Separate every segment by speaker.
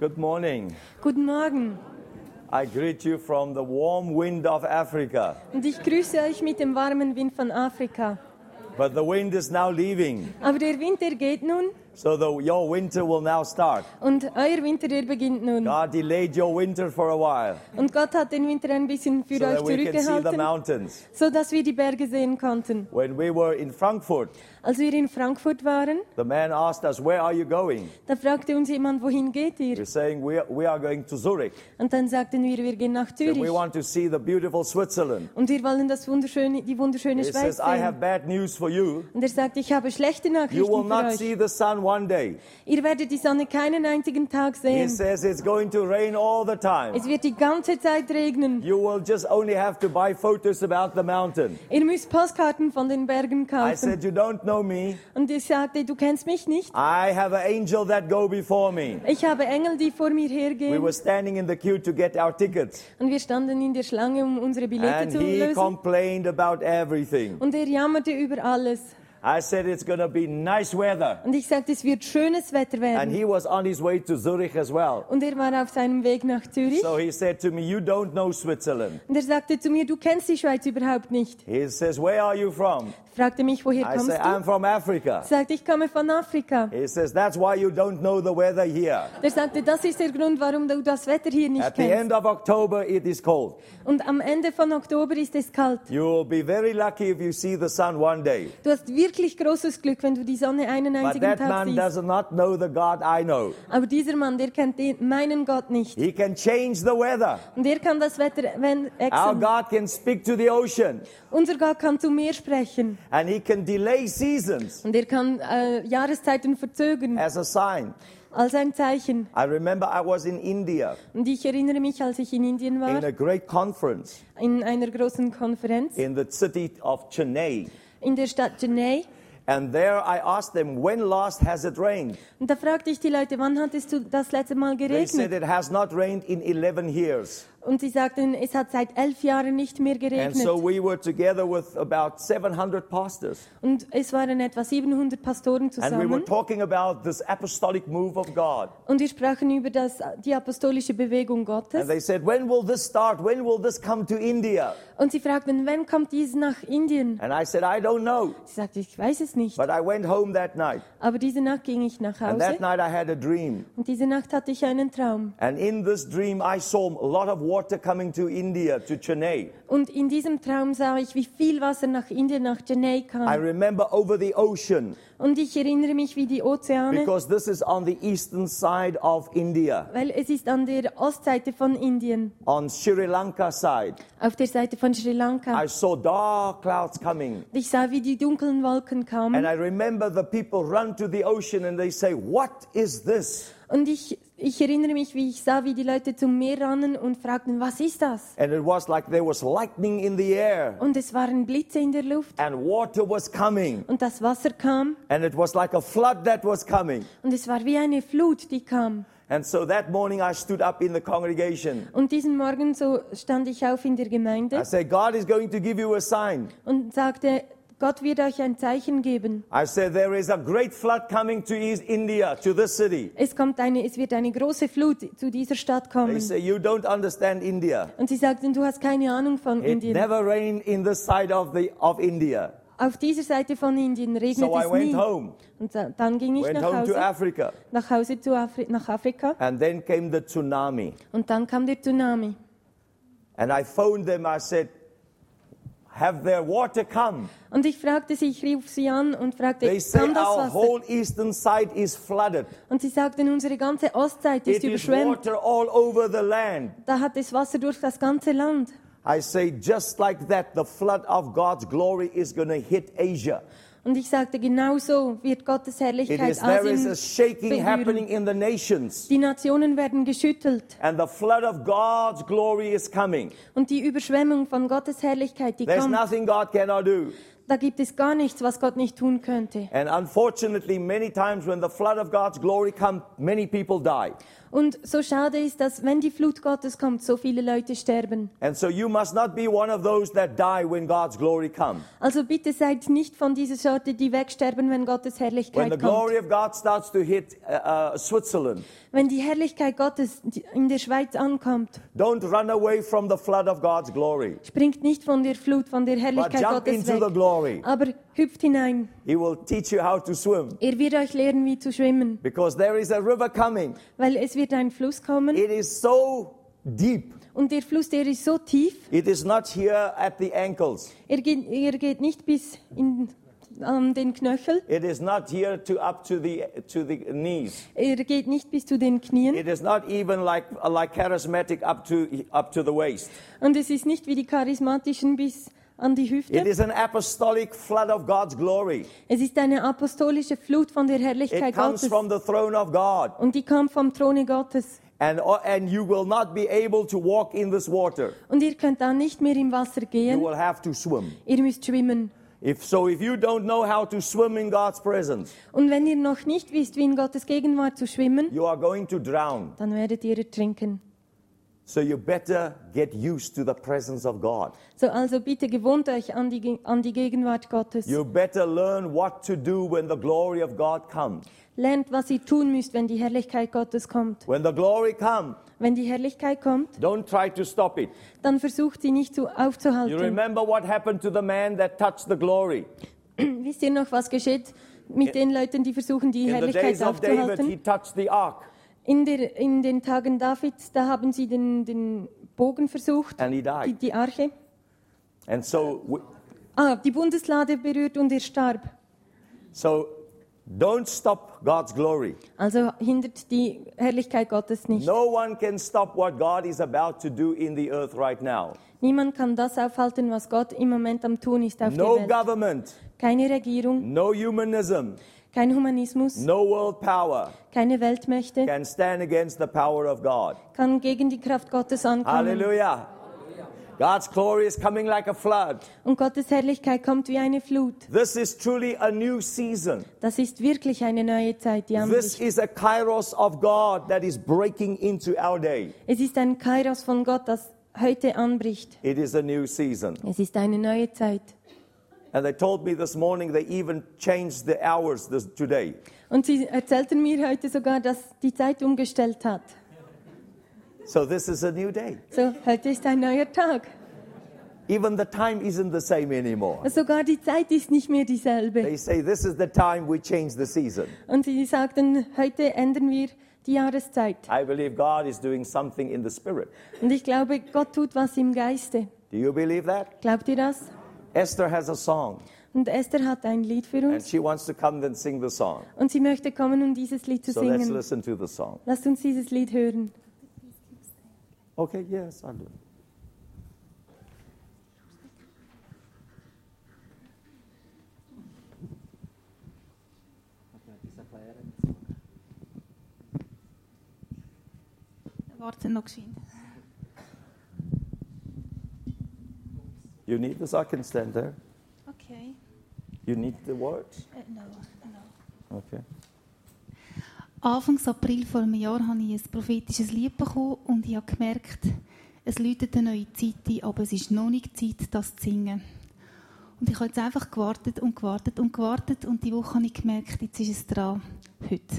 Speaker 1: Good morning.
Speaker 2: Guten Morgen
Speaker 1: I greet you from the warm wind of Africa.
Speaker 2: und ich grüße euch mit dem warmen Wind von Afrika.
Speaker 1: But the wind is now leaving,
Speaker 2: Aber der Winter geht nun
Speaker 1: so the, your winter will now start.
Speaker 2: und euer Winter, der beginnt nun.
Speaker 1: God delayed your winter for a while
Speaker 2: Und Gott hat den Winter ein bisschen für
Speaker 1: so
Speaker 2: euch
Speaker 1: that we can see the
Speaker 2: zurückgehalten,
Speaker 1: mountains.
Speaker 2: so dass wir die Berge sehen konnten.
Speaker 1: When we were in Frankfurt,
Speaker 2: Als wir in Frankfurt waren,
Speaker 1: the man asked us, Where are you going?
Speaker 2: da fragte uns jemand, wohin geht
Speaker 1: We're
Speaker 2: ihr?
Speaker 1: saying, We are, we are going to Zurich.
Speaker 2: Und dann sagten wir, wir gehen nach
Speaker 1: And we
Speaker 2: Zürich
Speaker 1: want to see the beautiful Switzerland.
Speaker 2: und wir wollen das wunderschöne, die wunderschöne
Speaker 1: He
Speaker 2: Schweiz
Speaker 1: says, I
Speaker 2: sehen.
Speaker 1: have bad news for you.
Speaker 2: Und er sagt, ich habe schlechte
Speaker 1: You will
Speaker 2: Nachrichten für
Speaker 1: not
Speaker 2: euch.
Speaker 1: see the sun one day.
Speaker 2: Ihr werdet die Sonne keinen einzigen Tag
Speaker 1: He
Speaker 2: sehen.
Speaker 1: says, It's going to rain all the time.
Speaker 2: Es wird die ganze Zeit regnen.
Speaker 1: You will just only have to buy photos about the mountain.
Speaker 2: Ihr müsst Postkarten von den Bergen
Speaker 1: I
Speaker 2: kaufen.
Speaker 1: said, You don't know me.
Speaker 2: Und ich sagte, du kennst mich nicht.
Speaker 1: I have an angel that go before me.
Speaker 2: Ich habe Engel, die vor mir
Speaker 1: We
Speaker 2: hergehen.
Speaker 1: were standing in the queue to get our tickets,
Speaker 2: Und wir standen in der Schlange, um unsere Billette
Speaker 1: and
Speaker 2: zu
Speaker 1: he
Speaker 2: lösen.
Speaker 1: complained about everything.
Speaker 2: Und er jammerte über alles.
Speaker 1: I said, It's going to be nice weather.
Speaker 2: Und ich sagte, es wird schönes Wetter
Speaker 1: And
Speaker 2: werden.
Speaker 1: he was on his way to Zurich as well.
Speaker 2: Und er war auf seinem Weg nach Zürich.
Speaker 1: So he said to me, You don't know Switzerland.
Speaker 2: Und er sagte zu mir, du kennst die Schweiz überhaupt nicht.
Speaker 1: He says, Where are you from?
Speaker 2: Fragte mich, woher
Speaker 1: I
Speaker 2: kommst
Speaker 1: say, I'm
Speaker 2: du?
Speaker 1: from Africa.
Speaker 2: Ich sagte, ich komme von Afrika.
Speaker 1: He says, That's why you don't know the weather here.
Speaker 2: Er sagte, das ist der Grund, warum du das Wetter hier nicht
Speaker 1: At the
Speaker 2: kennst.
Speaker 1: end of October, it is cold.
Speaker 2: Und am Ende von Oktober ist es kalt.
Speaker 1: You will be very lucky if you see the sun one day.
Speaker 2: Du hast wirklich großes Glück, wenn du die Sonne einen
Speaker 1: But
Speaker 2: einzigen
Speaker 1: that
Speaker 2: Tag
Speaker 1: man
Speaker 2: siehst.
Speaker 1: does not know the God I know.
Speaker 2: Aber dieser Mann, der kennt den, meinen Gott nicht.
Speaker 1: He can change the weather.
Speaker 2: Und er kann das Wetter wenn-
Speaker 1: Our
Speaker 2: wechseln.
Speaker 1: God can speak to the ocean
Speaker 2: Unser Gott kann zu mir sprechen.
Speaker 1: and he can delay seasons
Speaker 2: Und er kann äh, Jahreszeiten verzögern
Speaker 1: as a sign.
Speaker 2: als ein Zeichen.
Speaker 1: I remember I was in India
Speaker 2: Und ich erinnere mich, als ich in Indien
Speaker 1: in
Speaker 2: war,
Speaker 1: a great conference
Speaker 2: in einer großen Konferenz
Speaker 1: in the city of Chennai.
Speaker 2: in der Stadt Chennai.
Speaker 1: And there I asked them, when last has it rained?
Speaker 2: Und da fragte ich die Leute, wann hattest du das letzte Mal
Speaker 1: They said
Speaker 2: geregnet?
Speaker 1: it has not rained in 11 years.
Speaker 2: Und sie sagten, es hat seit elf Jahren nicht mehr
Speaker 1: And so
Speaker 2: geregnet.
Speaker 1: we were together with about 700 pastors.
Speaker 2: Und es waren etwa 700 Pastoren
Speaker 1: And we were
Speaker 2: zusammen.
Speaker 1: talking about this apostolic move of God.
Speaker 2: Und wir sprachen über das, die apostolische Bewegung Gottes.
Speaker 1: And they said, When will this start? When will this come to India?
Speaker 2: Und sie fragten, wann kommt dies nach Indien?
Speaker 1: And I said, I don't know.
Speaker 2: Sie sagte, ich weiß es nicht.
Speaker 1: But I went home that night.
Speaker 2: Aber diese Nacht ging ich nach
Speaker 1: And
Speaker 2: Hause
Speaker 1: that night I had a dream.
Speaker 2: und diese Nacht hatte ich einen Traum.
Speaker 1: And in this dream, I saw a lot of water coming to India, to Chennai.
Speaker 2: Und in diesem Traum sah ich, wie viel Wasser nach Indien, nach Chennai
Speaker 1: I
Speaker 2: kam.
Speaker 1: remember over the ocean,
Speaker 2: Und ich erinnere mich, wie die Ozeane,
Speaker 1: because this is on the eastern side of India,
Speaker 2: weil es ist an der Ostseite von Indien,
Speaker 1: on Sri Lanka side.
Speaker 2: auf der Seite von Sri Lanka.
Speaker 1: I saw dark clouds coming.
Speaker 2: Ich sah, wie die dunklen Wolken
Speaker 1: And
Speaker 2: kamen.
Speaker 1: I remember the people run to the ocean and they say, What is this?
Speaker 2: Und ich, ich erinnere mich, wie ich sah, wie die Leute zum Meer rannen und fragten, was ist das?
Speaker 1: And it was like there was lightning in the air.
Speaker 2: Und es waren Blitze in der Luft
Speaker 1: and water was coming
Speaker 2: und das Wasser kam
Speaker 1: and it was like a flood that was coming
Speaker 2: und es war wie eine Flut, die kam.
Speaker 1: and so that morning i stood up in the congregation
Speaker 2: Und diesen Morgen so stand ich auf in der
Speaker 1: i
Speaker 2: Gemeinde
Speaker 1: said god is going to give you a sign
Speaker 2: und sagte, Gott wird euch ein Zeichen geben.
Speaker 1: i said there is a great flood coming to east india to this city
Speaker 2: Es, kommt eine, es wird eine große Flut zu dieser Stadt
Speaker 1: they
Speaker 2: kommen.
Speaker 1: say you don't understand india
Speaker 2: Und sie sagten, du hast keine Ahnung von
Speaker 1: it
Speaker 2: Indien.
Speaker 1: never rained in this side of the of india
Speaker 2: Auf dieser Seite von Indien regnet
Speaker 1: so i
Speaker 2: es
Speaker 1: went
Speaker 2: nie.
Speaker 1: home
Speaker 2: Und da- dann ging ich
Speaker 1: went
Speaker 2: nach
Speaker 1: home to
Speaker 2: Hause,
Speaker 1: africa
Speaker 2: nach Hause zu Afri nach Afrika
Speaker 1: and then came the tsunami
Speaker 2: und dann kam der Tsunami.
Speaker 1: and i phoned them i said have their water come
Speaker 2: Und ich fragte sie, ich rief sie an und fragte,
Speaker 1: they say
Speaker 2: kam das
Speaker 1: our
Speaker 2: Wasser?
Speaker 1: whole eastern side is flooded
Speaker 2: Und sie sagten, unsere ganze Ostseite ist
Speaker 1: It is
Speaker 2: überschwemmt.
Speaker 1: water all over the land.
Speaker 2: Da hat es Wasser durch das ganze Land.
Speaker 1: I say, just like that, the flood of God's glory is going to hit Asia.
Speaker 2: Und ich sagte, genau so wird Gottes
Speaker 1: It
Speaker 2: Herrlichkeit
Speaker 1: is, there is
Speaker 2: Asien
Speaker 1: a shaking happening
Speaker 2: berühren.
Speaker 1: in the nations,
Speaker 2: Die Nationen werden geschüttelt
Speaker 1: and the flood of God's glory is coming.
Speaker 2: und die Überschwemmung von Gottes Herrlichkeit, die
Speaker 1: There's
Speaker 2: kommt.
Speaker 1: nothing God cannot do.
Speaker 2: Da gibt es gar nichts, was Gott nicht tun könnte.
Speaker 1: And unfortunately, many times when the flood of God's glory comes, many people die.
Speaker 2: Und so schade ist, dass wenn die Flut Gottes kommt, so viele Leute sterben.
Speaker 1: And so you must not be one of those that die when God's glory comes.
Speaker 2: Also bitte seid nicht von dieser Sorte, die wegsterben, wenn Gottes
Speaker 1: When the
Speaker 2: Herrlichkeit kommt.
Speaker 1: glory of God starts to hit uh, uh, Switzerland,
Speaker 2: Wenn die Herrlichkeit Gottes die- in der Schweiz ankommt,
Speaker 1: don't run away from the flood of God's glory.
Speaker 2: springt nicht von der Flut, von der
Speaker 1: But
Speaker 2: Herrlichkeit
Speaker 1: jump
Speaker 2: Gottes
Speaker 1: into the
Speaker 2: weg,
Speaker 1: glory.
Speaker 2: aber hüpft hinein.
Speaker 1: He will teach you how to swim
Speaker 2: Er wird euch lehren, wie zu schwimmen,
Speaker 1: because there is a river coming.
Speaker 2: weil es wird ein Fluss kommen
Speaker 1: It is so deep.
Speaker 2: und der Fluss, der ist so tief,
Speaker 1: It is not here at the ankles.
Speaker 2: er geht, er geht nicht bis in, an den Knöchel,
Speaker 1: It is not here to up to the to the knees.
Speaker 2: er geht nicht bis zu den Knien
Speaker 1: It is not even like like charismatic up to up to the waist.
Speaker 2: und es ist nicht wie die Charismatischen bis an die
Speaker 1: It
Speaker 2: Hüfte.
Speaker 1: is an apostolic flood of God's glory.
Speaker 2: Es ist eine apostolische Flut von der
Speaker 1: It
Speaker 2: Herrlichkeit
Speaker 1: comes
Speaker 2: Gottes
Speaker 1: from the throne of God.
Speaker 2: und die kommt vom Throne Gottes.
Speaker 1: And, uh, and you will not be able to walk in this water.
Speaker 2: Und ihr könnt dann nicht mehr im Wasser
Speaker 1: You
Speaker 2: gehen,
Speaker 1: will have to swim.
Speaker 2: ihr müsst schwimmen.
Speaker 1: If so, if you don't know how to swim in God's presence,
Speaker 2: Und wenn ihr noch nicht wisst, wie in Gottes Gegenwart zu schwimmen,
Speaker 1: you are going to drown.
Speaker 2: dann werdet ihr ertrinken.
Speaker 1: So you better get used to the presence of God.
Speaker 2: So, also bitte gewohnt euch an die, Ge- an die Gegenwart Gottes.
Speaker 1: You better learn what to do when the glory of God comes.
Speaker 2: Lernt, was ihr tun müsst, wenn die Herrlichkeit Gottes kommt.
Speaker 1: When the glory comes,
Speaker 2: Wenn die Herrlichkeit kommt,
Speaker 1: don't try to stop it.
Speaker 2: dann versucht sie nicht zu,
Speaker 1: You
Speaker 2: aufzuhalten.
Speaker 1: remember what happened to the man that touched the glory.
Speaker 2: Wisst ihr noch, was geschieht mit den Leuten, die versuchen, die
Speaker 1: In the
Speaker 2: Herrlichkeit
Speaker 1: days of David, he
Speaker 2: aufzuhalten?
Speaker 1: touched the ark
Speaker 2: In, der, in den Tagen Davids, da haben sie den, den Bogen versucht,
Speaker 1: and he
Speaker 2: die,
Speaker 1: died.
Speaker 2: die Arche.
Speaker 1: And so, we-
Speaker 2: Ah, die Bundeslade berührt und er starb.
Speaker 1: so don't stop God's glory.
Speaker 2: Also hindert die Herrlichkeit Gottes nicht.
Speaker 1: No one can stop what God is about to do in the earth right now.
Speaker 2: Niemand kann das aufhalten, was Gott im Moment am Tun ist auf
Speaker 1: No
Speaker 2: der Welt.
Speaker 1: government,
Speaker 2: Keine Regierung,
Speaker 1: no humanism,
Speaker 2: kein Humanismus,
Speaker 1: no world power
Speaker 2: keine Weltmächte
Speaker 1: can stand against the power of God.
Speaker 2: kann gegen die Kraft Gottes ankommen.
Speaker 1: Hallelujah. God's glory is coming like a flood.
Speaker 2: Und Gottes Herrlichkeit kommt wie eine Flut.
Speaker 1: This is truly a new season.
Speaker 2: Das ist wirklich eine neue Zeit, die
Speaker 1: This
Speaker 2: anbricht.
Speaker 1: is a kairos of God that is breaking into our day.
Speaker 2: Es ist ein Kairos von Gott, das heute anbricht.
Speaker 1: It is a new season.
Speaker 2: Es ist eine neue Zeit.
Speaker 1: And they told me this morning they even changed the hours this, today.
Speaker 2: Und sie erzählten mir heute sogar, dass die Zeit umgestellt hat.
Speaker 1: So this is a new day.
Speaker 2: So, heute ist ein neuer Tag.
Speaker 1: Even the time isn't the same anymore.
Speaker 2: Sogar die Zeit ist nicht mehr dieselbe.
Speaker 1: They say this is the time we change the season.
Speaker 2: Und sie sagten, heute ändern wir die Jahreszeit.
Speaker 1: I believe God is doing something in the spirit.
Speaker 2: Und ich glaube, Gott tut was im Geiste.
Speaker 1: Do you believe that?
Speaker 2: Glaubt ihr das?
Speaker 1: Esther has a song
Speaker 2: Und Esther hat ein Lied für
Speaker 1: and
Speaker 2: uns
Speaker 1: she wants to come and sing the song.
Speaker 2: und sie möchte kommen, um dieses Lied zu
Speaker 1: So let's
Speaker 2: singen.
Speaker 1: listen to the song.
Speaker 2: Lasst uns dieses Lied hören.
Speaker 1: Okay, yes, I'll do it.
Speaker 3: Warte noch geschwind.
Speaker 1: You need this? I can stand there.
Speaker 3: Okay.
Speaker 1: You need the words?
Speaker 3: Äh, no, no.
Speaker 1: Okay.
Speaker 3: Anfangs April vor einem Jahr habe ich ein prophetisches Lied bekommen und ich habe gemerkt, es läutet eine neue Zeit ein, aber es ist noch nicht Zeit, das zu singen. Und ich habe jetzt einfach gewartet und gewartet und gewartet und die Woche habe ich gemerkt, jetzt ist es dran. Heute.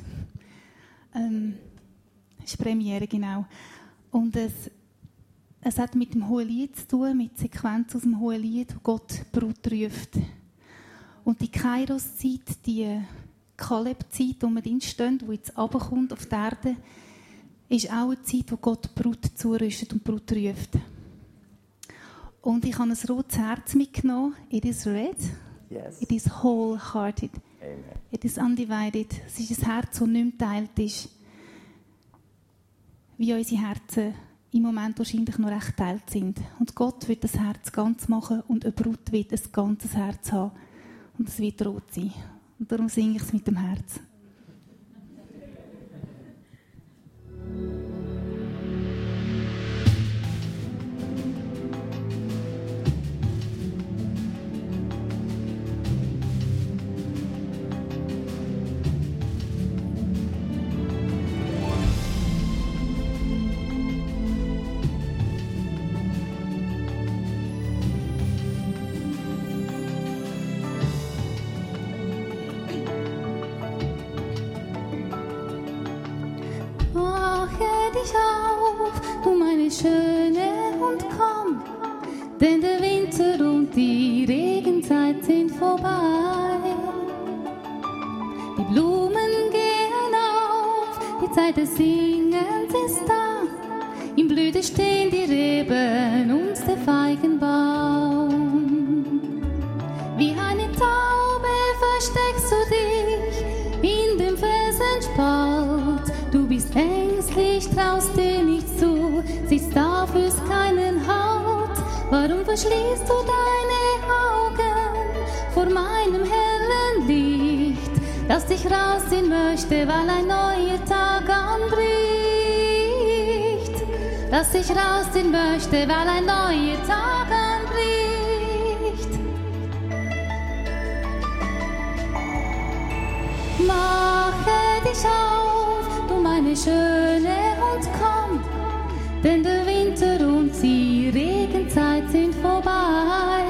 Speaker 3: Ähm, es ist Premiere, genau. Und es, es hat mit dem Hohen Lied zu tun, mit Sequenz aus dem Hohen Lied, wo Gott Brut ruft. Und die Kairos-Zeit, die Kaleb-Zeit, wo wir stehen, wo jetzt runterkommt auf die Erde, ist auch eine Zeit, wo Gott die Brut zurüstet und die Brut ruft. Und ich habe ein rotes Herz mitgenommen. It is red.
Speaker 1: Yes.
Speaker 3: It is wholehearted.
Speaker 1: Amen.
Speaker 3: It is undivided. Es ist ein Herz, das nicht mehr geteilt ist. Wie unsere Herzen im Moment wahrscheinlich noch recht geteilt sind. Und Gott wird das Herz ganz machen und eine Brut wird ein ganzes Herz haben. Und es wird rot sein. Und darum singe ich es mit dem Herz.
Speaker 4: dich auf, du meine Schöne, und komm, denn der Winter und die Regenzeit sind vorbei. Die Blumen gehen auf, die Zeit des Singens ist da, in Blüte stehen die Reben und der Feigenbaum. Wie eine Taube versteckst du dich in dem Felsenspalt. Du bist ängstlich, traust dir nicht zu, siehst dafür's keinen Halt. Warum verschließt du deine Augen vor meinem hellen Licht, das dich rausziehen möchte, weil ein neuer Tag anbricht? Das dich rausziehen möchte, weil ein neuer Tag anbricht. Mache dich auf, du meine Schöne, und komm, denn der Winter und die Regenzeit sind vorbei.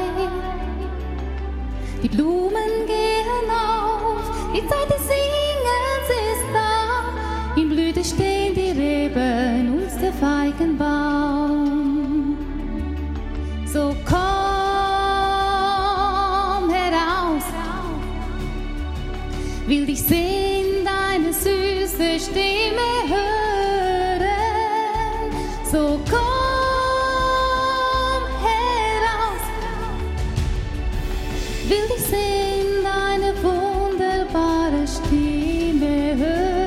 Speaker 4: Die Blumen gehen auf, die Zeit des Singens ist da, in Blüte stehen die Reben und der Feigenbaum. So komm heraus, will dich sehen, deine süße Stimme hören. So komm heraus, will dich sehen, deine wunderbare Stimme hören.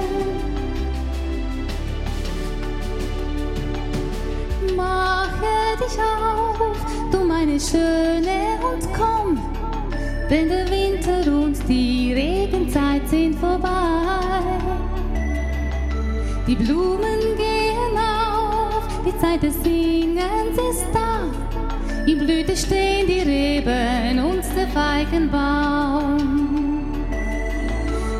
Speaker 4: Hören. mache dich auf, du meine Schöne, und komm, denn der Winter und die Regenzeit sind vorbei. Die Blumen gehen auf, die Zeit des Singens ist da, in Blüte stehen die Reben und der Feigenbaum.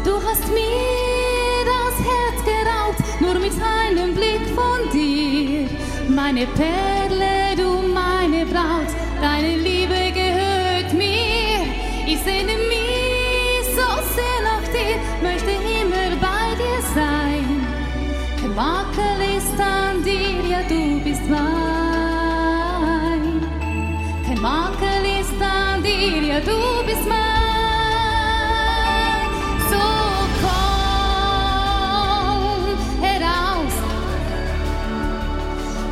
Speaker 4: Du hast mir das Herz geraubt, nur mit einem Blick von dir. Meine Perle, du meine Braut, deine Liebe gehört mir. Ich sehne mich so sehr nach dir, möchte immer bei dir sein. Kein Makel ist an dir, ja du bist mein. Kein Makel ist an dir, ja du bist mein. So komm heraus,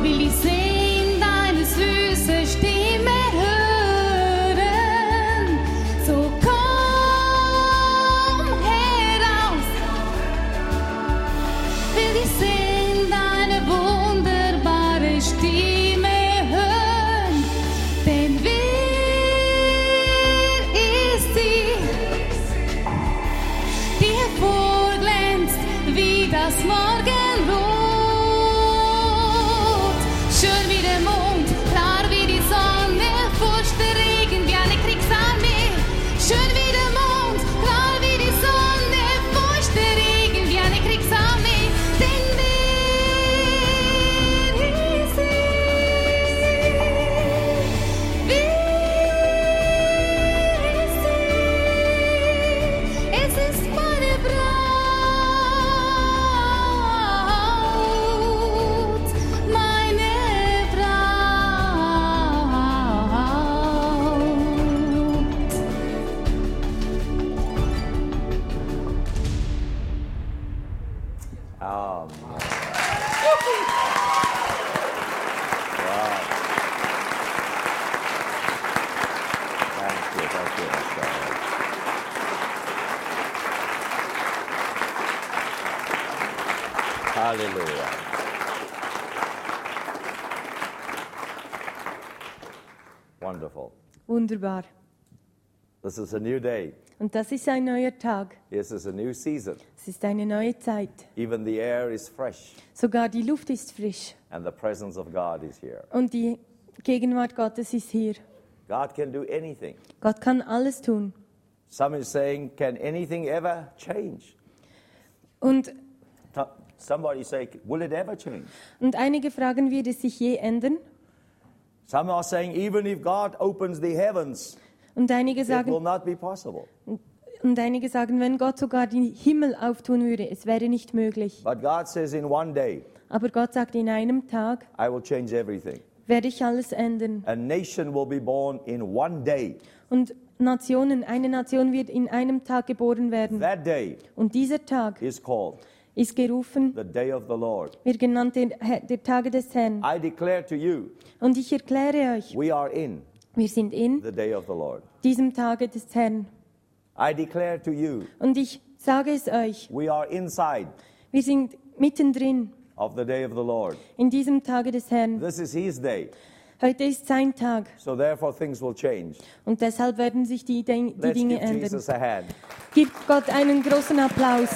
Speaker 4: will ich sehen, deine süße Stimme hören. So komm heraus, will ich sehen, deine wunderbare Stimme hören. Denn wer ist sie? dir vorglänzt wie das Morgenrot. Schön wie der Mond, klar wie die Sonne, furcht der Regen wie eine Kriegsarmee. Schön wie der Mond, klar wie die Sonne, furcht der Regen wie eine Kriegsarmee. Denn wer ist sie? Wer ist sie? Es ist meine Braut, meine Braut.
Speaker 1: Thank you, thank you, Esther. Hallelujah. Wonderful.
Speaker 2: Wunderbar.
Speaker 1: This is a new day.
Speaker 2: Und das ist ein neuer Tag.
Speaker 1: This is a new season.
Speaker 2: Es ist eine neue Zeit.
Speaker 1: Even the air is fresh,
Speaker 2: Sogar die Luft ist frisch
Speaker 1: and the presence of God is here.
Speaker 2: und die Gegenwart Gottes ist hier.
Speaker 1: God can do anything.
Speaker 2: Gott kann alles tun.
Speaker 1: Some is saying, Can anything ever change?
Speaker 2: Und,
Speaker 1: T- Somebody say, Will it ever change?
Speaker 2: und einige fragen, wird es sich je ändern?
Speaker 1: Some are saying, Even if God opens the heavens,
Speaker 2: Und einige
Speaker 1: It will
Speaker 2: sagen,
Speaker 1: not be possible.
Speaker 2: und einige sagen, wenn Gott sogar den Himmel auftun würde, es wäre nicht möglich.
Speaker 1: But God says, in one day,
Speaker 2: Aber Gott sagt, in einem Tag
Speaker 1: I will change everything.
Speaker 2: werde ich alles ändern.
Speaker 1: A nation will be born in one day.
Speaker 2: Und Nationen, eine Nation wird in einem Tag geboren werden.
Speaker 1: That day
Speaker 2: Und dieser Tag
Speaker 1: is called
Speaker 2: ist gerufen,
Speaker 1: the day of the Lord.
Speaker 2: wird genannt der, Herr- der Tage des Herrn.
Speaker 1: I declare to you,
Speaker 2: Und ich erkläre euch,
Speaker 1: we are in
Speaker 2: wir sind in
Speaker 1: the day of the Lord.
Speaker 2: diesem Tage des Herrn.
Speaker 1: I declare to you,
Speaker 2: Und ich sage es euch,
Speaker 1: we are inside
Speaker 2: wir sind mittendrin
Speaker 1: of the day of the Lord.
Speaker 2: in diesem Tage des Herrn.
Speaker 1: This is His day,
Speaker 2: Heute ist sein Tag
Speaker 1: so therefore things will change.
Speaker 2: und deshalb werden sich die, Ding- die
Speaker 1: Let's
Speaker 2: Dinge
Speaker 1: give
Speaker 2: ändern.
Speaker 1: Jesus a hand.
Speaker 2: Gibt Gott einen großen Applaus.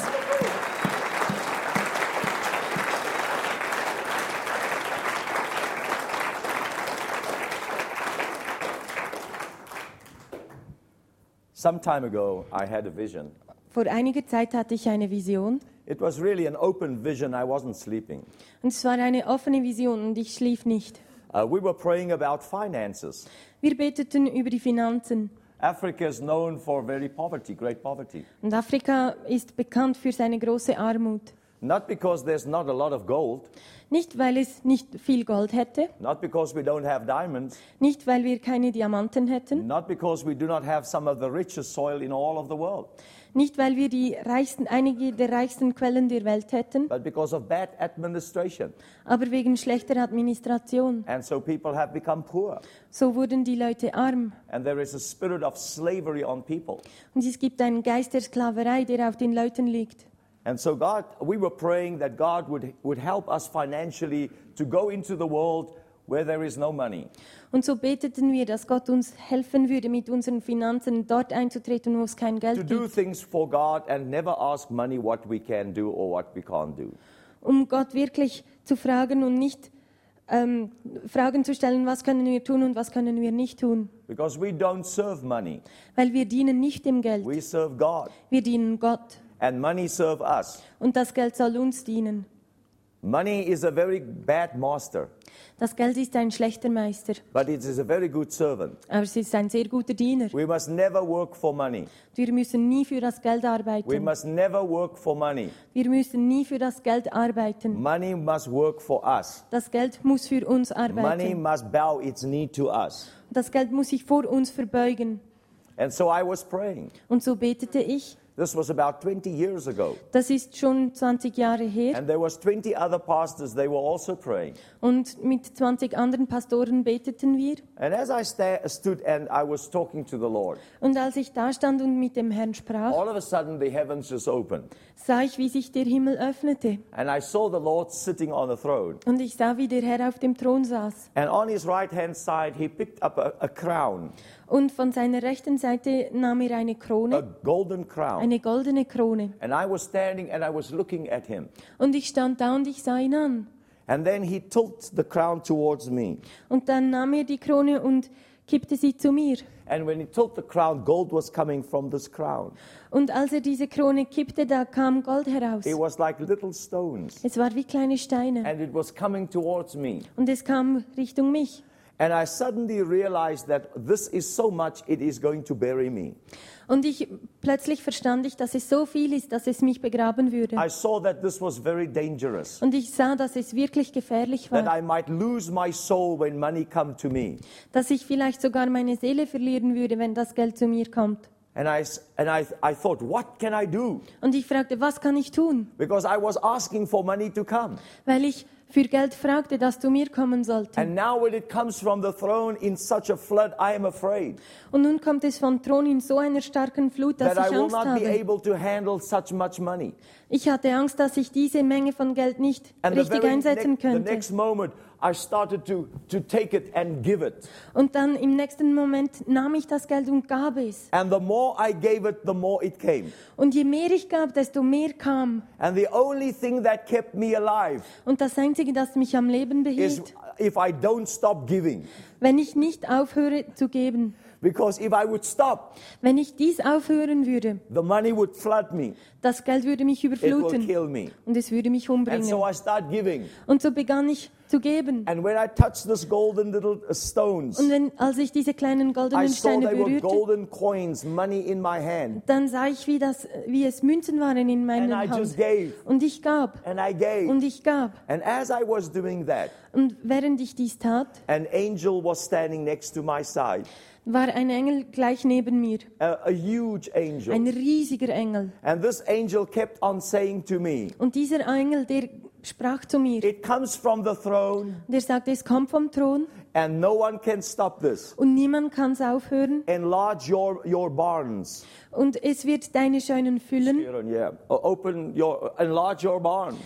Speaker 1: Some time ago, I had a vision.
Speaker 2: Vor einiger Zeit hatte ich eine Vision
Speaker 1: It was really an open vision. I wasn't sleeping.
Speaker 2: und es war eine offene Vision und ich schlief nicht.
Speaker 1: Uh, we were praying about finances.
Speaker 2: Wir beteten über die Finanzen
Speaker 1: Africa is known for very poverty, great poverty.
Speaker 2: und Afrika ist bekannt für seine große Armut.
Speaker 1: Not because there's not a lot of gold,
Speaker 2: Nicht, weil es nicht viel Gold hätte,
Speaker 1: not because we don't have diamonds,
Speaker 2: nicht, weil wir keine Diamanten hätten,
Speaker 1: not because we do not have some of the richest soil in all of the world,
Speaker 2: nicht, weil wir die reichsten, einige der reichsten Quellen der Welt hätten,
Speaker 1: but because of bad administration.
Speaker 2: aber wegen schlechter Administration.
Speaker 1: And so people have become poor.
Speaker 2: So wurden die Leute arm.
Speaker 1: And there is a spirit of slavery on people.
Speaker 2: Und es gibt einen Geist der Sklaverei, der auf den Leuten liegt.
Speaker 1: And so God, we were praying that God would, would help us financially to go into the world where there is no money.
Speaker 2: Und so beteten wir, dass Gott uns helfen würde, mit unseren Finanzen dort einzutreten, wo es kein
Speaker 1: to
Speaker 2: Geld
Speaker 1: do
Speaker 2: gibt,
Speaker 1: things for God and never ask money what we can do or what we can't do.
Speaker 2: um Gott wirklich zu fragen und nicht ähm, Fragen zu stellen, was können wir tun und was können wir nicht tun.
Speaker 1: Because we don't serve money,
Speaker 2: Weil wir dienen nicht dem Geld,
Speaker 1: we serve God.
Speaker 2: wir dienen Gott.
Speaker 1: And money serve us.
Speaker 2: Und das Geld soll uns dienen.
Speaker 1: Money is a very bad master,
Speaker 2: Das Geld ist ein schlechter Meister,
Speaker 1: but it is a very good servant.
Speaker 2: aber es ist ein sehr guter Diener.
Speaker 1: We must never work for money.
Speaker 2: Wir müssen nie für das Geld
Speaker 1: We
Speaker 2: arbeiten.
Speaker 1: must never work for money.
Speaker 2: Wir müssen nie für das Geld arbeiten.
Speaker 1: Money must work for us.
Speaker 2: Das Geld muss für uns
Speaker 1: Money
Speaker 2: arbeiten.
Speaker 1: must bow its knee to us.
Speaker 2: Das Geld muss sich vor uns verbeugen.
Speaker 1: And so I was praying.
Speaker 2: Und so betete ich.
Speaker 1: This was about 20 years ago.
Speaker 2: Das ist schon 20 Jahre her.
Speaker 1: And there was 20 other pastors, they were also praying.
Speaker 2: Und mit 20 anderen Pastoren beteten wir.
Speaker 1: And as I sta- stood and I was talking to the Lord,
Speaker 2: Und als ich da stand und mit dem Herrn sprach,
Speaker 1: all of a sudden the heavens just opened.
Speaker 2: sah ich, wie sich der Himmel öffnete.
Speaker 1: And I saw the Lord sitting on the throne.
Speaker 2: Und ich sah, wie der Herr auf dem Thron saß.
Speaker 1: And on his right hand side, he picked up a, a crown,
Speaker 2: Und von seiner rechten Seite nahm er eine
Speaker 1: a
Speaker 2: Krone,
Speaker 1: golden crown.
Speaker 2: eine goldene Krone.
Speaker 1: And I was standing and I was looking at him.
Speaker 2: Und ich stand da und ich sah ihn an.
Speaker 1: And then he tilted the crown towards me.
Speaker 2: Und dann nahm er die Krone und kippte sie zu mir.
Speaker 1: And when he tilted the crown, gold was coming from this crown.
Speaker 2: Und als er diese Krone kippte, da kam Gold heraus.
Speaker 1: It was like little stones.
Speaker 2: Es war wie kleine Steine.
Speaker 1: And it was coming towards me.
Speaker 2: Und es kam Richtung mich.
Speaker 1: And I suddenly realized that this is so much, it is going to bury me.
Speaker 2: Und ich plötzlich verstand ich, dass es so viel ist, dass es mich begraben würde.
Speaker 1: I saw that this was very dangerous.
Speaker 2: Und ich sah, dass es wirklich gefährlich
Speaker 1: That
Speaker 2: war,
Speaker 1: I might lose my soul when money come to me.
Speaker 2: dass ich vielleicht sogar meine Seele verlieren würde, wenn das Geld zu mir kommt.
Speaker 1: And I, s- and I, I thought, what can I do?
Speaker 2: Und ich fragte, was kann ich tun?
Speaker 1: Because I was asking for money to come.
Speaker 2: Weil ich für Geld fragte, das zu mir kommen sollte.
Speaker 1: And now when it comes from the throne in such a flood, I am afraid
Speaker 2: Und nun kommt es von Thron in so einer starken Flut, dass
Speaker 1: that I
Speaker 2: ich
Speaker 1: will
Speaker 2: Angst
Speaker 1: not be
Speaker 2: habe.
Speaker 1: able to handle such much money.
Speaker 2: Ich hatte Angst, dass ich diese Menge von Geld nicht
Speaker 1: And the,
Speaker 2: richtig
Speaker 1: very
Speaker 2: einsetzen
Speaker 1: nec- the
Speaker 2: könnte.
Speaker 1: next moment, I started to, to take it and give it.
Speaker 2: Und dann im nächsten Moment nahm ich das Geld und gab es.
Speaker 1: And the more I gave it, the more it came.
Speaker 2: Und je mehr ich gab, desto mehr kam.
Speaker 1: And the only thing that kept me alive
Speaker 2: Und das Einzige, das mich am Leben
Speaker 1: is
Speaker 2: behielt,
Speaker 1: if I don't stop giving.
Speaker 2: wenn ich nicht aufhöre zu geben,
Speaker 1: Because if I would stop,
Speaker 2: wenn ich dies aufhören würde,
Speaker 1: the money would flood me.
Speaker 2: das Geld würde mich
Speaker 1: It will
Speaker 2: überfluten
Speaker 1: kill me.
Speaker 2: und es würde mich
Speaker 1: And
Speaker 2: umbringen.
Speaker 1: so I start giving.
Speaker 2: Und so begann ich zu geben.
Speaker 1: And when I touched this golden little uh, stones,
Speaker 2: Und wenn, als ich diese kleinen
Speaker 1: I
Speaker 2: goldenen
Speaker 1: saw
Speaker 2: Steine
Speaker 1: they were
Speaker 2: berührte,
Speaker 1: golden coins, money in my hand.
Speaker 2: dann sah ich, wie, das, wie es Münzen waren in
Speaker 1: And
Speaker 2: meiner
Speaker 1: I just
Speaker 2: Hand.
Speaker 1: gave,
Speaker 2: Und ich gab,
Speaker 1: and I gave.
Speaker 2: und ich gab.
Speaker 1: And as I was doing that,
Speaker 2: Und während ich dies tat,
Speaker 1: an angel was standing next to my side,
Speaker 2: war ein Engel gleich neben mir,
Speaker 1: a, a huge angel.
Speaker 2: ein riesiger Engel.
Speaker 1: And this angel kept on saying to me,
Speaker 2: Und dieser Engel, der sprach zu mir,
Speaker 1: It comes from the throne,
Speaker 2: der sagte, es kommt vom Thron
Speaker 1: and no one can stop this.
Speaker 2: und niemand kann es aufhören
Speaker 1: Enlarge your, your barns.
Speaker 2: und es wird deine Scheunen füllen,
Speaker 1: Yeah. O- Open your, enlarge your barns.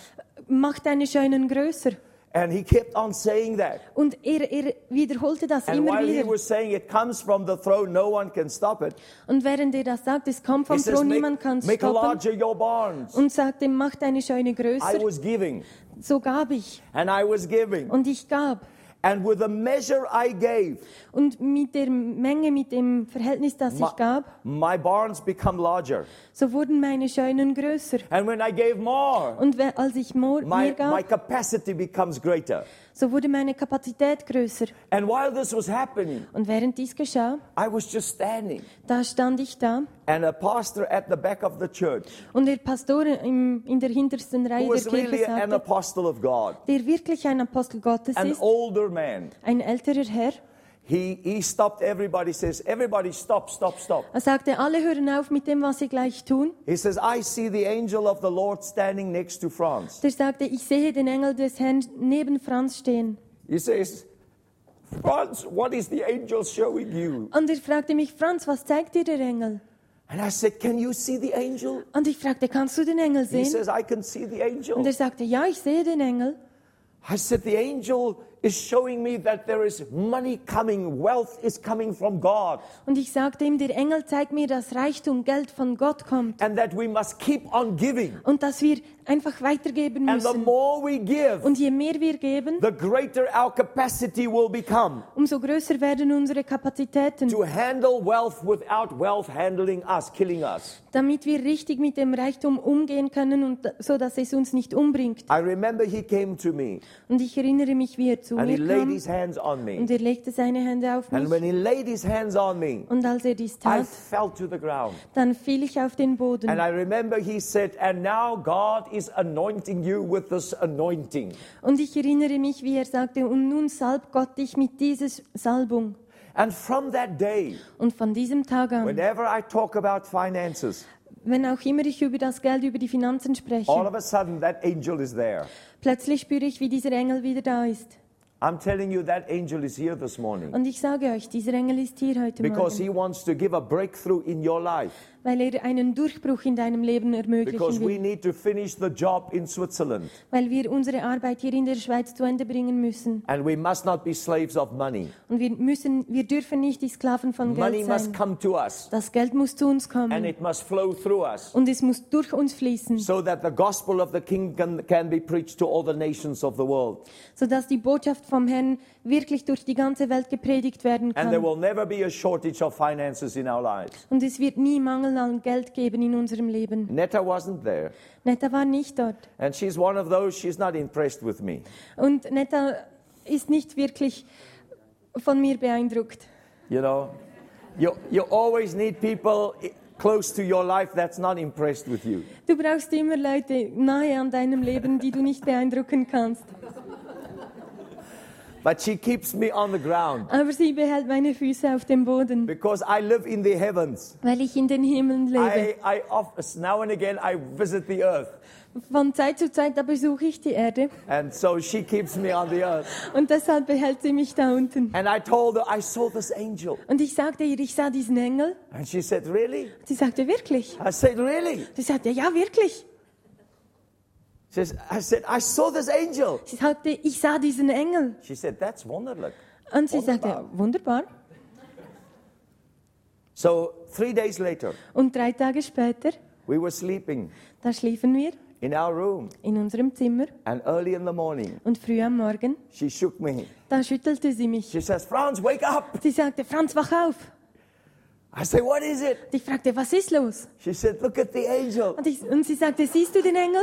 Speaker 2: mach deine Scheunen größer.
Speaker 1: And he kept on saying that.
Speaker 2: Und er, er wiederholte das
Speaker 1: And
Speaker 2: immer
Speaker 1: while he
Speaker 2: wieder.
Speaker 1: was saying it comes from the throne, no one can stop it.
Speaker 2: Und während er das sagt, es kommt
Speaker 1: He
Speaker 2: vom
Speaker 1: says,
Speaker 2: Thron,
Speaker 1: make,
Speaker 2: niemand kann es
Speaker 1: make
Speaker 2: stoppen. Oh,
Speaker 1: larger your barns.
Speaker 2: Und sagte, mach deine Scheune
Speaker 1: I
Speaker 2: größer.
Speaker 1: was giving,
Speaker 2: So gab ich.
Speaker 1: and I was giving.
Speaker 2: Und ich gab.
Speaker 1: And with the measure I gave,
Speaker 2: Und mit der Menge, mit dem Verhältnis, das
Speaker 1: my,
Speaker 2: ich gab,
Speaker 1: my barns become larger.
Speaker 2: so wurden meine Scheunen größer.
Speaker 1: And when I gave more,
Speaker 2: Und we- als ich more, mehr
Speaker 1: my, my
Speaker 2: gab,
Speaker 1: capacity becomes greater.
Speaker 2: so wurde meine Kapazität größer.
Speaker 1: And while this was happening,
Speaker 2: Und während dies geschah,
Speaker 1: I was just standing.
Speaker 2: da stand ich da
Speaker 1: And a pastor at the back of the church,
Speaker 2: und der Pastor im, in der hintersten
Speaker 1: who
Speaker 2: Reihe der
Speaker 1: was
Speaker 2: Kirche
Speaker 1: really an
Speaker 2: sagte,
Speaker 1: apostle of God,
Speaker 2: der wirklich ein Apostel Gottes
Speaker 1: an
Speaker 2: ist,
Speaker 1: older man,
Speaker 2: ein älterer Herr,
Speaker 1: he, he stopped everybody, says, Everybody, stop, stop, stop.
Speaker 2: er sagte, alle hören auf mit dem, was sie gleich tun.
Speaker 1: He says, I see the angel of the Lord standing next to France.
Speaker 2: Der sagte, ich sehe den Engel des Herrn neben Franz stehen.
Speaker 1: He says, Franz, what is the angel showing you?
Speaker 2: Und er fragte mich, Franz, was zeigt dir der Engel?
Speaker 1: And I said, Can you see the angel?
Speaker 2: Und ich fragte, kannst du den Engel
Speaker 1: He
Speaker 2: sehen?
Speaker 1: says, "Oh." I can see the
Speaker 2: Und
Speaker 1: angel.
Speaker 2: er sagte, ja, ich sehe den Engel.
Speaker 1: I said, The angel is showing me that there is money coming, wealth is coming from God,
Speaker 2: Und ich sagte ihm, der Engel zeigt mir, dass Reichtum, Geld von Gott kommt
Speaker 1: and that we must keep on giving.
Speaker 2: und dass wir einfach weitergeben
Speaker 1: And the
Speaker 2: müssen.
Speaker 1: more we give,
Speaker 2: Und je mehr wir geben,
Speaker 1: the greater our capacity will become
Speaker 2: umso größer werden unsere Kapazitäten,
Speaker 1: to handle wealth without wealth handling us, killing us.
Speaker 2: damit wir richtig mit dem Reichtum umgehen können und da- so, dass es uns nicht umbringt.
Speaker 1: I remember he came to me
Speaker 2: Und ich erinnere mich, wie er zu
Speaker 1: and he
Speaker 2: mir
Speaker 1: laid
Speaker 2: kam
Speaker 1: his hands on
Speaker 2: und
Speaker 1: me.
Speaker 2: er legte seine Hände auf
Speaker 1: And
Speaker 2: mich.
Speaker 1: when he laid his hands on me,
Speaker 2: Und als er dies
Speaker 1: I
Speaker 2: tat,
Speaker 1: fell to the ground.
Speaker 2: Dann fiel ich auf den Boden.
Speaker 1: And I remember he said, And now God is anointing you with this anointing.
Speaker 2: Und ich erinnere mich, wie er sagte, und nun salb Gott dich mit dieser Salbung.
Speaker 1: And from that day,
Speaker 2: Und von diesem Tag an,
Speaker 1: whenever I talk about finances,
Speaker 2: wenn auch immer ich über das Geld, über die Finanzen
Speaker 1: all
Speaker 2: spreche,
Speaker 1: of a sudden that angel is there.
Speaker 2: plötzlich spüre ich, wie dieser Engel wieder da ist.
Speaker 1: I'm telling you, that angel is here this morning
Speaker 2: Und ich sage euch, dieser Engel ist hier heute
Speaker 1: because
Speaker 2: Morgen,
Speaker 1: he wants to give a breakthrough in your life.
Speaker 2: weil er einen Durchbruch in deinem Leben
Speaker 1: Because
Speaker 2: ermöglichen
Speaker 1: we
Speaker 2: will,
Speaker 1: need to finish the job in Switzerland.
Speaker 2: weil wir unsere Arbeit hier in der Schweiz zu Ende bringen müssen.
Speaker 1: And we must not be slaves of money.
Speaker 2: Und wir, müssen, wir dürfen nicht die Sklaven von
Speaker 1: Money
Speaker 2: Geld
Speaker 1: must
Speaker 2: sein.
Speaker 1: come to us
Speaker 2: Das Geld muss zu uns
Speaker 1: and
Speaker 2: kommen
Speaker 1: it must flow through us
Speaker 2: und es muss durch uns fließen.
Speaker 1: so that the gospel of the kingdom can be preached to all the nations of the world.
Speaker 2: sodass die Botschaft vom Herrn wirklich durch die ganze Welt gepredigt werden
Speaker 1: And there
Speaker 2: kann.
Speaker 1: will never be a shortage of finances in our lives.
Speaker 2: Und es wird nie Mangel an Geld geben in unserem Leben.
Speaker 1: Netta wasn't there.
Speaker 2: Netta war nicht dort.
Speaker 1: And she's one of those, she's not impressed with me.
Speaker 2: Und Netta ist nicht wirklich von mir beeindruckt.
Speaker 1: You know, you, you always need people i- close to your life that's not impressed with you.
Speaker 2: Du brauchst immer Leute nahe an deinem Leben, die du nicht beeindrucken kannst.
Speaker 1: But she keeps me on the ground
Speaker 2: Aber sie behält meine Füße auf dem Boden,
Speaker 1: because I live in the heavens.
Speaker 2: weil ich in den Himmeln lebe.
Speaker 1: I, I off, now and again I visit the earth,
Speaker 2: Von Zeit zu Zeit da besuche ich die Erde
Speaker 1: and so she keeps me on the earth.
Speaker 2: und deshalb behält sie mich da unten.
Speaker 1: And I told her I saw this angel,
Speaker 2: Und ich sagte ihr, ich sah diesen Engel.
Speaker 1: and she said, "Really?"
Speaker 2: Sie sagte, wirklich?
Speaker 1: I said, "Really?"
Speaker 2: Sie sagte, ja, wirklich.
Speaker 1: She says, I said, "I saw this angel."
Speaker 2: Sie sagte, ich sah diesen Engel.
Speaker 1: She said, "That's wonderlijk."
Speaker 2: Und sie
Speaker 1: Wunderbar.
Speaker 2: sagte, wunderbar.
Speaker 1: So three days later,
Speaker 2: Und drei Tage später,
Speaker 1: we were sleeping
Speaker 2: da schliefen wir
Speaker 1: in our room,
Speaker 2: in unserem Zimmer
Speaker 1: and early in the morning,
Speaker 2: und früh am Morgen,
Speaker 1: she shook me.
Speaker 2: da schüttelte sie mich.
Speaker 1: She says, "Franz, wake up!"
Speaker 2: Sie sagte, Franz, wach auf.
Speaker 1: I say, "What is it?"
Speaker 2: Und ich fragte, was ist los?
Speaker 1: She said, "Look at the angel."
Speaker 2: Und, ich, und sie sagte, siehst du den Engel?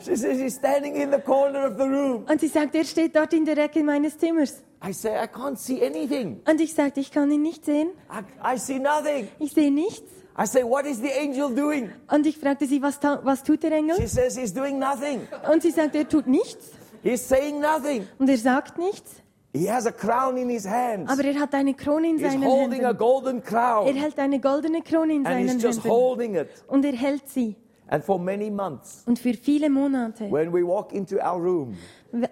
Speaker 1: She says, he's standing in the corner of the room.
Speaker 2: Und sie sagt, er steht dort in der Ecke meines Zimmers.
Speaker 1: I say, I can't see anything.
Speaker 2: Und ich sagte, ich kann ihn nicht sehen.
Speaker 1: I, I see nothing.
Speaker 2: Ich sehe nichts.
Speaker 1: I say, what is the angel doing?
Speaker 2: Und ich fragte sie, was, ta- was tut der
Speaker 1: She
Speaker 2: Engel?
Speaker 1: says, he's doing nothing.
Speaker 2: Und sie sagt, er tut nichts.
Speaker 1: He's saying nothing.
Speaker 2: Und er sagt nichts.
Speaker 1: He has a crown in his hands.
Speaker 2: Aber er hat eine Krone in
Speaker 1: He's
Speaker 2: seinen
Speaker 1: holding a
Speaker 2: Händen.
Speaker 1: golden
Speaker 2: Er
Speaker 1: crown.
Speaker 2: hält eine goldene Krone in
Speaker 1: And
Speaker 2: seinen
Speaker 1: he's just
Speaker 2: Händen.
Speaker 1: holding it.
Speaker 2: Und er hält sie.
Speaker 1: And for many months,
Speaker 2: Und für viele Monate,
Speaker 1: when we walk into our room,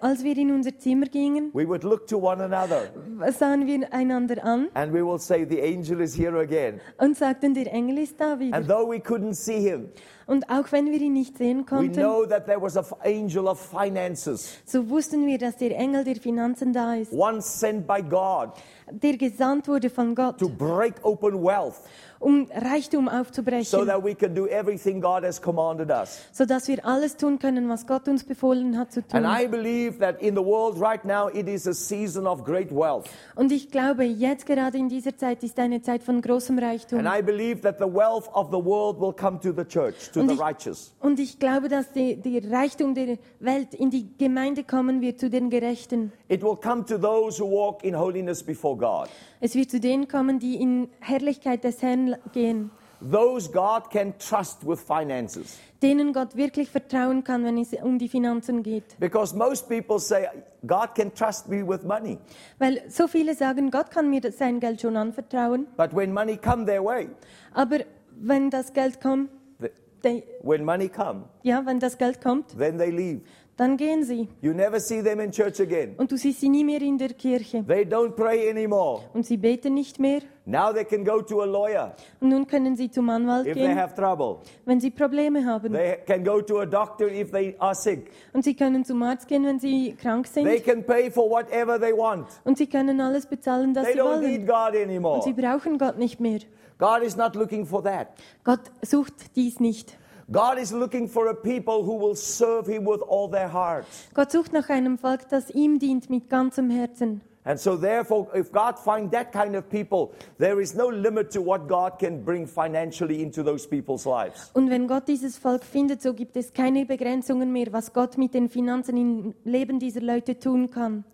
Speaker 2: als wir in unser Zimmer gingen,
Speaker 1: we would look to one another
Speaker 2: sahen wir einander an
Speaker 1: and we will say, the angel is here again.
Speaker 2: und sagten, der Engel ist da
Speaker 1: And
Speaker 2: wieder.
Speaker 1: though we couldn't see him,
Speaker 2: Und auch wenn wir ihn nicht sehen
Speaker 1: we
Speaker 2: konnten,
Speaker 1: know that there was an angel of finances,
Speaker 2: so wussten wir, dass der Engel der Finanzen da ist,
Speaker 1: once sent by God
Speaker 2: der gesandt wurde von Gott,
Speaker 1: to break open wealth
Speaker 2: um Reichtum
Speaker 1: so
Speaker 2: aufzubrechen,
Speaker 1: that we can do everything God has commanded us.
Speaker 2: sodass wir alles tun können, was Gott uns befohlen hat zu
Speaker 1: And
Speaker 2: tun.
Speaker 1: I believe that in the world right now, it is a season of great wealth.
Speaker 2: Und ich glaube, jetzt gerade in dieser Zeit ist eine Zeit von großem Reichtum.
Speaker 1: And I believe that the wealth of the world will come to the church, to
Speaker 2: Und
Speaker 1: the
Speaker 2: ich-
Speaker 1: righteous.
Speaker 2: Und ich glaube, dass die- der Reichtum der Welt in die Gemeinde kommen wird zu den Gerechten.
Speaker 1: It will come to those who walk in holiness before God.
Speaker 2: Es wird zu denen kommen, die in Herrlichkeit des Herrn gehen,
Speaker 1: Those God can trust with finances.
Speaker 2: denen Gott wirklich vertrauen kann, wenn es um die Finanzen geht.
Speaker 1: Because most people say, God can trust me with money.
Speaker 2: Weil so viele sagen, Gott kann mir das- sein Geld schon anvertrauen,
Speaker 1: But when money come their way,
Speaker 2: aber wenn das Geld kommt,
Speaker 1: the-
Speaker 2: de-
Speaker 1: when money come,
Speaker 2: ja, wenn das Geld kommt,
Speaker 1: then they leave.
Speaker 2: dann gehen sie
Speaker 1: You never see them in church again.
Speaker 2: und du siehst sie nie mehr in der Kirche
Speaker 1: They don't pray anymore.
Speaker 2: und sie beten nicht mehr
Speaker 1: Now they can go to a lawyer
Speaker 2: und nun können sie zum Anwalt
Speaker 1: if they
Speaker 2: gehen,
Speaker 1: have trouble.
Speaker 2: wenn sie Probleme haben
Speaker 1: They can go to a doctor if they are sick.
Speaker 2: und sie können zum Arzt gehen, wenn sie krank
Speaker 1: They
Speaker 2: sind
Speaker 1: can pay for whatever they want.
Speaker 2: und sie können alles bezahlen, das
Speaker 1: They
Speaker 2: sie
Speaker 1: don't need
Speaker 2: wollen.
Speaker 1: God
Speaker 2: Und
Speaker 1: anymore.
Speaker 2: sie brauchen Gott nicht mehr.
Speaker 1: God is not looking for that.
Speaker 2: Gott sucht dies nicht.
Speaker 1: God is looking for a people who will serve Him with all their hearts.
Speaker 2: Gott sucht nach einem Volk, das ihm dient mit ganzem Herzen.
Speaker 1: And so, therefore, if God finds that kind of people, there is no limit to what God can bring financially into those people's lives.
Speaker 2: Und wenn Gott dieses Volk findet, so gibt es keine Begrenzungen mehr, was Gott mit den Finanzen im Leben dieser Leute tun kann.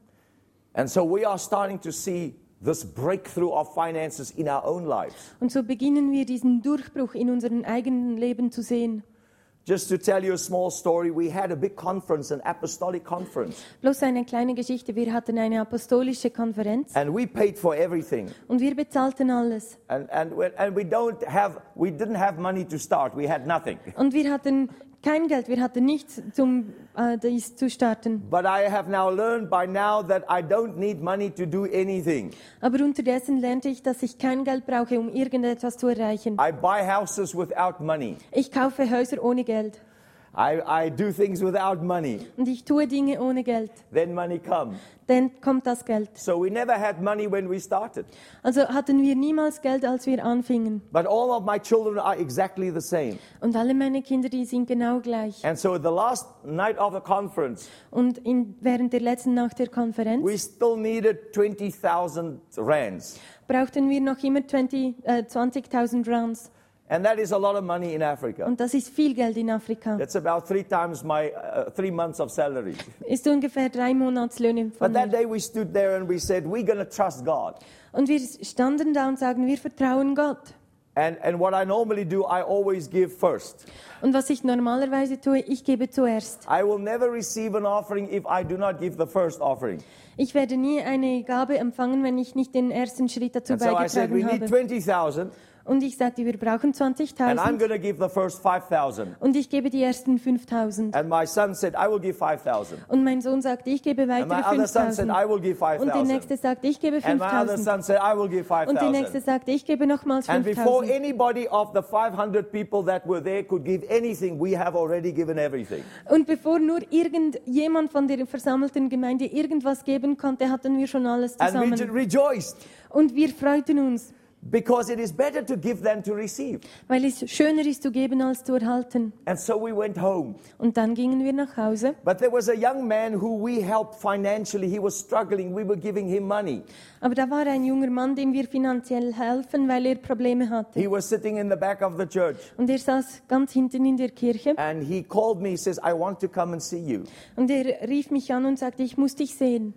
Speaker 1: And so, we are starting to see this breakthrough of finances in our own lives.
Speaker 2: Und so beginnen wir diesen Durchbruch in unserem eigenen Leben zu sehen.
Speaker 1: Just to tell you a small story, we had a big conference, an apostolic conference,
Speaker 2: Bloß eine kleine Geschichte. Wir hatten eine apostolische Konferenz
Speaker 1: and we paid for everything.
Speaker 2: und wir bezahlten alles.
Speaker 1: And, and, we- and we don't have, we didn't have money to start. We had nothing.
Speaker 2: Und wir hatten kein Geld, wir hatten nichts, um äh, dies zu starten.
Speaker 1: But I have now learned by now that I don't need money to do anything.
Speaker 2: Aber unterdessen lernte ich, dass ich kein Geld brauche, um irgendetwas zu erreichen.
Speaker 1: I buy houses without money.
Speaker 2: Ich kaufe Häuser ohne Geld
Speaker 1: I, I do things without money.
Speaker 2: und ich tue Dinge ohne Geld.
Speaker 1: Then money come.
Speaker 2: Dann kommt das Geld.
Speaker 1: So we never had money when we started.
Speaker 2: Also hatten wir niemals Geld, als wir anfingen.
Speaker 1: But all of my children are exactly the same.
Speaker 2: Und alle meine Kinder, die sind genau gleich.
Speaker 1: And so the last night of the conference,
Speaker 2: Und in, während der letzten Nacht der Konferenz
Speaker 1: we still needed 20,000 rands.
Speaker 2: brauchten wir noch immer 20 äh, 20.000 Rands.
Speaker 1: And that is a lot of money in Africa.
Speaker 2: Und das ist viel Geld in Afrika.
Speaker 1: That's about three times my uh, three months of salary.
Speaker 2: Ist ungefähr drei Monatslöhne von
Speaker 1: But that
Speaker 2: mir.
Speaker 1: day we stood there and we said, we're going to trust God.
Speaker 2: Und wir standen da und sagen, wir vertrauen Gott.
Speaker 1: And, and what I normally do, I always give first.
Speaker 2: Und was ich normalerweise tue, ich gebe zuerst.
Speaker 1: I will never receive an offering if I do not give the first offering.
Speaker 2: Ich werde nie eine Gabe empfangen, wenn ich nicht den ersten Schritt dazu
Speaker 1: And so I said, we
Speaker 2: beigetragen
Speaker 1: need 20,000
Speaker 2: habe. Und ich sagte, wir brauchen
Speaker 1: and I'm
Speaker 2: 20.000
Speaker 1: going to give the first 5,000.
Speaker 2: und ich gebe die ersten 5.000.
Speaker 1: And my son said, I will give 5,000.
Speaker 2: Und mein Sohn sagte, ich gebe
Speaker 1: And
Speaker 2: weitere
Speaker 1: my other son said, I
Speaker 2: 5.000.
Speaker 1: will give
Speaker 2: Und der
Speaker 1: 5,000.
Speaker 2: nächste sagte, ich gebe
Speaker 1: And my other
Speaker 2: 5.000.
Speaker 1: son said, I will give
Speaker 2: Und der nächste
Speaker 1: 5,000.
Speaker 2: sagte, ich gebe nochmals
Speaker 1: And before
Speaker 2: 5.000.
Speaker 1: anybody of the 500 people that were there could give anything, we have already given everything.
Speaker 2: Und bevor nur irgendjemand von der versammelten Gemeinde irgendwas geben konnte, hatten wir schon alles
Speaker 1: And we
Speaker 2: zusammen.
Speaker 1: ju- rejoiced.
Speaker 2: Und wir freuten uns.
Speaker 1: because it is better to give than to receive.
Speaker 2: weil es schöner ist zu geben als zu erhalten.
Speaker 1: And so we went home.
Speaker 2: Und dann gingen wir nach Hause.
Speaker 1: But there was a young man who we helped financially. He was struggling. We were giving him money.
Speaker 2: Aber da war ein junger Mann, dem wir finanziell helfen, weil er Probleme hatte.
Speaker 1: He was sitting in the back of the church.
Speaker 2: Und er saß ganz hinten in der Kirche
Speaker 1: And he called me. He says, I want to come and see you.
Speaker 2: und er rief mich an und sagte, ich muss dich sehen.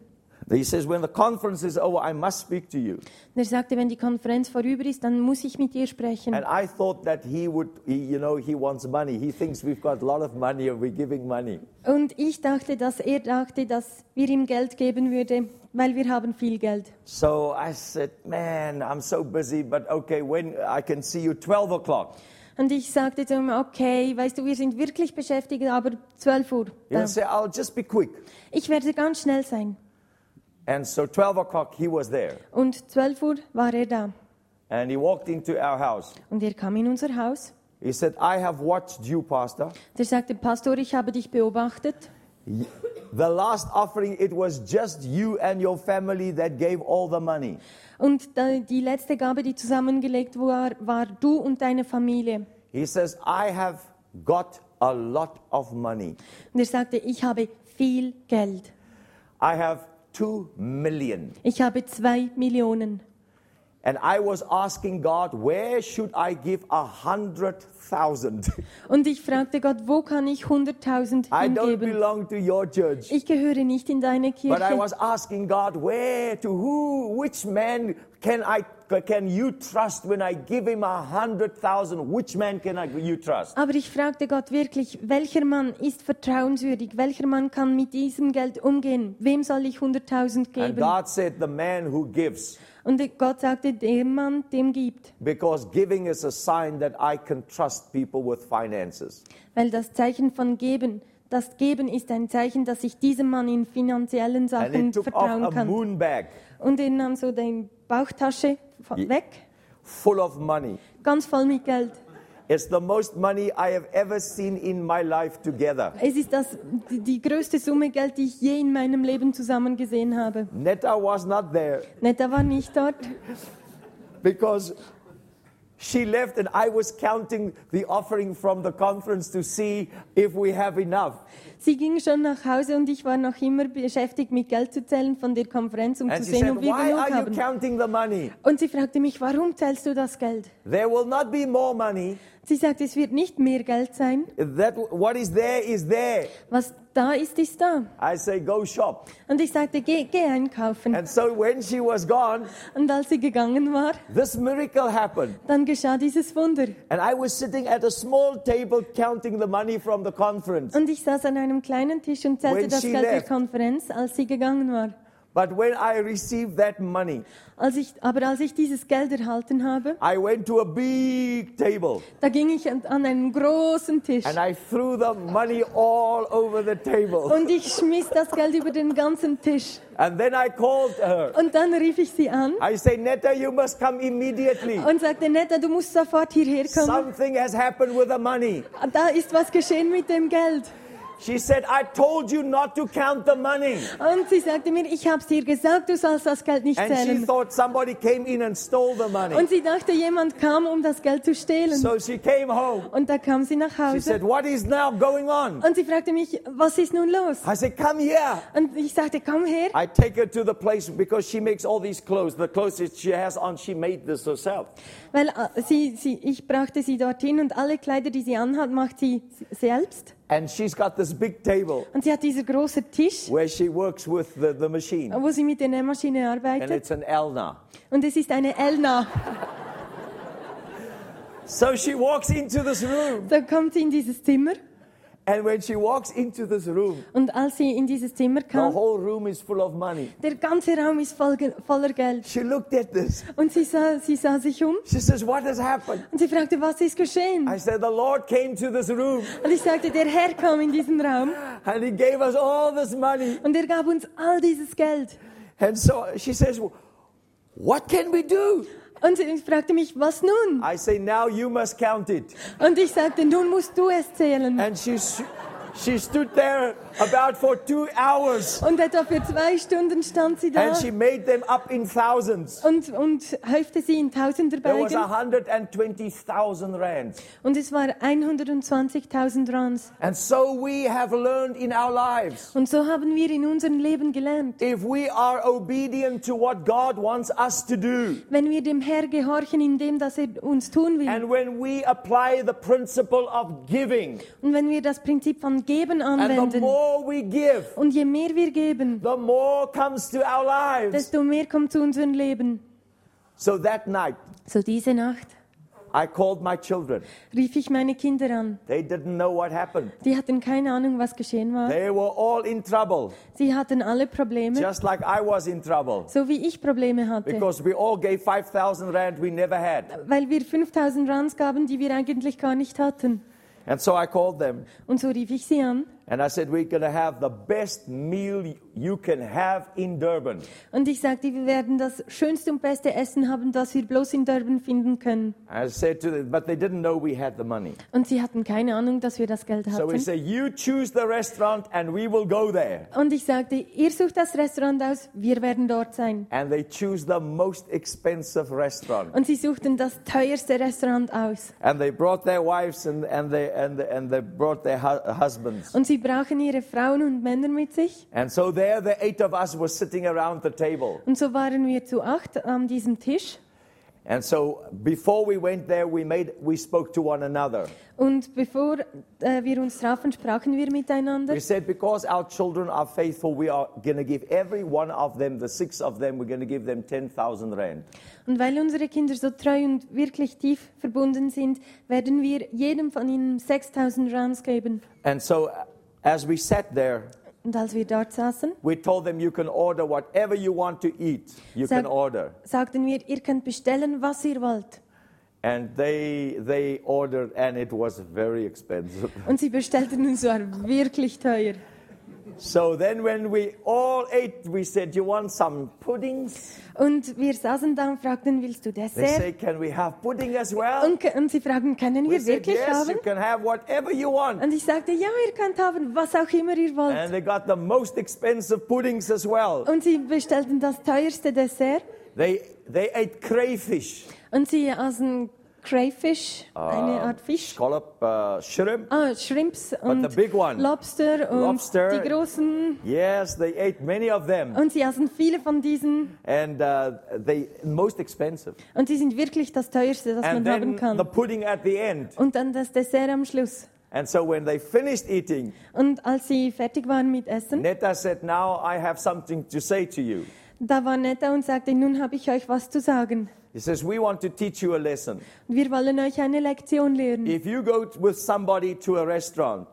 Speaker 1: He says, When the conference is over, I must speak to you.
Speaker 2: Und er sagte, wenn die Konferenz vorüber ist, dann muss ich mit dir sprechen.
Speaker 1: And I thought that he would, he, you know, he wants money. He thinks we've got a lot of money and we're giving money.
Speaker 2: Und ich dachte, dass er dachte, dass wir ihm Geld geben würde, weil wir haben viel Geld.
Speaker 1: So I said, Man, I'm so busy, but okay, when I can see you, 12 o'clock.
Speaker 2: Und ich sagte zu ihm, okay, weißt du, wir sind wirklich beschäftigt, aber 12 Uhr.
Speaker 1: He'll
Speaker 2: Da.
Speaker 1: say, I'll just be quick.
Speaker 2: Ich werde ganz schnell sein.
Speaker 1: And so 12 o'clock, he was there.
Speaker 2: Und 12 Uhr war er da.
Speaker 1: And he walked into our house.
Speaker 2: Und er kam in unser Haus.
Speaker 1: He said, I have watched you, Pastor.
Speaker 2: Und er sagte, Pastor, ich habe dich beobachtet.
Speaker 1: The last offering, it was just you and your family that gave all the money.
Speaker 2: Und da- die letzte Gabe, die zusammengelegt war, war du und deine Familie.
Speaker 1: He says, I have got a lot of money.
Speaker 2: Und er sagte, ich habe viel Geld.
Speaker 1: I have two million.
Speaker 2: Ich habe zwei Millionen.
Speaker 1: And I was asking God, where should I give a hundred thousand?
Speaker 2: Und ich fragte Gott, wo kann ich 100.000
Speaker 1: I don't
Speaker 2: hingeben?
Speaker 1: belong to your church.
Speaker 2: Ich gehöre nicht in deine
Speaker 1: But I
Speaker 2: Kirche.
Speaker 1: was asking God, where, to who, which man can I, can you trust when I give him a hundred thousand? Which man can I, you trust?
Speaker 2: Aber ich fragte Gott wirklich, welcher Mann ist vertrauenswürdig? Welcher Mann kann mit diesem Geld umgehen? Wem soll ich 100.000
Speaker 1: And
Speaker 2: geben?
Speaker 1: God said, the man who gives,
Speaker 2: Und Gott sagte, dem Mann, dem gibt.
Speaker 1: because giving is a sign that I can trust people with finances.
Speaker 2: Weil das Zeichen von Geben, das Geben ist ein Zeichen, dass ich diesem Mann in finanziellen
Speaker 1: And he
Speaker 2: Sachen
Speaker 1: took off
Speaker 2: vertrauen
Speaker 1: a
Speaker 2: kann.
Speaker 1: moon bag
Speaker 2: Und er nahm so deine Bauchtasche von-
Speaker 1: Je-
Speaker 2: weg,
Speaker 1: full of money.
Speaker 2: ganz voll mit Geld.
Speaker 1: It's the most money I have ever seen in my life together.
Speaker 2: Es ist das, die, die größte Summe Geld, die ich je in meinem Leben zusammen gesehen habe.
Speaker 1: Netta was not there
Speaker 2: Netta war nicht dort.
Speaker 1: because she left and I was counting the offering from the conference to see if we have enough.
Speaker 2: Sie ging schon nach Hause und ich war noch immer beschäftigt mit Geld zu zählen von der Konferenz, um
Speaker 1: And
Speaker 2: zu
Speaker 1: she
Speaker 2: sehen,
Speaker 1: said,
Speaker 2: ob wir
Speaker 1: Why
Speaker 2: genug
Speaker 1: are you
Speaker 2: haben.
Speaker 1: counting the money?
Speaker 2: Und sie fragte mich, warum zählst du das Geld?
Speaker 1: There will not be more money.
Speaker 2: Sie sagte, es wird nicht mehr Geld sein.
Speaker 1: That what is there is there.
Speaker 2: Was da ist, ist da.
Speaker 1: I say go shop.
Speaker 2: Und ich sagte, geh, geh einkaufen.
Speaker 1: And so when she was gone,
Speaker 2: Und als sie gegangen war,
Speaker 1: this miracle happened.
Speaker 2: dann geschah dieses Wunder.
Speaker 1: And I was sitting at a small table counting the money from the conference.
Speaker 2: Und ich saß an einem kleinen Tisch und zählte
Speaker 1: When
Speaker 2: das
Speaker 1: she
Speaker 2: Geld der
Speaker 1: left-
Speaker 2: Konferenz, als sie gegangen war.
Speaker 1: But when I received that money,
Speaker 2: Als ich, aber als ich dieses Geld erhalten habe,
Speaker 1: I went to a big table
Speaker 2: da ging ich an, an einen großen Tisch.
Speaker 1: and I threw the money all over the table.
Speaker 2: Und ich schmiss das Geld über den ganzen Tisch.
Speaker 1: And then I called her.
Speaker 2: Und dann rief ich sie an
Speaker 1: I say, Netta, you must come immediately.
Speaker 2: und sagte, Netta, du musst sofort hierher kommen.
Speaker 1: Something has happened with the money.
Speaker 2: Da ist was geschehen mit dem Geld.
Speaker 1: She said, I told you not to count the money.
Speaker 2: Und sie sagte mir, ich hab's dir gesagt, du sollst das Geld nicht
Speaker 1: And she
Speaker 2: zählen.
Speaker 1: thought somebody came in and stole the money.
Speaker 2: Und sie dachte, jemand kam, um das Geld zu stehlen.
Speaker 1: So she came home.
Speaker 2: Und da kam sie nach
Speaker 1: She said,
Speaker 2: Hause
Speaker 1: What is now going on?
Speaker 2: und sie fragte mich, was ist nun los?
Speaker 1: I said, Come here.
Speaker 2: Und ich sagte, komm her.
Speaker 1: I take her to the place because she makes all these clothes. The clothes that she has on, she made this herself.
Speaker 2: Weil äh, sie, sie, ich brachte sie dorthin und alle Kleider, die sie anhat, macht sie s- selbst.
Speaker 1: And she's got this big table
Speaker 2: Und sie hat diesen großen Tisch,
Speaker 1: where she works with the, the machine.
Speaker 2: wo sie mit der Nähmaschine
Speaker 1: And
Speaker 2: arbeitet.
Speaker 1: it's an Elna.
Speaker 2: Und es ist eine Elna.
Speaker 1: So she walks into this room.
Speaker 2: Da kommt sie in dieses Zimmer
Speaker 1: And when she walks into this room,
Speaker 2: und als sie in dieses Zimmer
Speaker 1: the
Speaker 2: kam,
Speaker 1: whole room is full of money.
Speaker 2: der ganze Raum ist voll, Ge- voller Geld.
Speaker 1: She looked at this.
Speaker 2: Und sie sah, sie sah sich um
Speaker 1: She says, What has happened?
Speaker 2: und sie fragte, was ist geschehen?
Speaker 1: I said, The Lord came to this room
Speaker 2: Und ich sagte, der Herr kam in diesen Raum
Speaker 1: and He gave us all this money.
Speaker 2: und er gab uns all dieses Geld.
Speaker 1: And so she says, What can we do?
Speaker 2: Und sie fragte mich, was nun?
Speaker 1: I say, Now you must count it.
Speaker 2: Und ich sagte, nun musst du es zählen.
Speaker 1: And she, sh- She stood there about for two hours
Speaker 2: Und etwa für zwei Stunden stand sie da
Speaker 1: and she made them up in thousands.
Speaker 2: und, und häufte sie in
Speaker 1: There was
Speaker 2: Tausenderbergen.
Speaker 1: 120,000 rands.
Speaker 2: Und es war 120.000 Rands.
Speaker 1: And so we have learned in our lives.
Speaker 2: Und so haben wir in unserem Leben gelernt.
Speaker 1: If we are obedient to what God wants us to do,
Speaker 2: Wenn wir dem Herr gehorchen in dem, dass er uns tun will,
Speaker 1: and when we apply the principle of giving,
Speaker 2: und wenn wir das Prinzip von Geben
Speaker 1: and the
Speaker 2: anwenden,
Speaker 1: more we give,
Speaker 2: und je mehr wir geben,
Speaker 1: the more comes to our lives.
Speaker 2: desto mehr kommt zu unserem Leben.
Speaker 1: So that night,
Speaker 2: So diese Nacht
Speaker 1: I called my children.
Speaker 2: rief ich meine Kinder an.
Speaker 1: They didn't know what happened.
Speaker 2: Die hatten keine Ahnung, was geschehen war.
Speaker 1: They were all in trouble,
Speaker 2: Sie hatten alle Probleme,
Speaker 1: just like I was in trouble.
Speaker 2: so wie ich Probleme hatte.
Speaker 1: Because we all gave 5,000 rand we never had.
Speaker 2: Weil wir 5000 Rands gaben, die wir eigentlich gar nicht hatten.
Speaker 1: And so I called them
Speaker 2: Und so rief ich sie an
Speaker 1: and I said, We're going to have the best meal you can have in Durban.
Speaker 2: und ich sagte, wir werden das schönste und beste Essen haben, das wir bloß in Durban finden können.
Speaker 1: I said to them, but they didn't know we had the money.
Speaker 2: Und sie hatten keine Ahnung, dass wir das Geld
Speaker 1: So we
Speaker 2: hatten.
Speaker 1: say, You choose the restaurant and we will go there.
Speaker 2: Und ich sagte, ihr sucht das Restaurant aus, wir werden dort sein.
Speaker 1: And they choose the most expensive restaurant.
Speaker 2: Und sie suchten das teuerste Restaurant aus.
Speaker 1: And they brought their wives and, and, they, and, and they brought their hu- husbands.
Speaker 2: Und sie brachen ihre Frauen und Männer mit sich.
Speaker 1: And so there, the eight of us were sitting around the table.
Speaker 2: Und so waren wir zu acht an diesem Tisch.
Speaker 1: And so before we went there, we, made, we spoke to one another.
Speaker 2: Und bevor äh, wir uns trafen, sprachen wir miteinander.
Speaker 1: We said, because our children are faithful, we are going to give every one of them, the six of them, we're going to give them 10,000 rand.
Speaker 2: Und weil unsere Kinder so treu und wirklich tief verbunden sind, werden wir jedem von ihnen 6000 Rands geben.
Speaker 1: And so uh, as we sat there,
Speaker 2: Und als wir dort saßen,
Speaker 1: we told them, you can order whatever you want to eat, you
Speaker 2: Sag-
Speaker 1: can order.
Speaker 2: sagten wir, ihr könnt bestellen, was ihr wollt.
Speaker 1: And they, they ordered, and it was very expensive.
Speaker 2: Und sie bestellten und es war wirklich teuer.
Speaker 1: So then, when we all ate, we said, "You want some puddings?"
Speaker 2: Und wir saßen da und fragten, willst du
Speaker 1: They
Speaker 2: Dessert?
Speaker 1: say, "Can we have pudding as well?"
Speaker 2: Und, und sie fragten, können
Speaker 1: We
Speaker 2: wir
Speaker 1: said,
Speaker 2: wirklich
Speaker 1: "Yes,
Speaker 2: haben?
Speaker 1: you can have whatever you want."
Speaker 2: Und ich sagte, ja, ihr könnt haben, was auch immer ihr wollt.
Speaker 1: And they got the most expensive puddings as well.
Speaker 2: Und sie bestellten das teuerste Dessert
Speaker 1: They they ate crayfish,
Speaker 2: und sie aßen Crayfish,
Speaker 1: Ah,
Speaker 2: eine Art Fisch,
Speaker 1: scallop, uh, shrimp.
Speaker 2: ah, Shrimps und
Speaker 1: the big one.
Speaker 2: Lobster und
Speaker 1: Lobster.
Speaker 2: die großen.
Speaker 1: Yes, they ate many of them,
Speaker 2: Und sie aßen viele von diesen
Speaker 1: and uh, they most expensive.
Speaker 2: und sie sind wirklich das teuerste, das
Speaker 1: And
Speaker 2: man haben
Speaker 1: then the
Speaker 2: kann.
Speaker 1: pudding at the end.
Speaker 2: Und dann das Dessert am Schluss.
Speaker 1: And so when they finished eating,
Speaker 2: Und als sie fertig waren mit Essen,
Speaker 1: Netta said, "Now I have something to say to you."
Speaker 2: da war Netta und sagte, nun habe ich euch was zu sagen.
Speaker 1: He says, "We want to teach you a lesson."
Speaker 2: Wir wollen euch eine Lektion lehren.
Speaker 1: If you go t- with somebody to a restaurant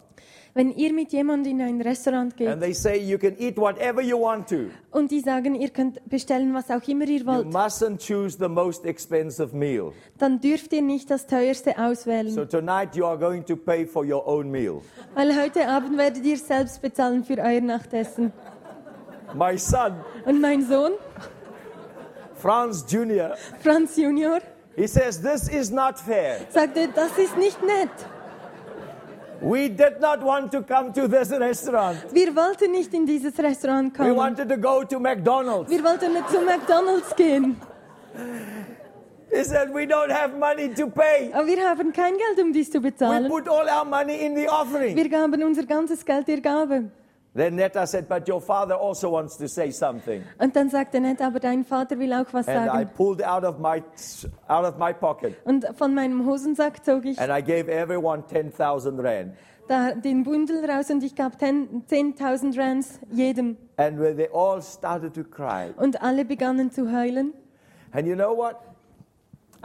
Speaker 2: Wenn ihr mit jemandem in ein Restaurant geht
Speaker 1: and they say you can eat whatever you want to,
Speaker 2: und die sagen, ihr könnt bestellen, was auch immer ihr
Speaker 1: you
Speaker 2: wollt,
Speaker 1: mustn't choose the most expensive meal.
Speaker 2: dann dürft ihr nicht das teuerste
Speaker 1: So
Speaker 2: auswählen.
Speaker 1: tonight you are going to pay for your own meal.
Speaker 2: Weil heute Abend werdet ihr selbst bezahlen für euer Nachtessen.
Speaker 1: My son,
Speaker 2: Und mein Sohn,
Speaker 1: Franz Jr.,
Speaker 2: Franz Junior,
Speaker 1: he says, This is not fair.
Speaker 2: sagte, das ist nicht nett.
Speaker 1: We did not want to come to this restaurant.
Speaker 2: Wir wollten nicht in dieses Restaurant
Speaker 1: We
Speaker 2: kommen.
Speaker 1: wanted to go to McDonald's.
Speaker 2: Wir wollten nicht zu McDonald's gehen.
Speaker 1: He said, We don't have money to pay.
Speaker 2: Aber wir haben kein Geld, um dies zu
Speaker 1: We
Speaker 2: bezahlen.
Speaker 1: put all our money in the offering.
Speaker 2: Wir gaben unser ganzes Geld der Gabe.
Speaker 1: Then Netta said, But your father also wants to say something.
Speaker 2: Und dann sagte Nett, aber dein Vater will auch was
Speaker 1: And I
Speaker 2: sagen.
Speaker 1: pulled out of my out of my pocket
Speaker 2: Und von meinem Hosensack zog ich
Speaker 1: and I gave everyone 10,000 rand.
Speaker 2: da den Bundel raus und ich gab 10 10.000 Rands jedem.
Speaker 1: And when they all started to cry.
Speaker 2: Und alle begannen zu heulen.
Speaker 1: And you know what?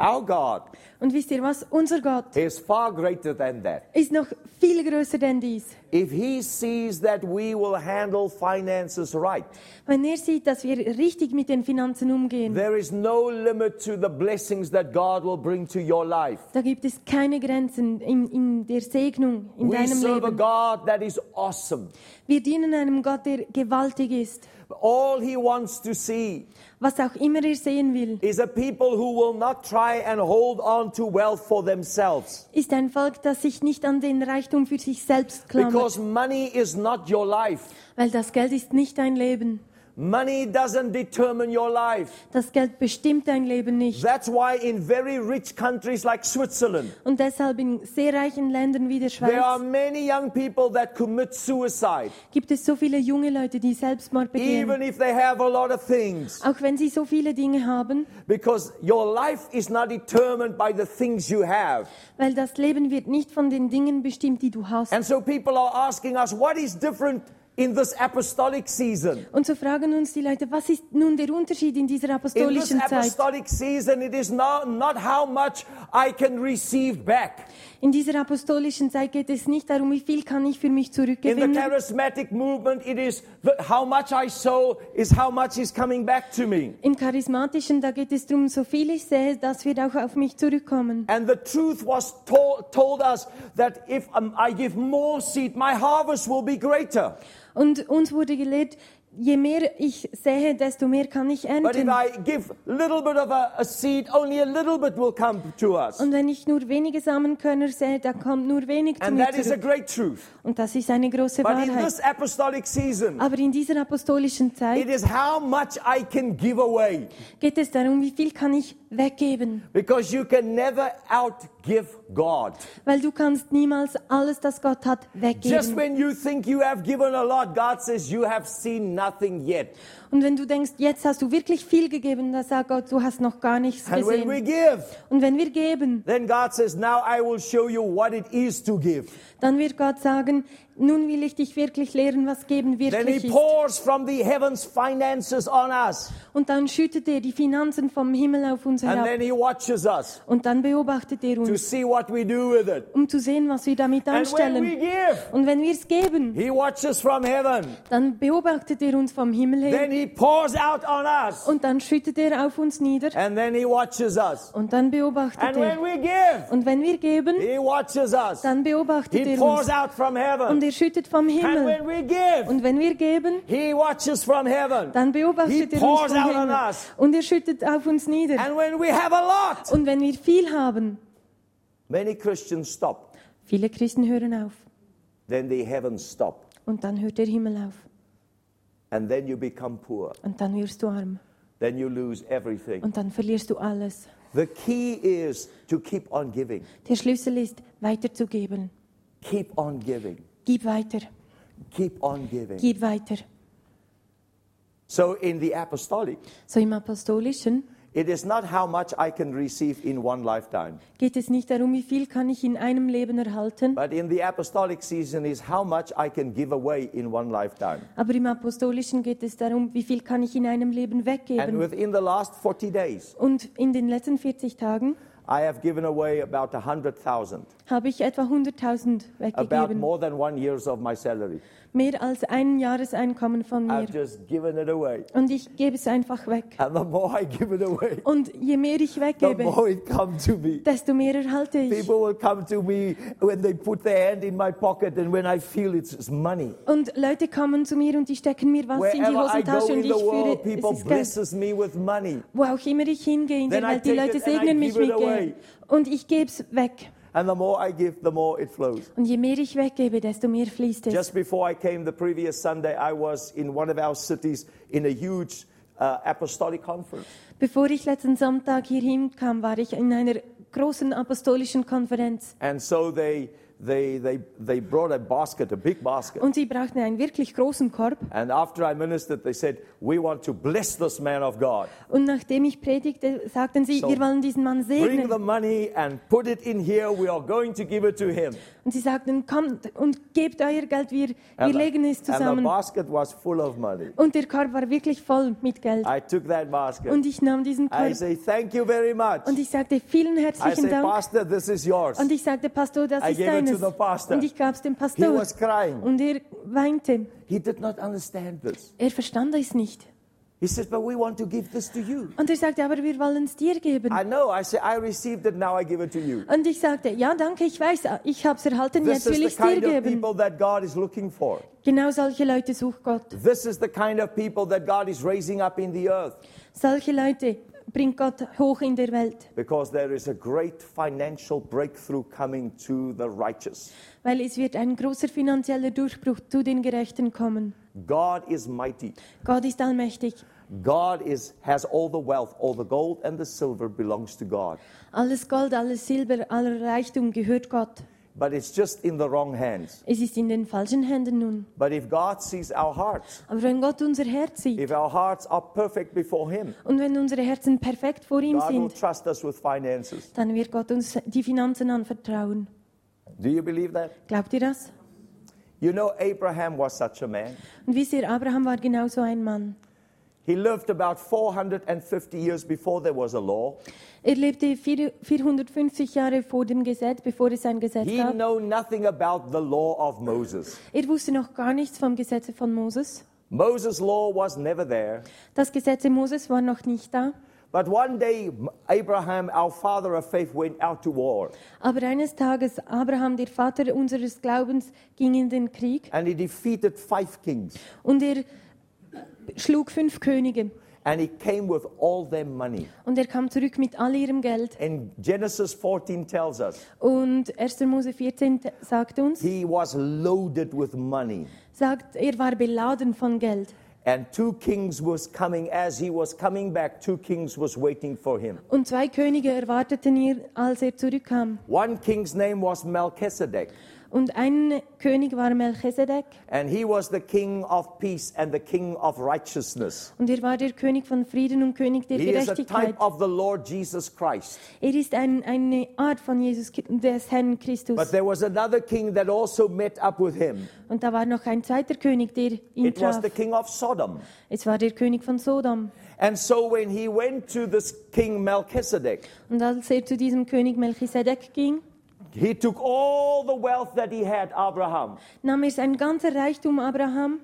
Speaker 1: Our God
Speaker 2: Und wisst ihr was? Unser Gott
Speaker 1: is far greater than that.
Speaker 2: ist noch viel größer denn dies.
Speaker 1: If he sees that we will handle finances right,
Speaker 2: Wenn er sieht, dass wir richtig mit den Finanzen umgehen,
Speaker 1: there is no limit to the blessings that God will bring to your life.
Speaker 2: da gibt es keine Grenzen in, in der Segnung in
Speaker 1: We
Speaker 2: deinem
Speaker 1: serve a
Speaker 2: Leben.
Speaker 1: God that is awesome.
Speaker 2: Wir dienen einem Gott, der gewaltig ist.
Speaker 1: All he wants to see
Speaker 2: Was auch immer er sehen will,
Speaker 1: is a people who will not try and hold on to wealth for themselves.
Speaker 2: ist ein Volk, das sich nicht an den Reichtum für sich selbst klammert,
Speaker 1: Because money is not your life.
Speaker 2: weil das Geld ist nicht dein Leben.
Speaker 1: Money doesn't determine your life.
Speaker 2: Das Geld bestimmt dein Leben nicht.
Speaker 1: That's why in very rich countries like Switzerland,
Speaker 2: Und deshalb in sehr reichen Ländern wie der
Speaker 1: there are
Speaker 2: Schweiz
Speaker 1: many young people that commit suicide,
Speaker 2: gibt es so viele junge Leute, die Selbstmord begehen.
Speaker 1: even if they have a lot of things,
Speaker 2: Auch wenn sie so viele Dinge haben,
Speaker 1: because your life is not determined by the things you have.
Speaker 2: weil das Leben wird nicht von den Dingen bestimmt, die du hast.
Speaker 1: And so people are asking us, what is different in this apostolic season?
Speaker 2: Und so fragen uns die Leute, was ist nun der Unterschied in dieser
Speaker 1: In this
Speaker 2: apostolischen Zeit?
Speaker 1: apostolic season, it is not, not how much I can receive back.
Speaker 2: In dieser apostolischen Zeit geht es nicht darum, wie viel kann ich für mich
Speaker 1: In the
Speaker 2: zurückgewinnen.
Speaker 1: charismatic movement, it is the, how much I sow is how much is coming back to me.
Speaker 2: Im Charismatischen, da geht es darum, so viel ich sehe, das wird auch auf mich zurückkommen.
Speaker 1: And the truth was to- told us that if um, I give more seed, my harvest will be greater.
Speaker 2: Und uns wurde gelehrt, je mehr ich sehe, desto mehr kann ich
Speaker 1: But if
Speaker 2: ernten.
Speaker 1: I give little bit of a, a seed, only a little bit will come to us.
Speaker 2: Und wenn ich nur wenige Samenkörner sähe, dann kommt nur wenig zu
Speaker 1: And
Speaker 2: mir
Speaker 1: that is a
Speaker 2: zurück.
Speaker 1: great truth.
Speaker 2: Und das ist eine große
Speaker 1: But in
Speaker 2: Wahrheit.
Speaker 1: this apostolic season,
Speaker 2: Aber in dieser apostolischen
Speaker 1: it
Speaker 2: Zeit
Speaker 1: is how much I can give away
Speaker 2: geht es darum, wie viel kann ich weggeben.
Speaker 1: because you can never outgive God.
Speaker 2: Weil du kannst niemals alles, das Gott hat,
Speaker 1: Just
Speaker 2: weggeben.
Speaker 1: when you think you have given a lot, God says you have seen nothing yet.
Speaker 2: Und wenn du denkst, jetzt hast du wirklich viel gegeben, dann sagt Gott, du hast noch gar nichts
Speaker 1: And when we
Speaker 2: gesehen.
Speaker 1: give,
Speaker 2: Und wenn wir geben,
Speaker 1: then God says, Now I will show you what it is to give.
Speaker 2: dann wird Gott sagen, nun will ich dich wirklich lehren, was geben
Speaker 1: Then
Speaker 2: wirklich
Speaker 1: He
Speaker 2: ist.
Speaker 1: pours from the heavens finances on us,
Speaker 2: Und dann schüttet er die Finanzen vom Himmel auf uns
Speaker 1: and
Speaker 2: herab.
Speaker 1: then He watches us
Speaker 2: Und dann beobachtet er
Speaker 1: to
Speaker 2: uns,
Speaker 1: see what we do with it.
Speaker 2: um zu sehen, was wir damit
Speaker 1: And when we
Speaker 2: anstellen.
Speaker 1: give,
Speaker 2: Und wenn wir es geben,
Speaker 1: He watches from heaven.
Speaker 2: dann beobachtet er uns vom Himmel her.
Speaker 1: Then He pours out on us,
Speaker 2: Und dann schüttet er auf uns nieder.
Speaker 1: and then He watches us.
Speaker 2: Und dann beobachtet
Speaker 1: And when
Speaker 2: er.
Speaker 1: we give,
Speaker 2: Und wenn wir geben,
Speaker 1: He watches us.
Speaker 2: dann beobachtet
Speaker 1: He
Speaker 2: er
Speaker 1: pours
Speaker 2: uns.
Speaker 1: out from
Speaker 2: Und
Speaker 1: heaven.
Speaker 2: er schüttet vom
Speaker 1: And
Speaker 2: Himmel.
Speaker 1: when we give,
Speaker 2: Und wenn wir geben,
Speaker 1: He watches from heaven.
Speaker 2: dann
Speaker 1: He
Speaker 2: beobachtet er
Speaker 1: pours
Speaker 2: uns vom
Speaker 1: out on
Speaker 2: Himmel.
Speaker 1: us.
Speaker 2: Und er schüttet auf uns nieder.
Speaker 1: And when we have a lot,
Speaker 2: Und wenn wir viel haben,
Speaker 1: many Christians stop.
Speaker 2: viele Christen hören auf.
Speaker 1: Then the heavens stop.
Speaker 2: Und dann hört der Himmel auf.
Speaker 1: and then you become poor.
Speaker 2: Und dann wirst du arm.
Speaker 1: Then you lose everything.
Speaker 2: Und dann verlierst du alles.
Speaker 1: The key is to keep on giving.
Speaker 2: Der Schlüssel ist, weiterzugeben.
Speaker 1: Keep on giving.
Speaker 2: Gib weiter,
Speaker 1: Keep on giving.
Speaker 2: gib weiter.
Speaker 1: So, in the apostolic,
Speaker 2: So im Apostolischen
Speaker 1: it is not how much I can receive in one lifetime,
Speaker 2: geht es nicht darum, wie viel kann ich in einem Leben erhalten,
Speaker 1: but in the apostolic season is how much I can give away in one lifetime.
Speaker 2: aber im Apostolischen geht es darum, wie viel kann ich in einem Leben
Speaker 1: And
Speaker 2: weggeben.
Speaker 1: within the last 40 days,
Speaker 2: Und in den letzten 40 Tagen
Speaker 1: I have given away about 100,000,
Speaker 2: habe ich etwa 100.000
Speaker 1: about
Speaker 2: weggegeben,
Speaker 1: more than one year's of my salary.
Speaker 2: mehr als ein Jahreseinkommen von
Speaker 1: I've
Speaker 2: mir.
Speaker 1: just given it away.
Speaker 2: Und ich gebe es einfach weg.
Speaker 1: And the more I give it away,
Speaker 2: Und je mehr ich
Speaker 1: the
Speaker 2: weggebe,
Speaker 1: more it comes to me.
Speaker 2: desto mehr erhalte ich.
Speaker 1: People will come to me when they put their hand in my pocket and when I feel it's, it's money.
Speaker 2: Und Leute kommen zu mir und die stecken mir was in die
Speaker 1: Wherever I go
Speaker 2: Hosentasche
Speaker 1: in
Speaker 2: und ich
Speaker 1: the world,
Speaker 2: führe
Speaker 1: people
Speaker 2: es ist Geld.
Speaker 1: blesses me with money.
Speaker 2: Wo auch immer ich hingehe in
Speaker 1: Then
Speaker 2: der
Speaker 1: I
Speaker 2: Welt, die
Speaker 1: take
Speaker 2: Leute
Speaker 1: it and I
Speaker 2: segnen mich
Speaker 1: give it
Speaker 2: mit Geld.
Speaker 1: away.
Speaker 2: Und ich gebe es weg.
Speaker 1: And the more I give, the more it flows.
Speaker 2: Und je mehr ich weggebe, desto mehr fließt es.
Speaker 1: Just before I came the previous Sunday, I was in one of our cities in a huge uh, apostolic conference.
Speaker 2: Bevor ich letzten Sonntag hier hinkam, war ich in einer großen apostolischen Konferenz.
Speaker 1: And so they, they, they, they brought a basket, a big basket.
Speaker 2: Und sie brauchten einen wirklich großen Korb.
Speaker 1: And after I ministered, they said, We want to bless this man of God.
Speaker 2: Und nachdem ich predigte, sagten sie,
Speaker 1: So,
Speaker 2: wir wollen diesen Mann
Speaker 1: Bring
Speaker 2: segnen.
Speaker 1: the money and put it in here. We are going to give it to him.
Speaker 2: Und sie sagten, kommt und gebt euer Geld, wir, wir
Speaker 1: And the-
Speaker 2: legen es
Speaker 1: And the
Speaker 2: zusammen.
Speaker 1: basket was full of money.
Speaker 2: Und der Korb war wirklich voll mit Geld.
Speaker 1: I took that basket.
Speaker 2: Und ich nahm diesen
Speaker 1: I
Speaker 2: Korb
Speaker 1: say, thank you very much.
Speaker 2: Und ich sagte, vielen
Speaker 1: I say,
Speaker 2: herzlichen Dank.
Speaker 1: Pastor, this is yours.
Speaker 2: Und ich sagte, Pastor, das
Speaker 1: I
Speaker 2: ist
Speaker 1: gave it to
Speaker 2: deines.
Speaker 1: the pastor.
Speaker 2: Und ich gab es dem
Speaker 1: He
Speaker 2: Pastor.
Speaker 1: was crying.
Speaker 2: Und er weinte.
Speaker 1: He did not understand this.
Speaker 2: Er verstand es nicht.
Speaker 1: He says, But we want to give this to you.
Speaker 2: Und er sagte, aber wir wollen es dir geben.
Speaker 1: I know. I say, I received it. Now I give it to you.
Speaker 2: Und ich sagte, ja, danke, ich weiß, ich habe es erhalten,
Speaker 1: This
Speaker 2: jetzt
Speaker 1: is
Speaker 2: will
Speaker 1: the
Speaker 2: ich es dir
Speaker 1: kind of
Speaker 2: geben.
Speaker 1: people that God is looking for.
Speaker 2: Genau solche Leute sucht Gott.
Speaker 1: This is the kind of people that God is raising up in the earth
Speaker 2: Solche Leute bringt Gott hoch in der Welt,
Speaker 1: because there is a great financial breakthrough coming to the righteous.
Speaker 2: weil es wird ein großer finanzieller Durchbruch zu den Gerechten kommen.
Speaker 1: God is mighty.
Speaker 2: Gott ist allmächtig.
Speaker 1: God is, has all the wealth, all the gold and the silver belongs to God.
Speaker 2: Alles Gold, alles Silber, aller Reichtum gehört Gott.
Speaker 1: But it's just in the wrong hands.
Speaker 2: Es ist in den falschen Händen nun.
Speaker 1: But if God sees our hearts,
Speaker 2: Aber wenn Gott unser Herz sieht
Speaker 1: if our hearts are perfect before Him,
Speaker 2: und wenn unsere Herzen perfekt vor ihm
Speaker 1: God will
Speaker 2: sind,
Speaker 1: trust us with finances.
Speaker 2: dann wird Gott uns die Finanzen anvertrauen.
Speaker 1: Do you believe that?
Speaker 2: Glaubt ihr das?
Speaker 1: You know, Abraham was such a man.
Speaker 2: Und wisst ihr, Abraham war genau so ein Mann.
Speaker 1: He lived about 450 years before there was a law.
Speaker 2: Er lebte vier- 450 Jahre vor dem Gesetz, bevor es ein Gesetz
Speaker 1: He
Speaker 2: gab.
Speaker 1: knew nothing about the law of Moses.
Speaker 2: Er wusste noch gar nichts vom Gesetz von Moses.
Speaker 1: Moses' law was never there.
Speaker 2: Das Gesetz Moses war noch nicht da.
Speaker 1: But one day, Abraham, our father of faith, went out to war
Speaker 2: Aber eines Tages, Abraham, der Vater unseres Glaubens, ging in den Krieg
Speaker 1: and he defeated five kings
Speaker 2: und er schlug fünf Könige.
Speaker 1: and he came with all their money.
Speaker 2: Und er kam zurück mit all ihrem Geld.
Speaker 1: And Genesis 14 tells us
Speaker 2: Und 1. Mose 14 t- sagt uns,
Speaker 1: he was loaded with money.
Speaker 2: sagt, er war beladen von Geld.
Speaker 1: And two kings was coming as he was coming back, two kings was waiting for him.
Speaker 2: Und zwei Könige erwarteten ihn, als er zurückkam.
Speaker 1: One king's name was Melchizedek.
Speaker 2: Und ein König war Melchizedek
Speaker 1: And he was the king of peace and the king of righteousness.
Speaker 2: und er war der König von Frieden und König der
Speaker 1: He is a type
Speaker 2: Gerechtigkeit.
Speaker 1: of the Lord Jesus Christ.
Speaker 2: Er ist ein, eine Art von Jesus Ki- des Herrn
Speaker 1: But
Speaker 2: Christus.
Speaker 1: there was another king that also met up with him.
Speaker 2: Und da war noch ein zweiter König, der ihn
Speaker 1: It was
Speaker 2: traf.
Speaker 1: the king of Sodom.
Speaker 2: Es war der König von Sodom.
Speaker 1: And so when he went to this king Melchizedek,
Speaker 2: Und als er zu diesem König Melchizedek ging,
Speaker 1: he took all the wealth that he had, Abraham,
Speaker 2: nahm er sein ganzer Reichtum Abraham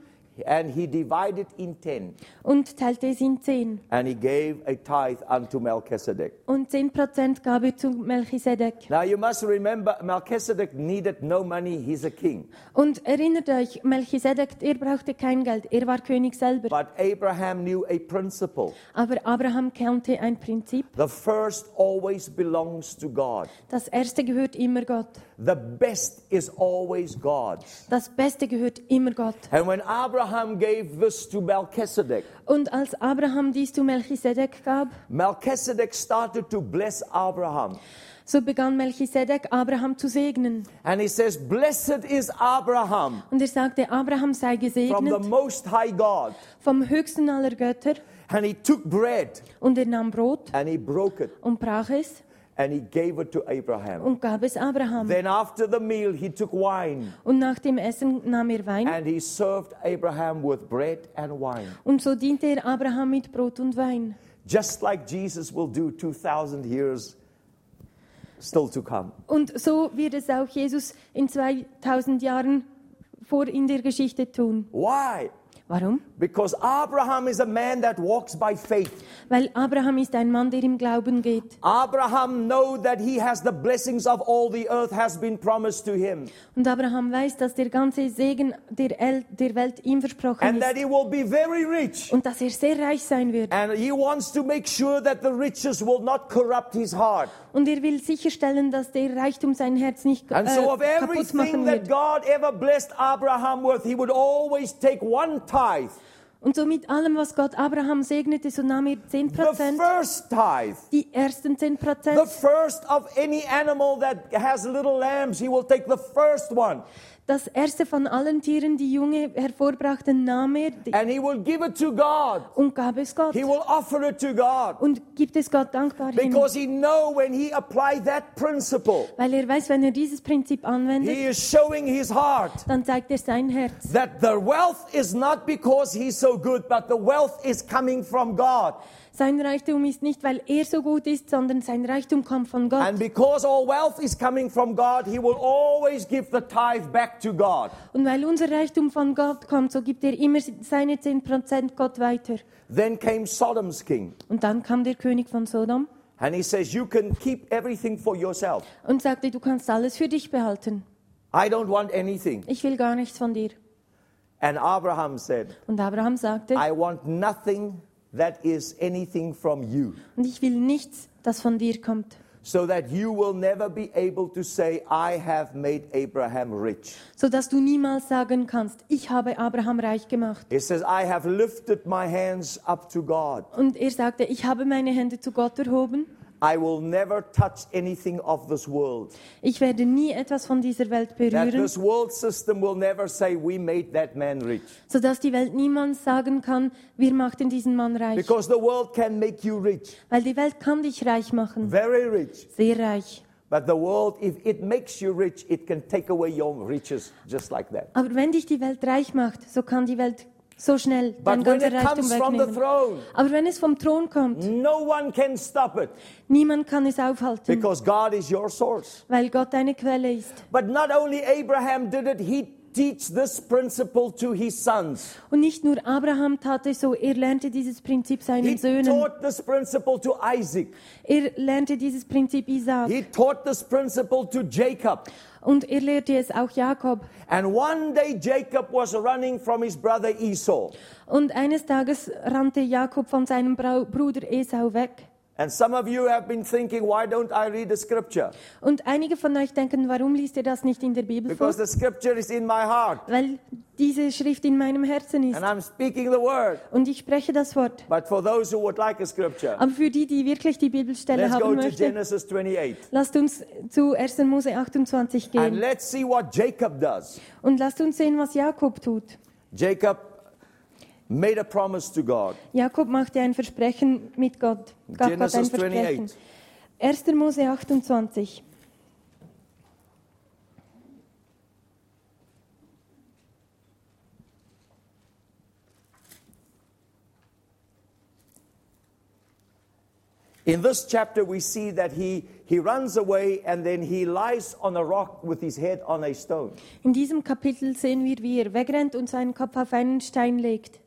Speaker 1: and he divided in ten.
Speaker 2: und teilte es in zehn.
Speaker 1: And he gave a tithe unto Melchizedek.
Speaker 2: Und zehn Prozent gab er zu Melchizedek.
Speaker 1: Now you must remember, Melchizedek needed no money, he's a king.
Speaker 2: Und erinnert euch, Melchizedek, er brauchte kein Geld, er war König selber.
Speaker 1: But Abraham knew a principle.
Speaker 2: Aber Abraham kannte ein Prinzip.
Speaker 1: The first always belongs to God.
Speaker 2: Das Erste gehört immer Gott.
Speaker 1: The best is always God's.
Speaker 2: Das Beste gehört immer Gott.
Speaker 1: And when Abraham gave this to Melchizedek,
Speaker 2: Und als Abraham dies zu Melchisedek gab,
Speaker 1: Melchizedek started to bless Abraham.
Speaker 2: so begann Melchisedek Abraham zu segnen.
Speaker 1: And he says, Blessed is Abraham
Speaker 2: Und er sagte, Abraham sei
Speaker 1: from the
Speaker 2: gesegnet
Speaker 1: Most High God.
Speaker 2: vom höchsten aller Götter.
Speaker 1: And he took bread
Speaker 2: Und er nahm Brot
Speaker 1: and he broke it
Speaker 2: und brach es
Speaker 1: and he gave it to Abraham.
Speaker 2: und gab es Abraham.
Speaker 1: Then after the meal, he took wine
Speaker 2: Und nach dem Essen nahm er Wein.
Speaker 1: and he served Abraham with bread and wine.
Speaker 2: Und so diente er Abraham mit Brot und Wein.
Speaker 1: Just like Jesus will do 2,000 years still to come.
Speaker 2: Und so wird es auch Jesus in 2000 Jahren vor in der Geschichte tun.
Speaker 1: Why?
Speaker 2: Warum?
Speaker 1: Because Abraham is a man that walks by faith.
Speaker 2: Weil Abraham ist ein Mann, der im Glauben geht.
Speaker 1: Abraham know that he has the blessings of all the earth has been promised to him
Speaker 2: Und Abraham weiß, dass der ganze Segen der, El der Welt ihm versprochen
Speaker 1: and that
Speaker 2: ist.
Speaker 1: he will be very rich.
Speaker 2: Und dass er sehr reich sein wird.
Speaker 1: And he wants to make sure that the riches will not corrupt his heart.
Speaker 2: Und er will sicherstellen, dass der Reichtum sein Herz nicht äh,
Speaker 1: And so of
Speaker 2: kaputt
Speaker 1: everything
Speaker 2: machen
Speaker 1: that
Speaker 2: wird.
Speaker 1: God ever blessed Abraham with, he would always take one tithe,
Speaker 2: Und so mit allem, was Gott Abraham segnete, so nahm er 10
Speaker 1: the
Speaker 2: Prozent,
Speaker 1: first tithe.
Speaker 2: die ersten 10 Prozent.
Speaker 1: The first of any animal that has little lambs, he will take the first one
Speaker 2: Das erste von allen Tieren, die Junge hervorbrachten, nahm er die-
Speaker 1: and he will give it to God.
Speaker 2: und gab es Gott.
Speaker 1: He will offer it to God
Speaker 2: Und gibt es Gott dankbar hin.
Speaker 1: because he know when he apply that principle,
Speaker 2: Weil er weiß, wenn er dieses Prinzip anwendet,
Speaker 1: he is showing his heart
Speaker 2: dann zeigt er sein Herz.
Speaker 1: that the wealth is not because he's so good, but the wealth is coming from God.
Speaker 2: Sein Reichtum ist nicht, weil er so gut ist, sondern sein Reichtum kommt von Gott.
Speaker 1: And because all wealth is coming from God, He will always give the tithe back to God.
Speaker 2: Und weil unser Reichtum von Gott kommt, so gibt er immer seine 10% Gott weiter.
Speaker 1: Then came Sodom's king,
Speaker 2: Und dann kam der König von Sodom
Speaker 1: and he says, You can keep everything for yourself.
Speaker 2: und sagte, du kannst alles für dich behalten.
Speaker 1: I don't want anything.
Speaker 2: Ich will gar nichts von dir.
Speaker 1: And Abraham said,
Speaker 2: Und Abraham sagte,
Speaker 1: I want nothing that is anything from you,
Speaker 2: und ich will nichts, das von dir kommt,
Speaker 1: so that you will never be able to say, I have made Abraham rich.
Speaker 2: sodass du niemals sagen kannst, ich habe Abraham reich gemacht.
Speaker 1: He says, I have lifted my hands up to God.
Speaker 2: Und er sagte, ich habe meine Hände zu Gott erhoben.
Speaker 1: I will never touch anything of this world.
Speaker 2: Ich werde nie etwas von dieser Welt
Speaker 1: That
Speaker 2: berühren,
Speaker 1: this world system will never say, We made that man rich.
Speaker 2: sodass die Welt niemals sagen kann, wir machten diesen Mann reich.
Speaker 1: Because the world can make you rich,
Speaker 2: Weil die Welt kann dich reich machen,
Speaker 1: very rich.
Speaker 2: sehr reich.
Speaker 1: But the world, if it makes you rich, it can take away your riches just like that.
Speaker 2: Aber wenn dich die Welt reich macht, so kann die Welt so schnell dein
Speaker 1: But when
Speaker 2: ganzer
Speaker 1: it
Speaker 2: Reichtum
Speaker 1: comes from the
Speaker 2: wegnehmen.
Speaker 1: throne, Mhm.
Speaker 2: Aber wenn es vom Thron kommt,
Speaker 1: no one can stop it
Speaker 2: niemand kann es aufhalten,
Speaker 1: because God is your source.
Speaker 2: weil Gott deine Quelle ist.
Speaker 1: But not only Abraham did it, he teach this principle to his sons.
Speaker 2: Und nicht nur Abraham tat es so, er lernte dieses Prinzip
Speaker 1: He
Speaker 2: seinen Söhnen.
Speaker 1: taught this principle to Isaac.
Speaker 2: Er lernte dieses Prinzip Isaac
Speaker 1: He taught this principle to Jacob.
Speaker 2: und er lehrte es auch Jakob.
Speaker 1: And one day Jacob was running from his brother Esau.
Speaker 2: Und eines Tages rannte Jakob von seinem Brau- Bruder Esau weg.
Speaker 1: And some of you have been thinking, why don't I read the scripture?
Speaker 2: Und einige von euch denken, warum liest ihr das nicht in der Bibel vor?
Speaker 1: Because the scripture is in my heart.
Speaker 2: Weil diese Schrift in meinem Herzen ist
Speaker 1: And I'm speaking the word.
Speaker 2: und ich spreche das Wort.
Speaker 1: But for those who would like a scripture,
Speaker 2: Aber für die, die wirklich die Bibelstelle
Speaker 1: let's go
Speaker 2: haben
Speaker 1: to
Speaker 2: möchten,
Speaker 1: Genesis 28.
Speaker 2: lasst uns zu 1. Mose 28
Speaker 1: And
Speaker 2: gehen
Speaker 1: let's see what Jacob does.
Speaker 2: und lasst uns sehen, was Jakob tut.
Speaker 1: Jacob made a promise to God.
Speaker 2: Jakob machte ein Versprechen mit Gott. Gab Gott ein
Speaker 1: Genesis
Speaker 2: Versprechen.
Speaker 1: 28.
Speaker 2: 1. Mose 28.
Speaker 1: In this chapter, we see that he, he runs away and then he lies on a rock with his head on a stone.
Speaker 2: In diesem Kapitel sehen wir, wie er wegrennt und seinen Kopf auf einen Stein legt.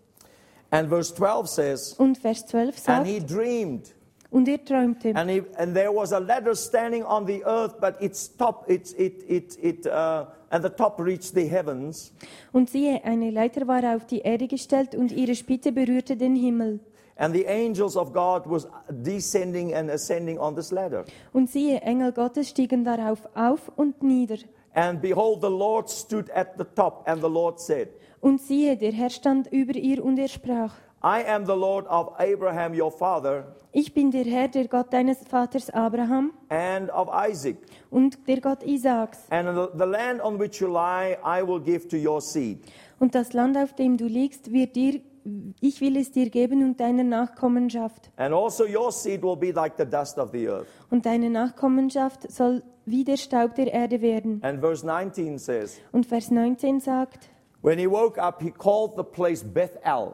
Speaker 1: And verse 12 says,
Speaker 2: Und Vers 12
Speaker 1: And he
Speaker 2: sagt,
Speaker 1: dreamed,
Speaker 2: und er träumte.
Speaker 1: and, he, and there was a ladder standing on the earth, but its top, its, it, it, it, uh, and the top reached the heavens.
Speaker 2: Und siehe, eine Leiter war auf die Erde gestellt und ihre Spitze berührte den Himmel.
Speaker 1: And the angels of God was descending and ascending on this ladder.
Speaker 2: Und siehe, Engel Gottes stiegen darauf auf und nieder.
Speaker 1: And behold, the Lord stood at the top, and the Lord said,
Speaker 2: Und siehe, der Herr stand über ihr und er sprach,
Speaker 1: I am the Lord of Abraham your father
Speaker 2: ich bin der Herr, der Gott deines Vaters Abraham
Speaker 1: and of Isaac,
Speaker 2: und der Gott Isaaks.
Speaker 1: and the the land on which you lie I will give to your seed.
Speaker 2: Und das Land, auf dem du liegst, wird dir, ich will es dir geben und deiner Nachkommenschaft.
Speaker 1: And also your seed will be like the dust of the earth.
Speaker 2: Und deine Nachkommenschaft soll wie der Staub der Erde werden.
Speaker 1: And verse 19 says,
Speaker 2: Und Vers 19 sagt,
Speaker 1: When he woke up, he called the place Bethel,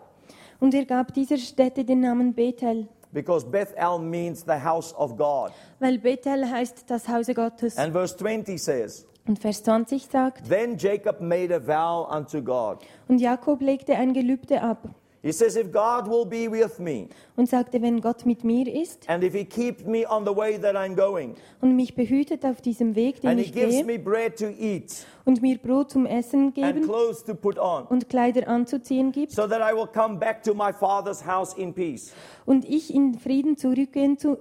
Speaker 2: und er gab dieser Stätte den Namen Bethel,
Speaker 1: because Bethel means the house of God.
Speaker 2: weil Bethel heißt das Hause Gottes.
Speaker 1: And verse 20 says,
Speaker 2: Und Vers 20 sagt,
Speaker 1: Then Jacob made a vow unto God.
Speaker 2: und Jakob legte ein Gelübde ab
Speaker 1: He says, If God will be with me,
Speaker 2: und sagte, wenn Gott mit mir ist
Speaker 1: and if He keeps me on the way that I'm going,
Speaker 2: und mich behütet auf diesem Weg, den
Speaker 1: and He
Speaker 2: ich
Speaker 1: gives
Speaker 2: gehe,
Speaker 1: me bread to eat
Speaker 2: und mir Brot zum Essen
Speaker 1: and
Speaker 2: geben
Speaker 1: clothes to put on,
Speaker 2: und Kleider anzuziehen gibt,
Speaker 1: so that I will come back to my father's house in peace.
Speaker 2: und ich in Frieden zurückgehen, zu,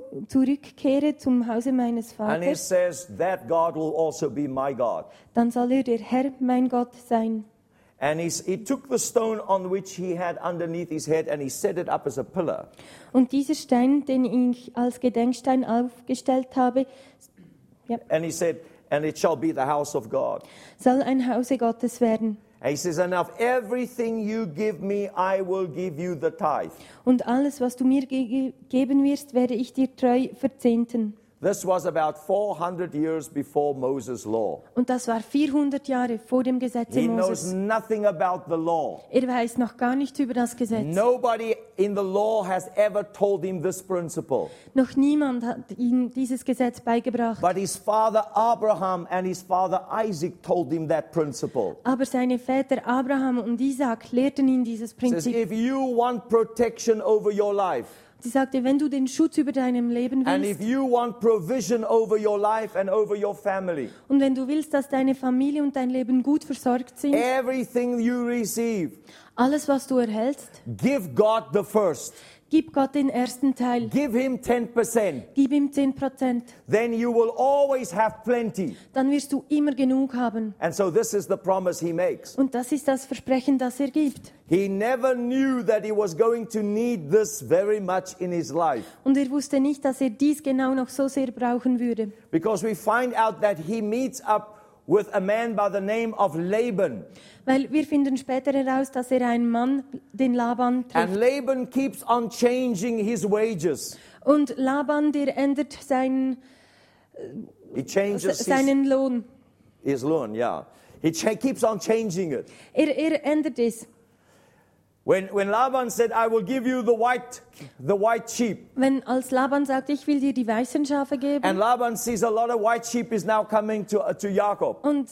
Speaker 2: zurückkehre zum Hause meines
Speaker 1: And He
Speaker 2: Vaters,
Speaker 1: says, That God will also be my God.
Speaker 2: dann soll er der Herr mein Gott sein.
Speaker 1: And he, s- he took the stone on which he had underneath his head and he set it up as a pillar.
Speaker 2: Und dieser Stein, den ich als Gedenkstein aufgestellt habe,
Speaker 1: And he said, And it shall be the house of God.
Speaker 2: soll ein Hause Gottes werden.
Speaker 1: And he says, And of everything you give me, I will give you the tithe.
Speaker 2: Und alles, was du mir ge- ge- geben wirst, werde ich dir treu verzehnten.
Speaker 1: This was about 400 years before Moses' law.
Speaker 2: Und das war 400 Jahre vor dem Gesetz
Speaker 1: He knows
Speaker 2: Moses.
Speaker 1: nothing about the law.
Speaker 2: Er weiß noch gar nicht über das Gesetz.
Speaker 1: Nobody in the law has ever told him this principle.
Speaker 2: Noch niemand hat ihm dieses Gesetz beigebracht.
Speaker 1: But his father Abraham and his father Isaac told him that principle.
Speaker 2: Aber seine Väter Abraham und Isaac lehrten ihn dieses
Speaker 1: He says,
Speaker 2: Prinzip.
Speaker 1: if you want protection over your life,
Speaker 2: Sie sagte, wenn du den Schutz über deinem Leben
Speaker 1: and if
Speaker 2: willst
Speaker 1: you want provision over your life and over your family,
Speaker 2: und wenn du willst, dass deine Familie und dein Leben gut versorgt sind,
Speaker 1: everything you receive,
Speaker 2: alles, was du erhältst,
Speaker 1: give God the first.
Speaker 2: gib Gott den ersten Teil.
Speaker 1: Give him 10%.
Speaker 2: Gib ihm 10 Prozent.
Speaker 1: Then you will always have plenty.
Speaker 2: Dann wirst du immer genug haben.
Speaker 1: And so this is the promise he makes.
Speaker 2: Und das ist das Versprechen, das er gibt.
Speaker 1: He never knew that he was going to need this very much in his life
Speaker 2: Und er wusste nicht, dass er dies genau noch so sehr brauchen würde.
Speaker 1: because we find out that he meets up with a man by the name of Laban.
Speaker 2: Weil wir finden später heraus, dass er einen Mann, den Laban, trifft.
Speaker 1: And Laban keeps on changing his wages.
Speaker 2: Und Laban, der ändert seinen,
Speaker 1: He changes his,
Speaker 2: seinen Lohn.
Speaker 1: his loan, yeah. He cha- keeps on changing it.
Speaker 2: Er, er ändert es.
Speaker 1: When, when Laban said, I will give you the white, the white sheep,
Speaker 2: Wenn als Laban sagt, ich will dir die weißen Schafe geben.
Speaker 1: and Laban sees a lot of white sheep is now coming to, uh, to Jacob,
Speaker 2: und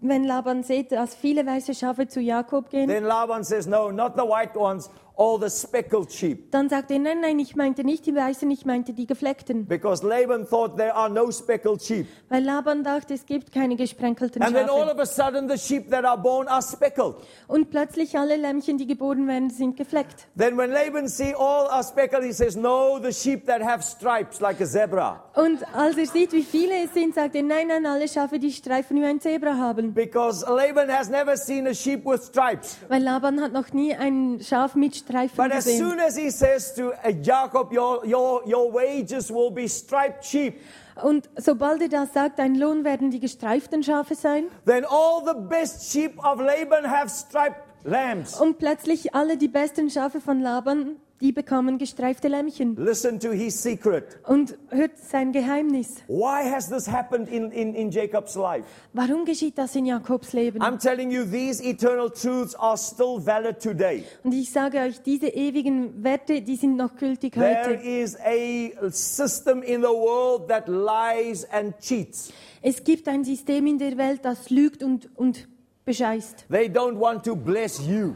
Speaker 2: wenn Laban sieht, dass viele weiße Schafe zu Jakob gehen,
Speaker 1: then Laban says, No, not the white ones, all the speckled sheep.
Speaker 2: dann sagt er, nein, nein, ich meinte nicht die weißen, ich meinte die gefleckten.
Speaker 1: Because Laban thought there are no speckled sheep.
Speaker 2: Weil Laban dachte, es gibt keine gesprenkelten
Speaker 1: And then all
Speaker 2: Schafe.
Speaker 1: of a sudden, the sheep that are born are speckled.
Speaker 2: Und plötzlich alle Lämmchen, die geboren werden, sind gefleckt.
Speaker 1: Then when Laban see all are speckled, he says, No, the sheep that have stripes like a zebra.
Speaker 2: Und als er sieht, wie viele es sind, sagt er, nein, nein, alle Schafe, die Streifen wie ein Zebra haben.
Speaker 1: Because Laban has never seen a sheep with stripes.
Speaker 2: Weil Laban hat noch nie ein Schaf mit Streifen
Speaker 1: But as
Speaker 2: gesehen.
Speaker 1: soon as he says to uh, Jacob, your, your, your wages will be striped sheep,
Speaker 2: Und sobald er das sagt, ein Lohn werden die gestreiften Schafe sein.
Speaker 1: then all the best sheep of Laban have striped lambs.
Speaker 2: Und plötzlich alle die besten Schafe von Laban, die bekommen gestreifte Lämmchen.
Speaker 1: Listen to his secret.
Speaker 2: Und hört sein Geheimnis.
Speaker 1: Why has this happened in, in, in Jacob's life?
Speaker 2: Warum geschieht das in Jakobs Leben?
Speaker 1: I'm telling you, these eternal truths are still valid today.
Speaker 2: Und ich sage euch, diese ewigen Werte, die sind noch gültig
Speaker 1: There
Speaker 2: heute.
Speaker 1: is a system in the world that lies and cheats.
Speaker 2: Es gibt ein System in der Welt, das lügt und, und bescheißt.
Speaker 1: They don't want to bless you.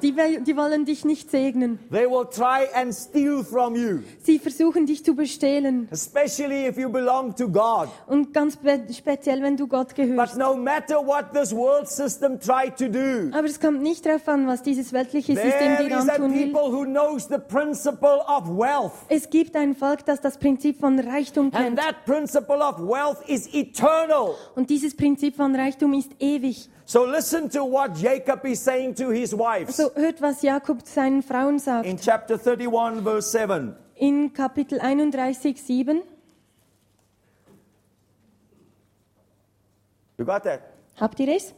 Speaker 2: Die, wel- die wollen dich nicht segnen.
Speaker 1: They will try and steal from you,
Speaker 2: Sie versuchen dich zu bestehlen.
Speaker 1: especially if you belong to God.
Speaker 2: Und ganz spe- speziell, wenn du Gott
Speaker 1: But
Speaker 2: gehörst.
Speaker 1: no matter what this world system tried to do,
Speaker 2: Aber es kommt nicht darauf an, was dieses weltliche System
Speaker 1: there
Speaker 2: dir
Speaker 1: is a
Speaker 2: antun will.
Speaker 1: people who knows the principle of wealth.
Speaker 2: Es gibt ein Volk, das das Prinzip von Reichtum
Speaker 1: And
Speaker 2: kennt.
Speaker 1: that principle of wealth is eternal.
Speaker 2: Und dieses Prinzip von Reichtum ist ewig.
Speaker 1: So listen to what Jacob is saying to his wives
Speaker 2: So hört, was Jakob seinen Frauen sagt.
Speaker 1: in chapter 31, verse 7.
Speaker 2: In Kapitel 31, 7.
Speaker 1: You got that?
Speaker 2: Habt ihr es?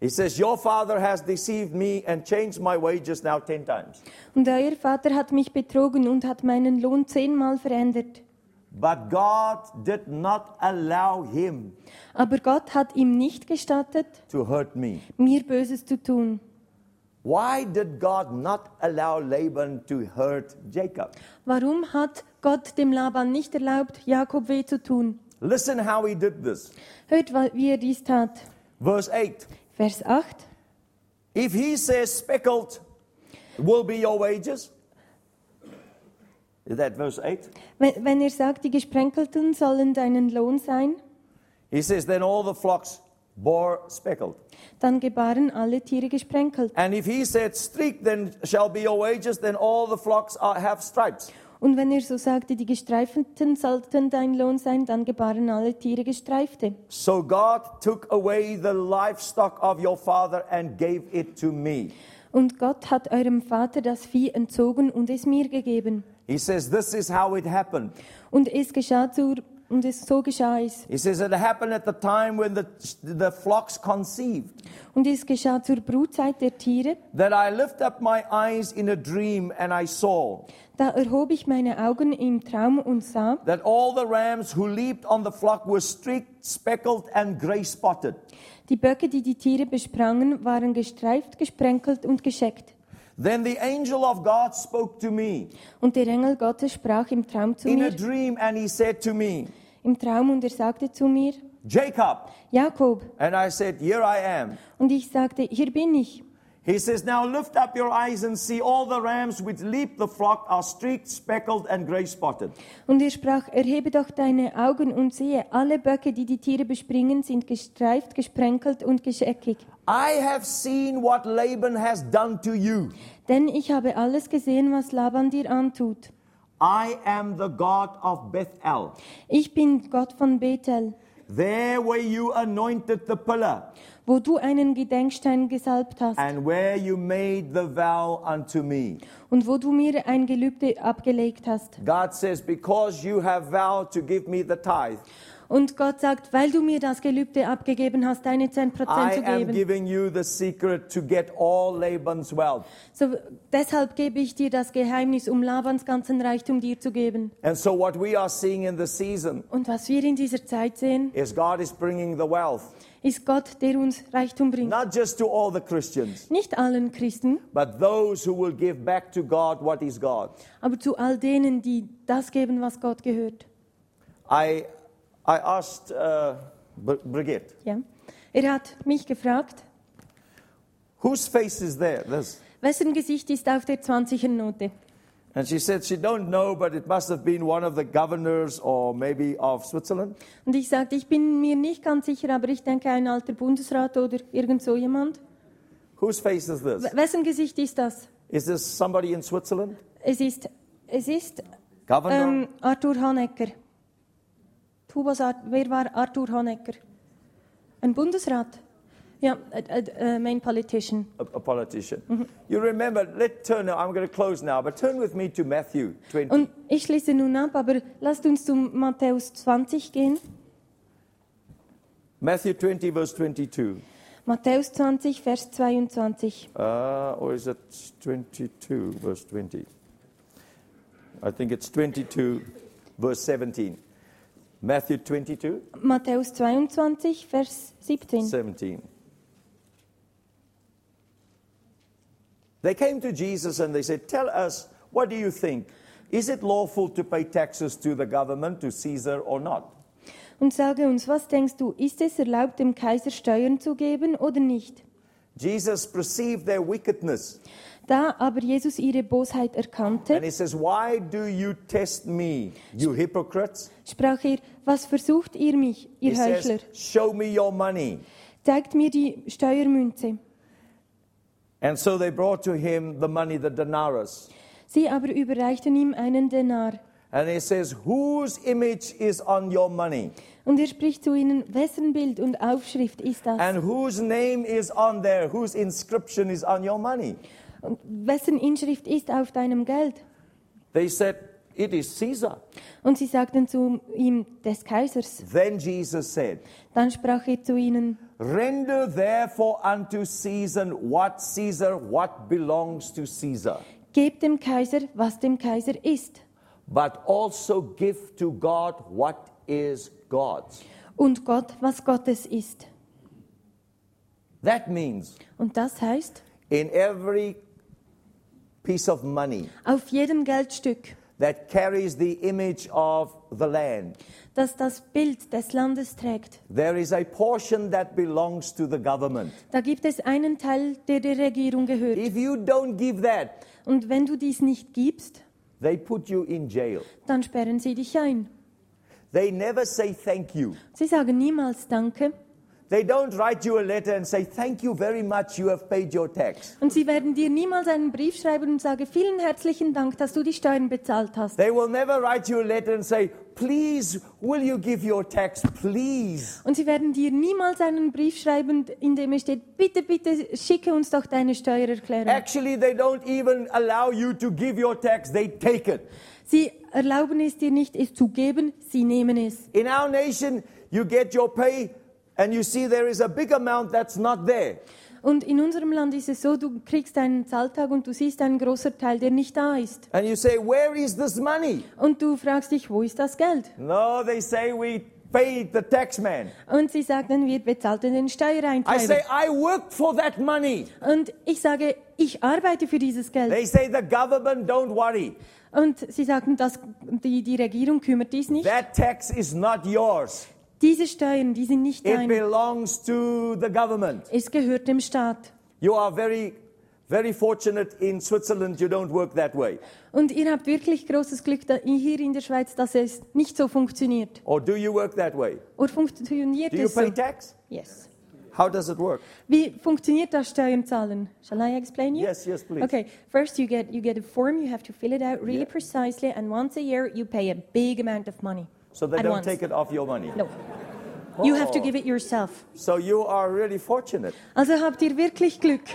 Speaker 1: He says, Your father has deceived me and changed my wages now ten times.
Speaker 2: Und euer Vater hat mich betrogen und hat meinen Lohn zehnmal verändert.
Speaker 1: But God did not allow him
Speaker 2: Aber Gott hat ihm nicht gestattet,
Speaker 1: to hurt me.
Speaker 2: mir Böses zu tun.
Speaker 1: Why did God not allow Laban to hurt Jacob?
Speaker 2: Warum hat Gott dem Laban nicht erlaubt, Jakob weh zu tun?
Speaker 1: Listen how he did this.
Speaker 2: Hört, wa- wie er dies tat.
Speaker 1: Verse 8
Speaker 2: Vers 8.
Speaker 1: If he says speckled will be your wages, is that verse 8?
Speaker 2: Wenn, wenn er sagt, die Gesprenkelten sollen deinen Lohn sein,
Speaker 1: He says, Then all the flocks bore speckled.
Speaker 2: dann gebaren alle Tiere gesprenkelt.
Speaker 1: And if he said streak, then shall be your wages, then all the flocks are, have stripes.
Speaker 2: Und wenn er so sagte, die Gestreiften sollten dein Lohn sein, dann gebaren alle Tiere Gestreifte.
Speaker 1: So God took away the livestock of your father and gave it to me.
Speaker 2: Und Gott hat eurem Vater das Vieh entzogen und es mir gegeben.
Speaker 1: He says, This is how it happened.
Speaker 2: Und es geschah zur Und es, so geschah es.
Speaker 1: He says it happened at the time when the, the flocks conceived,
Speaker 2: Und es geschah zur Brutzeit der Tiere.
Speaker 1: that I lift up my eyes in a dream and I saw
Speaker 2: Da erhob ich meine Augen im Traum und sah,
Speaker 1: that all the rams who leaped on the flock were streaked, speckled, and gray spotted.
Speaker 2: die Böcke, die die Tiere besprangen, waren gestreift, gesprenkelt und gescheckt.
Speaker 1: Then the angel of God spoke to me
Speaker 2: Und der Engel Gottes sprach im Traum zu
Speaker 1: in a
Speaker 2: mir,
Speaker 1: dream and he said to me,
Speaker 2: im Traum und er sagte zu mir,
Speaker 1: Jacob.
Speaker 2: Jakob.
Speaker 1: And I said, Here I am.
Speaker 2: Und ich sagte, hier bin ich.
Speaker 1: He says, Now lift up your eyes and see all the rams which leap the flock are streaked, speckled, and gray spotted.
Speaker 2: Und er sprach, erhebe doch deine Augen und sehe, alle Böcke, die die Tiere bespringen, sind gestreift, gesprenkelt und gescheckig.
Speaker 1: I have seen what Laban has done to you.
Speaker 2: Denn ich habe alles gesehen, was Laban dir antut.
Speaker 1: I am the God of Bethel.
Speaker 2: Ich bin Gott von Bethel,
Speaker 1: There where you anointed the pillar
Speaker 2: wo du einen Gedenkstein gesalbt hast
Speaker 1: and where you made the vow unto me.
Speaker 2: und wo du mir ein Gelübde abgelegt hast.
Speaker 1: God says, Because you have vowed to give me the tithe,
Speaker 2: Und Gott sagt, weil du mir das Gelübde abgegeben hast, deine 10%
Speaker 1: I
Speaker 2: zu
Speaker 1: am
Speaker 2: geben,
Speaker 1: giving you the secret to get all Laban's wealth.
Speaker 2: so, deshalb gebe ich dir das Geheimnis, um Labans ganzen Reichtum dir zu geben.
Speaker 1: And so, what we are seeing in the season
Speaker 2: Und was wir in dieser Zeit sehen,
Speaker 1: is God is bringing the wealth,
Speaker 2: ist Gott, der uns Reichtum bringt.
Speaker 1: not just to all the Christians,
Speaker 2: Nicht allen Christen,
Speaker 1: but those who will give back to God what is God.
Speaker 2: aber zu all denen, die das geben, was Gott gehört.
Speaker 1: I, I asked uh, Br- Brigitte,
Speaker 2: Ja. Er hat mich gefragt,
Speaker 1: whose face is there? This.
Speaker 2: wessen Gesicht ist auf der 20er Note?
Speaker 1: And she said she don't know, but it must have been one of the governors or maybe of Switzerland.
Speaker 2: Und ich sagte, ich bin mir nicht ganz sicher, aber ich denke ein alter Bundesrat oder irgend so jemand.
Speaker 1: Whose face is this?
Speaker 2: W- Wessen Gesicht ist das?
Speaker 1: Is this somebody in Switzerland?
Speaker 2: Es ist, es ist
Speaker 1: Governor?
Speaker 2: ähm, Arthur Honecker. Du, was, Ar- wer war Arthur Honecker? Ein Bundesrat? Ja, äh, äh, äh, main politician.
Speaker 1: a, a politician. You remember, let turn now, I'm going to close now, but turn with me to Matthew 20.
Speaker 2: Und ich schließe nun ab, aber lasst uns zu Matthäus 20 gehen.
Speaker 1: Matthew 20, verse 22.
Speaker 2: Matthäus 20, Vers 22.
Speaker 1: Uh, or is it 22, verse 20? I think it's 22, verse 17. Matthew 22,
Speaker 2: Matthäus 22, Vers 17.
Speaker 1: 17. They came to Jesus and they said, Tell us, what do you think? Is it lawful to pay taxes to the government, to Caesar, or not?
Speaker 2: Und sage uns, was denkst du, ist es erlaubt, dem Kaiser Steuern zu geben oder nicht?
Speaker 1: Jesus perceived their wickedness
Speaker 2: Da aber Jesus ihre Bosheit
Speaker 1: and
Speaker 2: erkannte,
Speaker 1: he says, Why do you test me, you hypocrites?
Speaker 2: sprach er, was versucht ihr mich,
Speaker 1: He
Speaker 2: ihr Heuchler?
Speaker 1: says, Show me your money.
Speaker 2: Zeigt mir die Steuermünze.
Speaker 1: And so they brought to him the money, the denarius.
Speaker 2: Sie aber überreichten ihm einen Denar.
Speaker 1: And he says, Whose image is on your money?
Speaker 2: Und er spricht zu ihnen, wessen Bild und Aufschrift ist das?
Speaker 1: And whose name is on there? Whose inscription is on your money?
Speaker 2: Und wessen Inschrift ist auf deinem Geld?
Speaker 1: They said, It is Caesar.
Speaker 2: Und sie sagten zu ihm, des Kaisers.
Speaker 1: Then Jesus said,
Speaker 2: Dann sprach er zu ihnen,
Speaker 1: Render therefore unto Caesar what Caesar, what belongs to Caesar.
Speaker 2: gebt dem Kaiser, was dem Kaiser ist,
Speaker 1: but also give to God what is God's.
Speaker 2: und Gott, was Gottes ist.
Speaker 1: That means
Speaker 2: Und das heißt,
Speaker 1: in every piece of money
Speaker 2: auf jedem Geldstück,
Speaker 1: that carries the image of the land,
Speaker 2: das das Bild des Landes trägt,
Speaker 1: there is a portion that belongs to the government.
Speaker 2: da gibt es einen Teil, der der Regierung gehört.
Speaker 1: If you don't give that,
Speaker 2: Und wenn du dies nicht gibst,
Speaker 1: they put you in jail.
Speaker 2: dann sperren sie dich ein.
Speaker 1: They never say thank you.
Speaker 2: Sie sagen niemals Danke
Speaker 1: They don't write you a letter and say, Thank you very much, you have paid your tax.
Speaker 2: und sie werden dir niemals einen Brief schreiben und sagen, vielen herzlichen Dank, dass du die Steuern bezahlt hast.
Speaker 1: They will never write you a letter and say, Please, will you give your tax? Please.
Speaker 2: Und sie werden dir niemals einen Brief schreiben, in dem es steht, bitte, bitte, schicke uns doch deine Steuererklärung.
Speaker 1: Actually, they don't even allow you to give your tax, they take it.
Speaker 2: Sie erlauben es dir nicht, es zu geben, sie nehmen es.
Speaker 1: In our nation, you get your pay and you see there is a big amount that's not there.
Speaker 2: Und in unserem Land ist es so, du kriegst einen Zahltag und du siehst einen großen Teil, der nicht da ist.
Speaker 1: And you say, Where is this money?
Speaker 2: Und du fragst dich, wo ist das Geld?
Speaker 1: No, they say we paid the tax man.
Speaker 2: Und sie sagten, wir bezahlten den
Speaker 1: I say,
Speaker 2: Steuereintreiber.
Speaker 1: I work for that money.
Speaker 2: Und ich sage, ich arbeite für dieses Geld.
Speaker 1: They say, The government, don't worry.
Speaker 2: Und sie sagten, dass die, die Regierung kümmert dies nicht.
Speaker 1: That tax is not yours,
Speaker 2: Diese Steuern, die sind nicht
Speaker 1: it
Speaker 2: deine.
Speaker 1: belongs to the government.
Speaker 2: Es gehört dem Staat.
Speaker 1: You are very, very fortunate in Switzerland, you don't work that way.
Speaker 2: Und ihr habt wirklich großes Glück da, hier in der Schweiz, dass es nicht so funktioniert.
Speaker 1: Or do you work that way?
Speaker 2: Oder funktioniert
Speaker 1: Do you
Speaker 2: es so?
Speaker 1: pay tax?
Speaker 2: Yes.
Speaker 1: How does it work?
Speaker 2: Wie funktioniert das Steuern zahlen? Shall I explain you?
Speaker 1: Yes, yes, please.
Speaker 2: Okay, first you get you get a form, you have to fill it out really
Speaker 1: Yeah.
Speaker 2: precisely, and once a year you pay a big amount of money.
Speaker 1: So they
Speaker 2: at
Speaker 1: don't
Speaker 2: once.
Speaker 1: take it off your money.
Speaker 2: No. You have to
Speaker 1: Oh.
Speaker 2: give it yourself.
Speaker 1: So you are really fortunate.
Speaker 2: Also habt ihr wirklich Glück.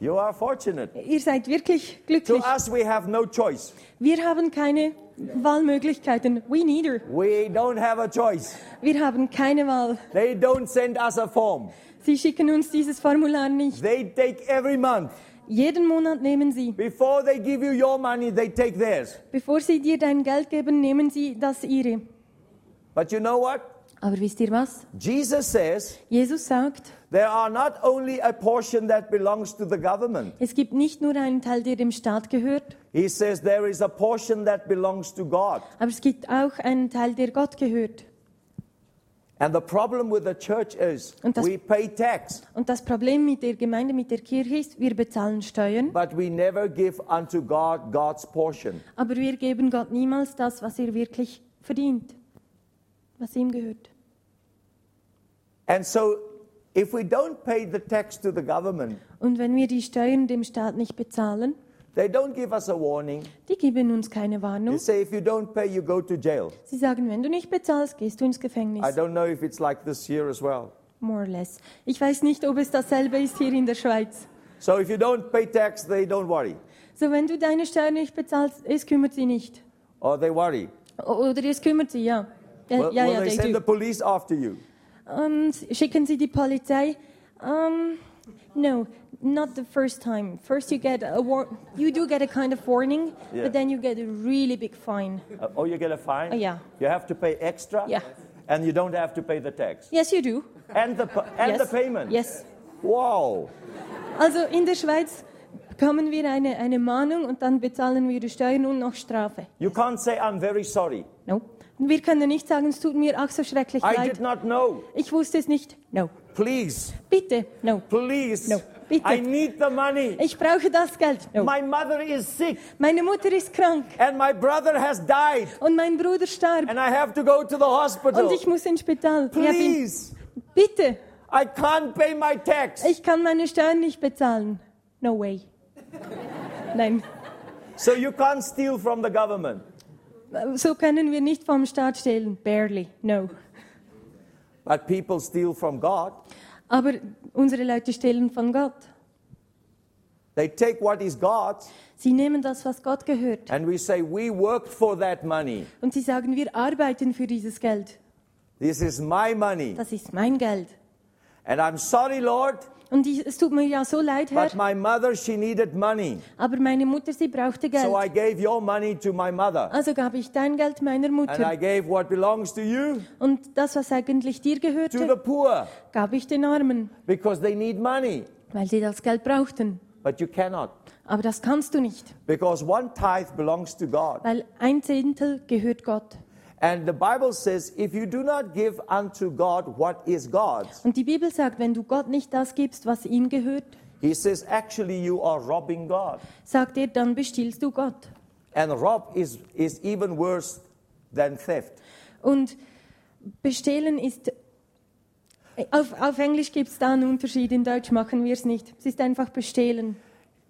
Speaker 1: You are fortunate.
Speaker 2: Ihr seid wirklich
Speaker 1: To
Speaker 2: glücklich.
Speaker 1: us, we have no choice.
Speaker 2: Wir haben keine Wahlmöglichkeiten. We neither.
Speaker 1: We don't have a choice.
Speaker 2: Wir haben keine Wahl.
Speaker 1: They don't send us a form.
Speaker 2: Sie schicken uns dieses Formular nicht.
Speaker 1: They take every month.
Speaker 2: Jeden Monat nehmen sie.
Speaker 1: Before they give you your money, they take theirs.
Speaker 2: Bevor sie dir dein Geld geben, nehmen sie das ihre.
Speaker 1: But you know what?
Speaker 2: Aber wisst ihr was?
Speaker 1: Jesus says
Speaker 2: Jesus sagt,
Speaker 1: there are not only a portion that belongs to the government,
Speaker 2: es gibt nicht nur einen Teil, der dem Staat gehört,
Speaker 1: He says there is a portion that belongs to God.
Speaker 2: aber es gibt auch einen Teil, der Gott gehört.
Speaker 1: And the problem with the church is
Speaker 2: Und das-
Speaker 1: we pay tax,
Speaker 2: Und das Problem mit der Gemeinde, mit der Kirche ist, wir bezahlen Steuern,
Speaker 1: but we never give unto God God's portion.
Speaker 2: aber wir geben Gott niemals das, was er wirklich verdient, was ihm gehört.
Speaker 1: And so, if we don't pay the tax to the government,
Speaker 2: Und wenn wir die Steuern dem Staat nicht bezahlen,
Speaker 1: they don't give us a warning.
Speaker 2: die geben uns keine Warnung.
Speaker 1: They say, if you don't pay, you go to jail.
Speaker 2: Sie sagen, wenn du nicht bezahlst, gehst du ins Gefängnis.
Speaker 1: I don't know if it's like this here as well.
Speaker 2: More or less. Ich weiß nicht, ob es dasselbe ist hier in der Schweiz.
Speaker 1: So, if you don't pay tax, they don't worry,
Speaker 2: So, wenn du deine Steuern nicht bezahlst, es kümmert sie nicht.
Speaker 1: or they worry.
Speaker 2: O- Oder es kümmert sie, ja. Ja,
Speaker 1: Will,
Speaker 2: ja,
Speaker 1: will
Speaker 2: ja
Speaker 1: they
Speaker 2: they
Speaker 1: send the
Speaker 2: do.
Speaker 1: police after you?
Speaker 2: Und Ähm, schicken sie die Polizei? Um, no, not the first time. First you get a war you do get a kind of warning,
Speaker 1: Yeah.
Speaker 2: but then you get a really big fine.
Speaker 1: Uh, or you get a fine?
Speaker 2: Oh, yeah.
Speaker 1: You have to pay extra?
Speaker 2: Yeah.
Speaker 1: And you don't have to pay the tax.
Speaker 2: Yes, you do.
Speaker 1: And the, pa- and
Speaker 2: yes.
Speaker 1: the payment.
Speaker 2: Yes.
Speaker 1: Wow.
Speaker 2: Also in der Schweiz bekommen wir eine, eine Mahnung und dann bezahlen wir die Steuern und noch Strafe.
Speaker 1: You can't say, I'm very sorry.
Speaker 2: No. Wir können nicht sagen, es tut mir ach so schrecklich
Speaker 1: I
Speaker 2: leid.
Speaker 1: did not know.
Speaker 2: Ich wusste es nicht. No.
Speaker 1: Please.
Speaker 2: Bitte. No.
Speaker 1: Please.
Speaker 2: No, bitte.
Speaker 1: I need the money.
Speaker 2: Ich brauche das Geld. No.
Speaker 1: My mother is sick
Speaker 2: Meine Mutter ist krank
Speaker 1: and my brother has died
Speaker 2: und mein Bruder starb
Speaker 1: and I have to go to the
Speaker 2: und
Speaker 1: hospital.
Speaker 2: ich muss ins Spital. Ja, bin-
Speaker 1: Please.
Speaker 2: bitte.
Speaker 1: I can't pay my tax.
Speaker 2: Ich kann meine Steuern nicht bezahlen. No way. Nein.
Speaker 1: So you can't steal from the government.
Speaker 2: So können wir nicht vom Staat stehlen. Barely. No.
Speaker 1: But people steal from God.
Speaker 2: Aber unsere Leute stehlen von Gott.
Speaker 1: They take what is God's
Speaker 2: Sie nehmen das, was Gott gehört.
Speaker 1: and we say, We worked for that money.
Speaker 2: Und sie sagen, wir arbeiten für dieses Geld.
Speaker 1: This is my money.
Speaker 2: Das ist mein Geld.
Speaker 1: And I'm sorry, Lord,
Speaker 2: Und ich, es tut mir ja so leid, Herr.
Speaker 1: but my mother, she needed money.
Speaker 2: Aber meine Mutter, sie brauchte Geld.
Speaker 1: So I gave your money to my mother.
Speaker 2: also gab ich dein Geld meiner
Speaker 1: And I
Speaker 2: Mutter.
Speaker 1: gave what belongs to you
Speaker 2: Und das, was eigentlich dir
Speaker 1: to the
Speaker 2: gehörte,
Speaker 1: poor
Speaker 2: gab ich den Armen,
Speaker 1: because they need money.
Speaker 2: weil sie das Geld brauchten.
Speaker 1: But you cannot
Speaker 2: Aber das kannst du nicht,
Speaker 1: because one tithe belongs to God.
Speaker 2: weil ein Zehntel gehört Gott.
Speaker 1: And the Bible says, if you do not give unto God what is God's,
Speaker 2: Und die Bibel sagt, wenn du Gott nicht das gibst, was ihm gehört,
Speaker 1: he says, actually, you are robbing God.
Speaker 2: sagt er, dann bestiehlst du Gott.
Speaker 1: And rob is, is even worse than theft.
Speaker 2: Und bestehlen ist. Auf, auf Englisch gibt es da einen Unterschied, in Deutsch machen wir es nicht. Es ist einfach bestehlen.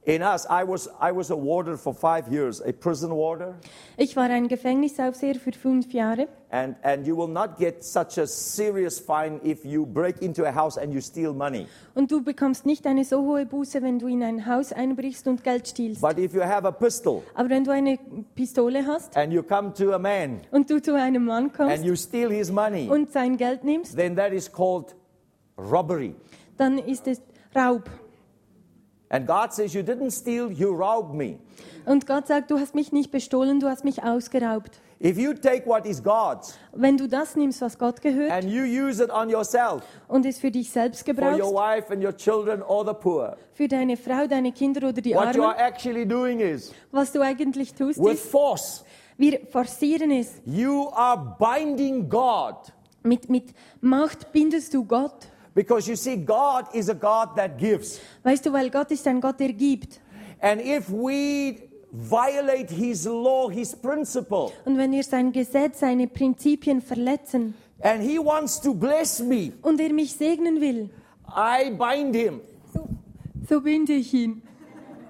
Speaker 1: In us, I was, I was a warder for five years, a prison warder,
Speaker 2: Ich war ein Gefängnisaufseher für fünf Jahre.
Speaker 1: and, and you will not get such a serious fine if you break into a house and you steal money.
Speaker 2: Und du bekommst nicht eine so hohe Buße, wenn du in ein Haus einbrichst und Geld stiehlst.
Speaker 1: But if you have a pistol
Speaker 2: Aber wenn du eine Pistole hast
Speaker 1: and you come to a man
Speaker 2: und du zu einem Mann
Speaker 1: and
Speaker 2: kommst
Speaker 1: you steal his money,
Speaker 2: und sein Geld nimmst,
Speaker 1: then that is called robbery.
Speaker 2: dann ist es Raub.
Speaker 1: And God says, You didn't steal, you robbed me.
Speaker 2: Und Gott sagt, du hast mich nicht bestohlen, du hast mich ausgeraubt.
Speaker 1: If you take what is God's
Speaker 2: Wenn du das nimmst, was Gott gehört,
Speaker 1: and you use it on yourself,
Speaker 2: und es für dich selbst
Speaker 1: for your
Speaker 2: gebrauchst,
Speaker 1: wife and your children or the poor,
Speaker 2: für deine Frau, deine Kinder oder die
Speaker 1: what you are
Speaker 2: Armen,
Speaker 1: actually doing is,
Speaker 2: was du eigentlich tust,
Speaker 1: with
Speaker 2: ist,
Speaker 1: force,
Speaker 2: wir forcieren es.
Speaker 1: you are binding God.
Speaker 2: Mit, mit Macht bindest du Gott.
Speaker 1: Because you see, God is a God that gives.
Speaker 2: Weißt du, weil Gott ist ein Gott, der gibt.
Speaker 1: And if we violate His law, His principle,
Speaker 2: Und wenn wir sein Gesetz, seine Prinzipien verletzen
Speaker 1: and He wants to bless me,
Speaker 2: und er mich segnen will,
Speaker 1: I bind Him
Speaker 2: so binde ich ihn,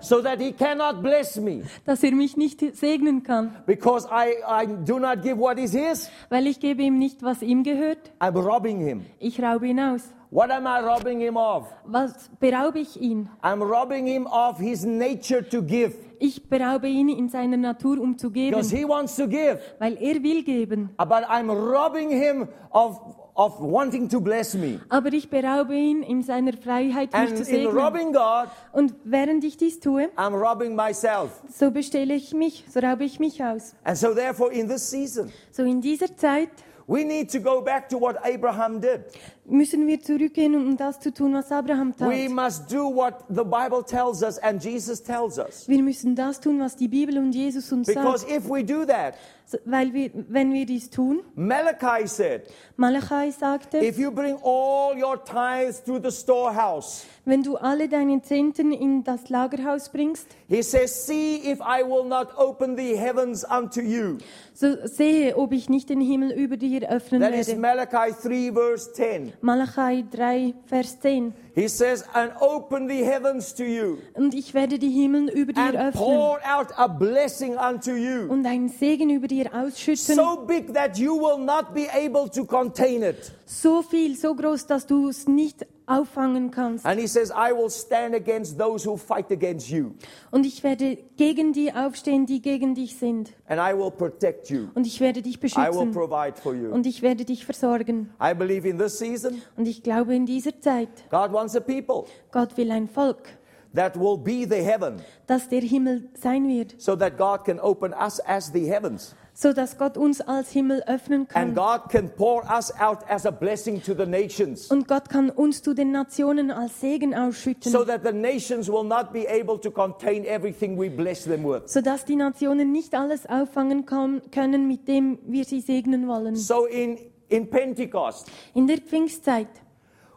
Speaker 1: so that He cannot bless me
Speaker 2: dass er mich nicht segnen kann,
Speaker 1: because I, I do not give what is His.
Speaker 2: weil ich gebe ihm nicht, was ihm gehört,
Speaker 1: I'm robbing Him.
Speaker 2: ich raube ihn aus.
Speaker 1: What am I robbing Him of?
Speaker 2: Was beraube ich ihn?
Speaker 1: I'm robbing Him of His nature to give
Speaker 2: Ich beraube ihn in seiner Natur, um zu geben,
Speaker 1: because He wants to give.
Speaker 2: weil er will geben.
Speaker 1: But I'm robbing Him of, of wanting to bless me.
Speaker 2: Aber ich beraube ihn in seiner Freiheit, mich
Speaker 1: And
Speaker 2: zu
Speaker 1: in
Speaker 2: segnen.
Speaker 1: robbing God,
Speaker 2: und während ich dies tue,
Speaker 1: I'm robbing myself.
Speaker 2: so bestehle ich mich, so raube ich mich aus.
Speaker 1: And so, therefore, in this season,
Speaker 2: So in dieser Zeit
Speaker 1: we need to go back to what Abraham did.
Speaker 2: müssen wir zurückgehen, um das zu tun, was Abraham tat.
Speaker 1: We must do what the Bible tells us and Jesus tells us.
Speaker 2: Wir müssen das tun, was die Bibel und Jesus uns
Speaker 1: Because
Speaker 2: sagt.
Speaker 1: if we do that,
Speaker 2: So, Weil wir, wenn wir dies tun,
Speaker 1: Malachi said,
Speaker 2: Malachai sagte,
Speaker 1: if you bring all your tithes to the storehouse,
Speaker 2: wenn du alle deine Zehnten in das Lagerhaus bringst,
Speaker 1: he says, see if I will not open the heavens unto you.
Speaker 2: so sehe, ob ich nicht den Himmel über dir öffnen
Speaker 1: That is
Speaker 2: werde.
Speaker 1: Malachi 3 verse 10.
Speaker 2: Malachai 3, Vers 10.
Speaker 1: He says, and open the heavens to you
Speaker 2: Und ich werde die Himmel über dir
Speaker 1: and
Speaker 2: öffnen
Speaker 1: pour out a blessing unto you.
Speaker 2: und einen Segen über dir ausschütten.
Speaker 1: so big that you will not be able to contain it.
Speaker 2: so viel, so groß, dass du es nicht auffangen kannst.
Speaker 1: And he says, I will stand against those who fight against you,
Speaker 2: Und ich werde gegen die aufstehen, die gegen dich sind.
Speaker 1: and I will protect you.
Speaker 2: Und ich werde dich
Speaker 1: I will
Speaker 2: beschützen.
Speaker 1: provide for you.
Speaker 2: Und ich werde dich versorgen.
Speaker 1: I believe in this season,
Speaker 2: Und ich glaube, in dieser Zeit,
Speaker 1: God wants a people
Speaker 2: Gott will ein Volk,
Speaker 1: that will be the heaven,
Speaker 2: das der Himmel sein wird,
Speaker 1: so that God can open us as the heavens,
Speaker 2: so dass Gott uns als Himmel öffnen
Speaker 1: and
Speaker 2: kann.
Speaker 1: God can pour us out as a blessing to the nations,
Speaker 2: Und Gott kann uns zu den Nationen als Segen ausschütten,
Speaker 1: so that the nations will not be able to contain everything we bless them with.
Speaker 2: sodass die Nationen nicht alles auffangen kann- können, mit dem wir sie segnen wollen.
Speaker 1: So in, in Pentecost,
Speaker 2: In der Pfingstzeit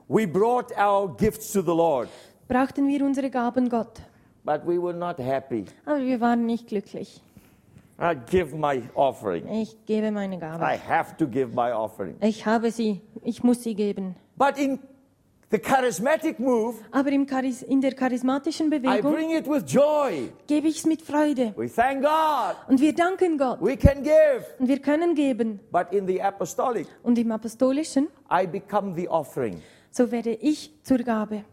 Speaker 1: we brought our gifts to the Lord.
Speaker 2: brauchten wir unsere Gaben Gott,
Speaker 1: But we were not happy.
Speaker 2: aber wir waren nicht glücklich.
Speaker 1: I give my offering.
Speaker 2: Ich gebe meine Gabe.
Speaker 1: I have to give my offering.
Speaker 2: Ich habe sie, ich muss sie geben.
Speaker 1: But in the charismatic move,
Speaker 2: Aber im Charis in der charismatischen
Speaker 1: I
Speaker 2: Bewegung
Speaker 1: bring it with joy.
Speaker 2: gebe ich es mit Freude.
Speaker 1: We thank God.
Speaker 2: Und wir danken Gott.
Speaker 1: We can give.
Speaker 2: Und wir können geben.
Speaker 1: But in the apostolic,
Speaker 2: Und im Apostolischen,
Speaker 1: I become the offering.
Speaker 2: so werde ich zur Gabe.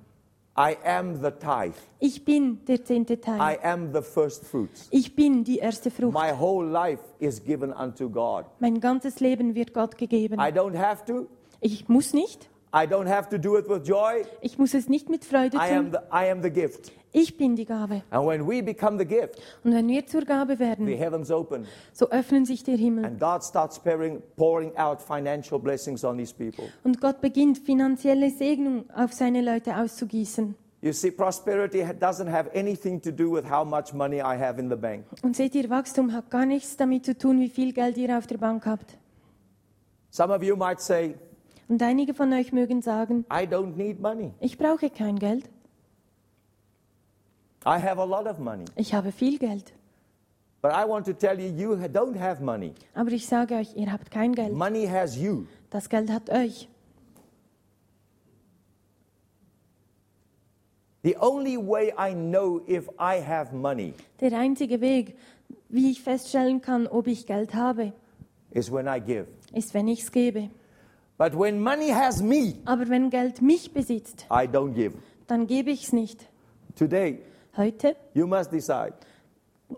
Speaker 1: I am the tithe.
Speaker 2: Ich bin der zehnte
Speaker 1: I
Speaker 2: Teil.
Speaker 1: am the first fruits.
Speaker 2: Ich bin die erste Frucht.
Speaker 1: My whole life is given unto God.
Speaker 2: Mein ganzes Leben wird Gott gegeben.
Speaker 1: I don't have to.
Speaker 2: Ich muss nicht.
Speaker 1: I don't have to do it with joy.
Speaker 2: Ich muss es nicht mit Freude
Speaker 1: I am
Speaker 2: tun.
Speaker 1: the, I am the gift.
Speaker 2: Ich bin die Gabe.
Speaker 1: And when we become the gift,
Speaker 2: Und wenn wir zur Gabe
Speaker 1: the
Speaker 2: werden,
Speaker 1: heavens open.
Speaker 2: so öffnen sich der Himmel.
Speaker 1: And God starts pouring, pouring out financial blessings on these people.
Speaker 2: Und Gott beginnt, finanzielle Segnung auf seine Leute auszugießen.
Speaker 1: You see, prosperity ha- doesn't have anything to do with how much money I have in the bank.
Speaker 2: Und seht ihr, Wachstum hat gar nichts damit zu tun, wie viel Geld ihr auf der Bank habt.
Speaker 1: Some of you might say,
Speaker 2: Und einige von euch mögen sagen,
Speaker 1: I don't need money.
Speaker 2: ich brauche kein Geld,
Speaker 1: I have a lot of money.
Speaker 2: ich habe viel Geld.
Speaker 1: But I want to tell you, you ha- don't have money.
Speaker 2: Aber ich sage euch, ihr habt kein Geld.
Speaker 1: Money has you.
Speaker 2: Das Geld hat euch.
Speaker 1: The only way I know if I have money
Speaker 2: Der einzige Weg, wie ich feststellen kann, ob ich Geld habe,
Speaker 1: is when I give.
Speaker 2: ist, wenn ich es gebe.
Speaker 1: But when money has me,
Speaker 2: Aber wenn Geld mich besitzt,
Speaker 1: I don't give.
Speaker 2: dann gebe ich es nicht.
Speaker 1: Today,
Speaker 2: Heute
Speaker 1: you must decide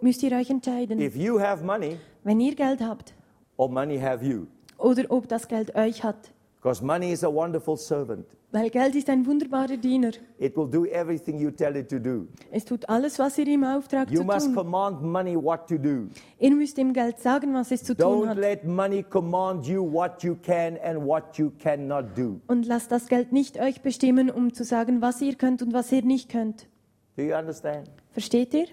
Speaker 2: müsst ihr euch entscheiden,
Speaker 1: if you have money
Speaker 2: wenn ihr Geld habt
Speaker 1: or money have you.
Speaker 2: oder ob das Geld euch hat.
Speaker 1: Because money is a wonderful servant.
Speaker 2: Weil Geld ist ein wunderbarer Diener.
Speaker 1: It will do everything you tell it to do.
Speaker 2: Es tut alles, was ihr ihm auftragt
Speaker 1: You
Speaker 2: zu
Speaker 1: must
Speaker 2: tun.
Speaker 1: command money what to do.
Speaker 2: Ihr müsst dem Geld sagen, was es zu tun
Speaker 1: Don't
Speaker 2: hat.
Speaker 1: let money command you what you can and what you cannot do.
Speaker 2: Und lasst das Geld nicht euch bestimmen, um zu sagen, was ihr könnt und was ihr nicht könnt.
Speaker 1: Do you understand?
Speaker 2: Versteht ihr?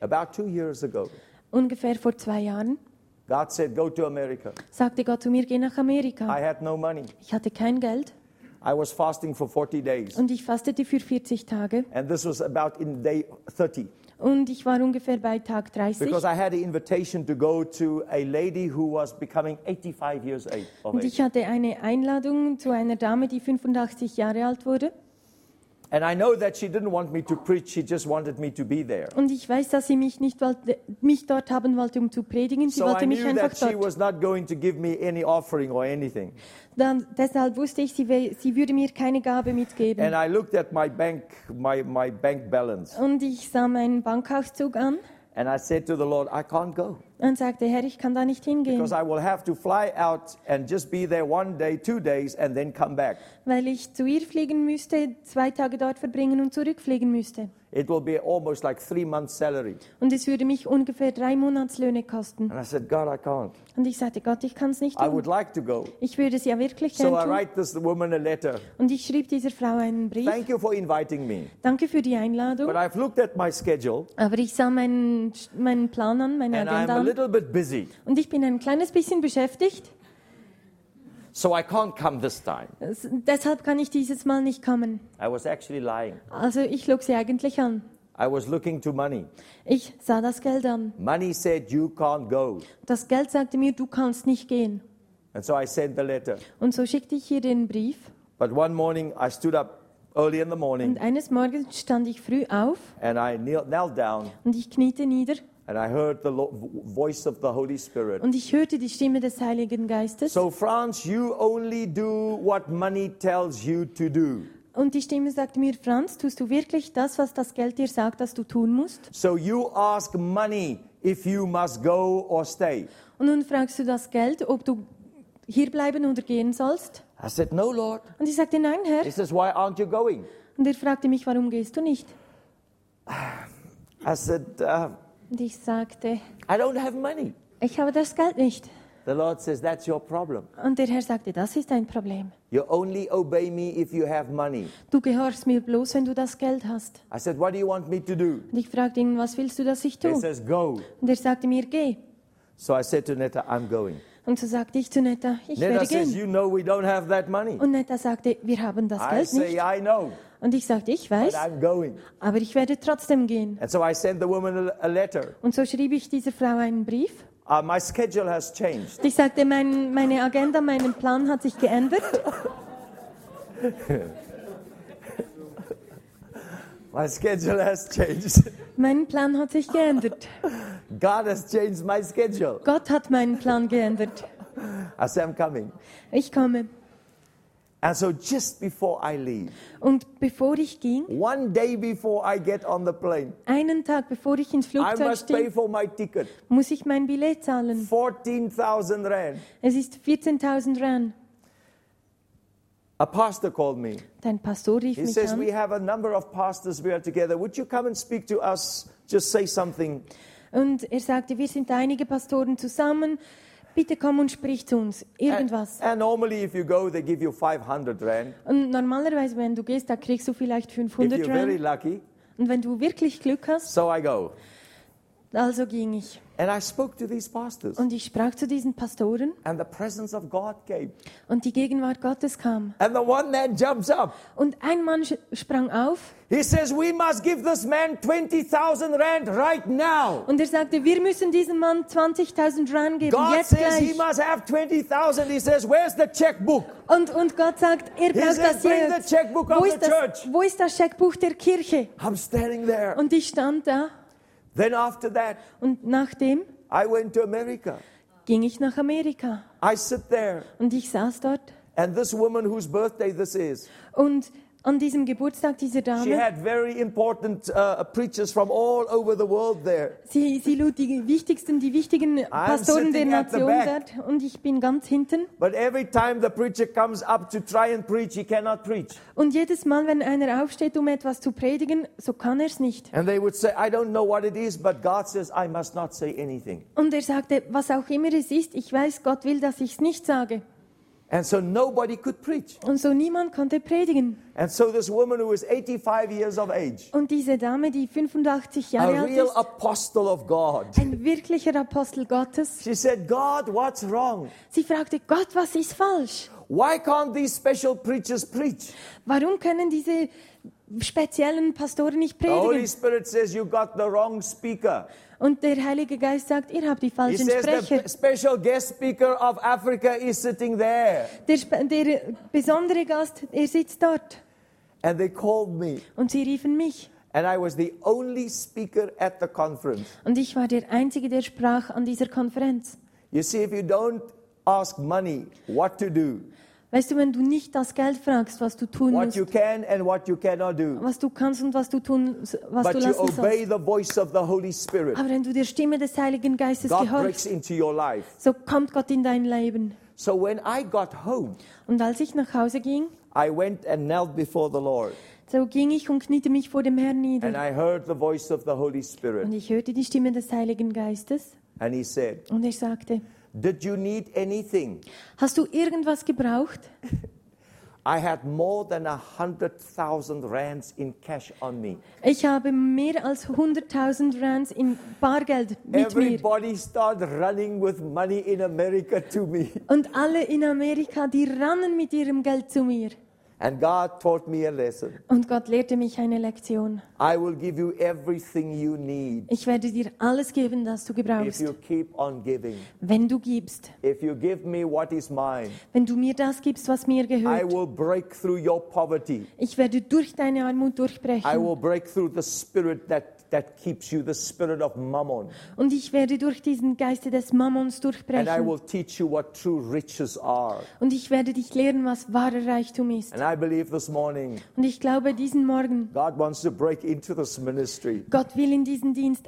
Speaker 1: About two years ago,
Speaker 2: Ungefähr vor zwei Jahren
Speaker 1: God said, Go to America.
Speaker 2: sagte Gott zu mir, geh nach
Speaker 1: I
Speaker 2: Amerika.
Speaker 1: had no money.
Speaker 2: Ich hatte kein Geld
Speaker 1: I was fasting for 40 days.
Speaker 2: und ich fastete für 40 Tage.
Speaker 1: And this was about in day 30.
Speaker 2: Und ich war ungefähr bei Tag 30.
Speaker 1: Because I had an invitation to go to a lady who was becoming 85 years age- of
Speaker 2: Und
Speaker 1: age.
Speaker 2: ich hatte eine Einladung zu einer Dame, die 85 Jahre alt wurde.
Speaker 1: And I know that she didn't want me to preach, she just wanted me to be there.
Speaker 2: Und ich weiß, dass sie mich nicht wollte, mich dort haben wollte, um zu predigen. Sie
Speaker 1: So I
Speaker 2: wollte mich
Speaker 1: knew
Speaker 2: einfach
Speaker 1: that she
Speaker 2: dort.
Speaker 1: was not going to give me any offering or anything.
Speaker 2: Dann, deshalb wusste ich, sie, we- sie würde mir keine Gabe mitgeben.
Speaker 1: And I looked at my bank, my, my bank balance,
Speaker 2: Und ich sah meinen Bankauszug an
Speaker 1: and I said to the Lord, I can't go
Speaker 2: und sagte, Herr, ich kann da nicht hingehen,
Speaker 1: because I will have to fly out and just be there one day, two days, and then come back.
Speaker 2: weil ich zu ihr fliegen müsste, zwei Tage dort verbringen und zurückfliegen müsste.
Speaker 1: It will be almost like three months' salary.
Speaker 2: Und es würde mich ungefähr drei Monatslöhne kosten.
Speaker 1: And I said, God, I can't.
Speaker 2: Und ich sagte, Gott, ich kann es nicht
Speaker 1: I would
Speaker 2: tun.
Speaker 1: like to go.
Speaker 2: Ich würde es ja wirklich
Speaker 1: So I
Speaker 2: gerne tun.
Speaker 1: write this woman a letter.
Speaker 2: Und ich schrieb dieser Frau einen Brief.
Speaker 1: Thank you for inviting me.
Speaker 2: Danke für die Einladung.
Speaker 1: But I've looked at my schedule
Speaker 2: Aber ich sah meinen, meinen Plan an, meine
Speaker 1: and I'm
Speaker 2: Agenda
Speaker 1: a
Speaker 2: an.
Speaker 1: little bit busy.
Speaker 2: Und ich bin ein kleines bisschen beschäftigt.
Speaker 1: So I can't come this time.
Speaker 2: Es- Deshalb kann ich dieses Mal nicht kommen.
Speaker 1: I was actually lying.
Speaker 2: Also ich log sie eigentlich an.
Speaker 1: I was looking to money.
Speaker 2: Ich sah das Geld an.
Speaker 1: Money said, You can't go.
Speaker 2: Das Geld sagte mir, du kannst nicht gehen.
Speaker 1: And so I sent the letter.
Speaker 2: Und so schickte ich ihr den Brief.
Speaker 1: But one morning I stood up early in the
Speaker 2: Und
Speaker 1: morning
Speaker 2: eines Morgens stand ich früh auf
Speaker 1: and I kneel, knelt down
Speaker 2: und ich kniete nieder
Speaker 1: and I heard the lo- vo- voice of the Holy Spirit.
Speaker 2: und ich hörte die Stimme des Heiligen Geistes.
Speaker 1: So, France, you only do what money tells you to do.
Speaker 2: Und die Stimme sagte mir, Franz, tust du wirklich das, was das Geld dir sagt, dass du tun musst?
Speaker 1: So you ask money if you must go or stay.
Speaker 2: Und nun fragst du das Geld, ob du hierbleiben oder gehen sollst.
Speaker 1: I said, No, Lord.
Speaker 2: Und ich sagte, nein, Herr.
Speaker 1: He says, Why aren't you going?
Speaker 2: Und er fragte mich, warum gehst du nicht?
Speaker 1: I said, uh,
Speaker 2: Und ich sagte,
Speaker 1: I don't have money.
Speaker 2: ich habe das Geld nicht.
Speaker 1: The Lord says, That's your problem.
Speaker 2: Und der Herr sagte, das ist ein Problem.
Speaker 1: You only obey me if you have money.
Speaker 2: Du gehorchst mir bloß, wenn du das Geld hast.
Speaker 1: I said, What do you want me to do?
Speaker 2: Und ich fragte ihn, was willst du, dass ich
Speaker 1: He
Speaker 2: tue?
Speaker 1: says, Go.
Speaker 2: Und er sagte mir, geh.
Speaker 1: So I said to Netta, I'm going.
Speaker 2: Und so sagte ich zu Netta, ich
Speaker 1: Netta
Speaker 2: werde
Speaker 1: says,
Speaker 2: gehen.
Speaker 1: You know, we don't have that money.
Speaker 2: Und Netta sagte, wir haben das
Speaker 1: I
Speaker 2: Geld
Speaker 1: say,
Speaker 2: nicht.
Speaker 1: I know,
Speaker 2: Und ich sagte, ich
Speaker 1: but
Speaker 2: weiß,
Speaker 1: I'm going.
Speaker 2: aber ich werde trotzdem gehen.
Speaker 1: And so I sent the woman a, a letter.
Speaker 2: Und so schrieb ich dieser Frau einen Brief.
Speaker 1: Uh, my schedule has changed.
Speaker 2: Und ich sagte, mein, meine Agenda, mein Plan hat sich geändert.
Speaker 1: My schedule has changed.
Speaker 2: Mein Plan hat sich geändert.
Speaker 1: God has changed my schedule.
Speaker 2: Gott hat meinen Plan geändert.
Speaker 1: I say, I'm coming.
Speaker 2: Ich komme.
Speaker 1: And so just before I leave,
Speaker 2: Und bevor ich ging,
Speaker 1: one day before I get on the plane,
Speaker 2: einen Tag bevor ich ins
Speaker 1: I
Speaker 2: Flugzeug
Speaker 1: must pay
Speaker 2: stieg,
Speaker 1: for my ticket.
Speaker 2: muss ich mein Billett zahlen.
Speaker 1: 14,000 rand.
Speaker 2: Es ist 14.000 Rand.
Speaker 1: A pastor called me.
Speaker 2: Dein Pastor rief
Speaker 1: He
Speaker 2: mich
Speaker 1: says, we
Speaker 2: an
Speaker 1: have a number of pastors we are together. Would you come and speak to us? Just say something.
Speaker 2: und er sagte, wir sind einige Pastoren zusammen. Bitte komm und sprich zu uns.
Speaker 1: And,
Speaker 2: Irgendwas.
Speaker 1: and normally if you go, they give you 500 rand.
Speaker 2: Und normalerweise, wenn du gehst, da kriegst du vielleicht
Speaker 1: If you're
Speaker 2: 500
Speaker 1: very
Speaker 2: Rand.
Speaker 1: lucky.
Speaker 2: Und wenn du wirklich Glück hast,
Speaker 1: So I go.
Speaker 2: Also ging ich
Speaker 1: And I spoke to these pastors.
Speaker 2: und ich sprach zu diesen Pastoren
Speaker 1: And the presence of God came.
Speaker 2: und die Gegenwart Gottes kam.
Speaker 1: And the one man jumps up.
Speaker 2: Und ein Mann sch- sprang auf
Speaker 1: He says, We must give this man 20,000 rand right now.
Speaker 2: und er sagte, wir müssen diesem Mann 20.000 Rand geben,
Speaker 1: God
Speaker 2: jetzt
Speaker 1: says he
Speaker 2: gleich.
Speaker 1: must have 20,000. He says, Where's the checkbook?
Speaker 2: Und, und Gott sagt, er braucht
Speaker 1: says,
Speaker 2: das
Speaker 1: "Bring
Speaker 2: jetzt.
Speaker 1: the checkbook of
Speaker 2: Wo
Speaker 1: the
Speaker 2: ist, das,
Speaker 1: church."
Speaker 2: wo ist das Scheckbuch der Kirche?
Speaker 1: I'm standing there.
Speaker 2: Und ich stand da
Speaker 1: Then after that,
Speaker 2: und nachdem
Speaker 1: I went to America.
Speaker 2: ging ich nach Amerika
Speaker 1: I sit there.
Speaker 2: und ich saß dort
Speaker 1: And this woman whose birthday this is,
Speaker 2: und an diesem Geburtstag dieser
Speaker 1: she
Speaker 2: Dame,
Speaker 1: had very important uh, preachers from all over the world there.
Speaker 2: sie, sie lud die wichtigsten, die wichtigen Pastoren der
Speaker 1: sitting at the
Speaker 2: Nation
Speaker 1: back.
Speaker 2: dort und ich bin ganz hinten.
Speaker 1: But every time the preacher comes up to try and preach, he cannot preach.
Speaker 2: Und jedes Mal, wenn einer aufsteht, um etwas zu predigen, so kann er es nicht.
Speaker 1: And they would say, I don't know what it is, but God says, I must not say anything.
Speaker 2: Und er sagte, was auch immer es ist, ich weiß, Gott will, dass ich es nicht sage.
Speaker 1: And so nobody could preach.
Speaker 2: Und so niemand konnte predigen.
Speaker 1: And so this woman who is 85 years of age,
Speaker 2: Und diese Dame, die 85 Jahre
Speaker 1: a
Speaker 2: alt
Speaker 1: real
Speaker 2: ist,
Speaker 1: apostle of God,
Speaker 2: ein wirklicher Apostel Gottes,
Speaker 1: she said, God, what's wrong?
Speaker 2: sie fragte, Gott, was ist falsch?
Speaker 1: Why can't these special preachers preach?
Speaker 2: Warum können diese speziellen Pastoren nicht
Speaker 1: The Holy
Speaker 2: predigen?
Speaker 1: Spirit says, You got the wrong speaker.
Speaker 2: Und der Heilige Geist sagt, ihr habt die
Speaker 1: He
Speaker 2: falschen
Speaker 1: says,
Speaker 2: Sprecher.
Speaker 1: The special guest speaker of Africa is sitting there.
Speaker 2: Der, spe- der besondere Gast, er sitzt dort.
Speaker 1: And they called me.
Speaker 2: Und sie riefen mich.
Speaker 1: And I was the only speaker at the conference.
Speaker 2: Und ich war der Einzige, der sprach an dieser Konferenz.
Speaker 1: You see, if you don't ask money what to do,
Speaker 2: Weißt du, wenn du nicht das Geld fragst, was du tun
Speaker 1: what you
Speaker 2: musst,
Speaker 1: can and what you cannot do,
Speaker 2: was du kannst und was du tun, was du
Speaker 1: but you
Speaker 2: lassen sollst.
Speaker 1: obey the voice of the Holy Spirit,
Speaker 2: Aber wenn du der Stimme des Heiligen Geistes
Speaker 1: God breaks
Speaker 2: gehorchst,
Speaker 1: into your life.
Speaker 2: so kommt Gott in dein Leben.
Speaker 1: So when I got home,
Speaker 2: Und als ich nach Hause ging,
Speaker 1: I went and knelt before the Lord,
Speaker 2: so ging ich und kniete mich vor dem Herrn
Speaker 1: and
Speaker 2: nieder.
Speaker 1: I heard the voice of the Holy
Speaker 2: Und
Speaker 1: Spirit,
Speaker 2: ich hörte die Stimme des Heiligen Geistes
Speaker 1: and He said,
Speaker 2: und er sagte,
Speaker 1: Did you need anything?
Speaker 2: hast du irgendwas gebraucht?
Speaker 1: I had more than a hundred thousand rands in cash on me.
Speaker 2: Ich habe mehr als 100.000 Rands in Bargeld mit mir.
Speaker 1: Everybody started running with money in America to me.
Speaker 2: Und alle in Amerika, die rannen mit ihrem Geld zu mir.
Speaker 1: And God taught me a lesson.
Speaker 2: Und Gott lehrte mich eine Lektion.
Speaker 1: I will give you everything you need
Speaker 2: Ich werde dir alles geben, das du
Speaker 1: if
Speaker 2: gebrauchst,
Speaker 1: you keep on giving.
Speaker 2: wenn du gibst.
Speaker 1: If you give me what is mine,
Speaker 2: Wenn du mir das gibst, was mir
Speaker 1: I
Speaker 2: gehört.
Speaker 1: will break through your poverty.
Speaker 2: Ich werde durch deine
Speaker 1: I
Speaker 2: Armut durchbrechen.
Speaker 1: will break through the spirit that, that keeps you, the spirit of mammon.
Speaker 2: Und ich werde durch diesen Geiste des
Speaker 1: And
Speaker 2: Mammons
Speaker 1: I
Speaker 2: durchbrechen.
Speaker 1: will teach you what true riches are.
Speaker 2: Und ich werde dich lehren, was wahrer Reichtum ist.
Speaker 1: And I believe this morning,
Speaker 2: Und ich glaube, diesen Morgen,
Speaker 1: God wants to break into this ministry.
Speaker 2: Gott will in diesen Dienst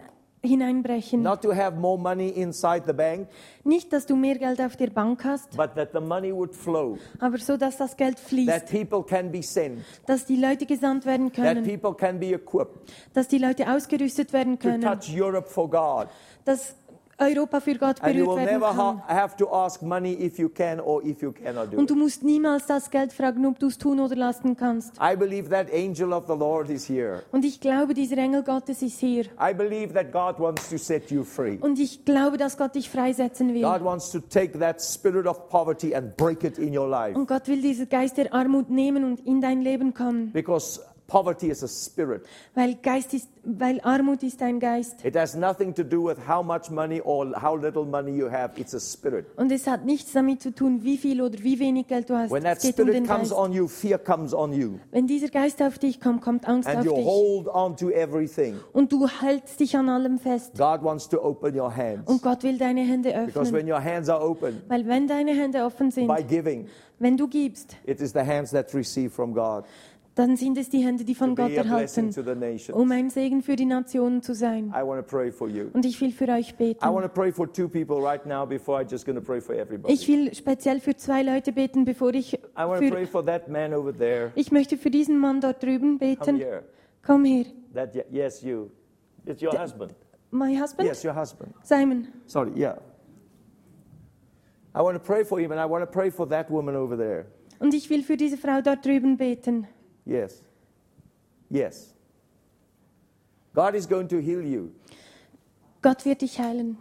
Speaker 2: hineinbrechen.
Speaker 1: Not to have more money inside the bank,
Speaker 2: Nicht, dass du mehr Geld auf der Bank hast,
Speaker 1: but that the money would flow,
Speaker 2: aber so, dass das Geld
Speaker 1: that
Speaker 2: fließt,
Speaker 1: people can be sent,
Speaker 2: dass die Leute gesandt werden
Speaker 1: that
Speaker 2: können,
Speaker 1: people can be equipped
Speaker 2: dass die Leute ausgerüstet werden
Speaker 1: to
Speaker 2: können,
Speaker 1: touch Europe for God.
Speaker 2: dass Europa für Gott
Speaker 1: And you
Speaker 2: berührt
Speaker 1: will
Speaker 2: werden
Speaker 1: never ha-
Speaker 2: kann.
Speaker 1: have to ask money if you can or if you cannot do
Speaker 2: Und
Speaker 1: it.
Speaker 2: du musst niemals das Geld fragen, ob du es tun oder lassen kannst.
Speaker 1: I believe that angel of the Lord is here.
Speaker 2: Und ich glaube, dieser Engel Gottes ist hier.
Speaker 1: I believe that God wants to set you free.
Speaker 2: Und ich glaube, dass Gott dich freisetzen
Speaker 1: God
Speaker 2: will.
Speaker 1: wants to take that spirit of poverty and break it in your life.
Speaker 2: Und Gott will diesen Geist der Armut nehmen und in dein Leben kommen.
Speaker 1: Because poverty is a spirit.
Speaker 2: Weil, Geist ist, weil Armut ist ein Geist.
Speaker 1: It has nothing to do with how much money or how little money you have. It's a spirit.
Speaker 2: Und es hat nichts damit zu tun, wie viel oder wie wenig Geld du hast.
Speaker 1: When that
Speaker 2: Es geht um
Speaker 1: spirit
Speaker 2: den
Speaker 1: comes
Speaker 2: Geist.
Speaker 1: on you, fear comes on you.
Speaker 2: Wenn dieser Geist auf dich kommt, kommt Angst
Speaker 1: And
Speaker 2: auf
Speaker 1: you
Speaker 2: dich.
Speaker 1: hold on to everything.
Speaker 2: Und du hältst dich an allem fest.
Speaker 1: God wants to open your hands.
Speaker 2: Und Gott will deine Hände
Speaker 1: Because
Speaker 2: öffnen.
Speaker 1: when your hands are open
Speaker 2: Weil wenn deine Hände offen sind,
Speaker 1: by giving,
Speaker 2: wenn du gibst,
Speaker 1: It is the hands that receive from God
Speaker 2: dann sind es die Hände, die
Speaker 1: to
Speaker 2: von Gott
Speaker 1: be a blessing
Speaker 2: erhalten,
Speaker 1: to the nation.
Speaker 2: um ein Segen für die Nationen zu sein.
Speaker 1: I want to pray for you.
Speaker 2: Und ich will für
Speaker 1: I
Speaker 2: euch
Speaker 1: want
Speaker 2: beten.
Speaker 1: to pray for two people right now before I'm just going to pray for
Speaker 2: Ich
Speaker 1: everybody.
Speaker 2: will speziell für zwei Leute beten, bevor ich
Speaker 1: I want to pray
Speaker 2: für,
Speaker 1: for that man over there.
Speaker 2: ich möchte für diesen Mann dort drüben
Speaker 1: Come
Speaker 2: beten.
Speaker 1: here.
Speaker 2: Komm her.
Speaker 1: That y- yes, you. It's your husband.
Speaker 2: My husband?
Speaker 1: Yes, your husband.
Speaker 2: Simon.
Speaker 1: Sorry, yeah. I want to pray for him and I want to pray for that woman over there.
Speaker 2: Und ich will für diese Frau dort drüben beten.
Speaker 1: Yes. Yes. God is going to heal you.
Speaker 2: Gott wird dich heilen.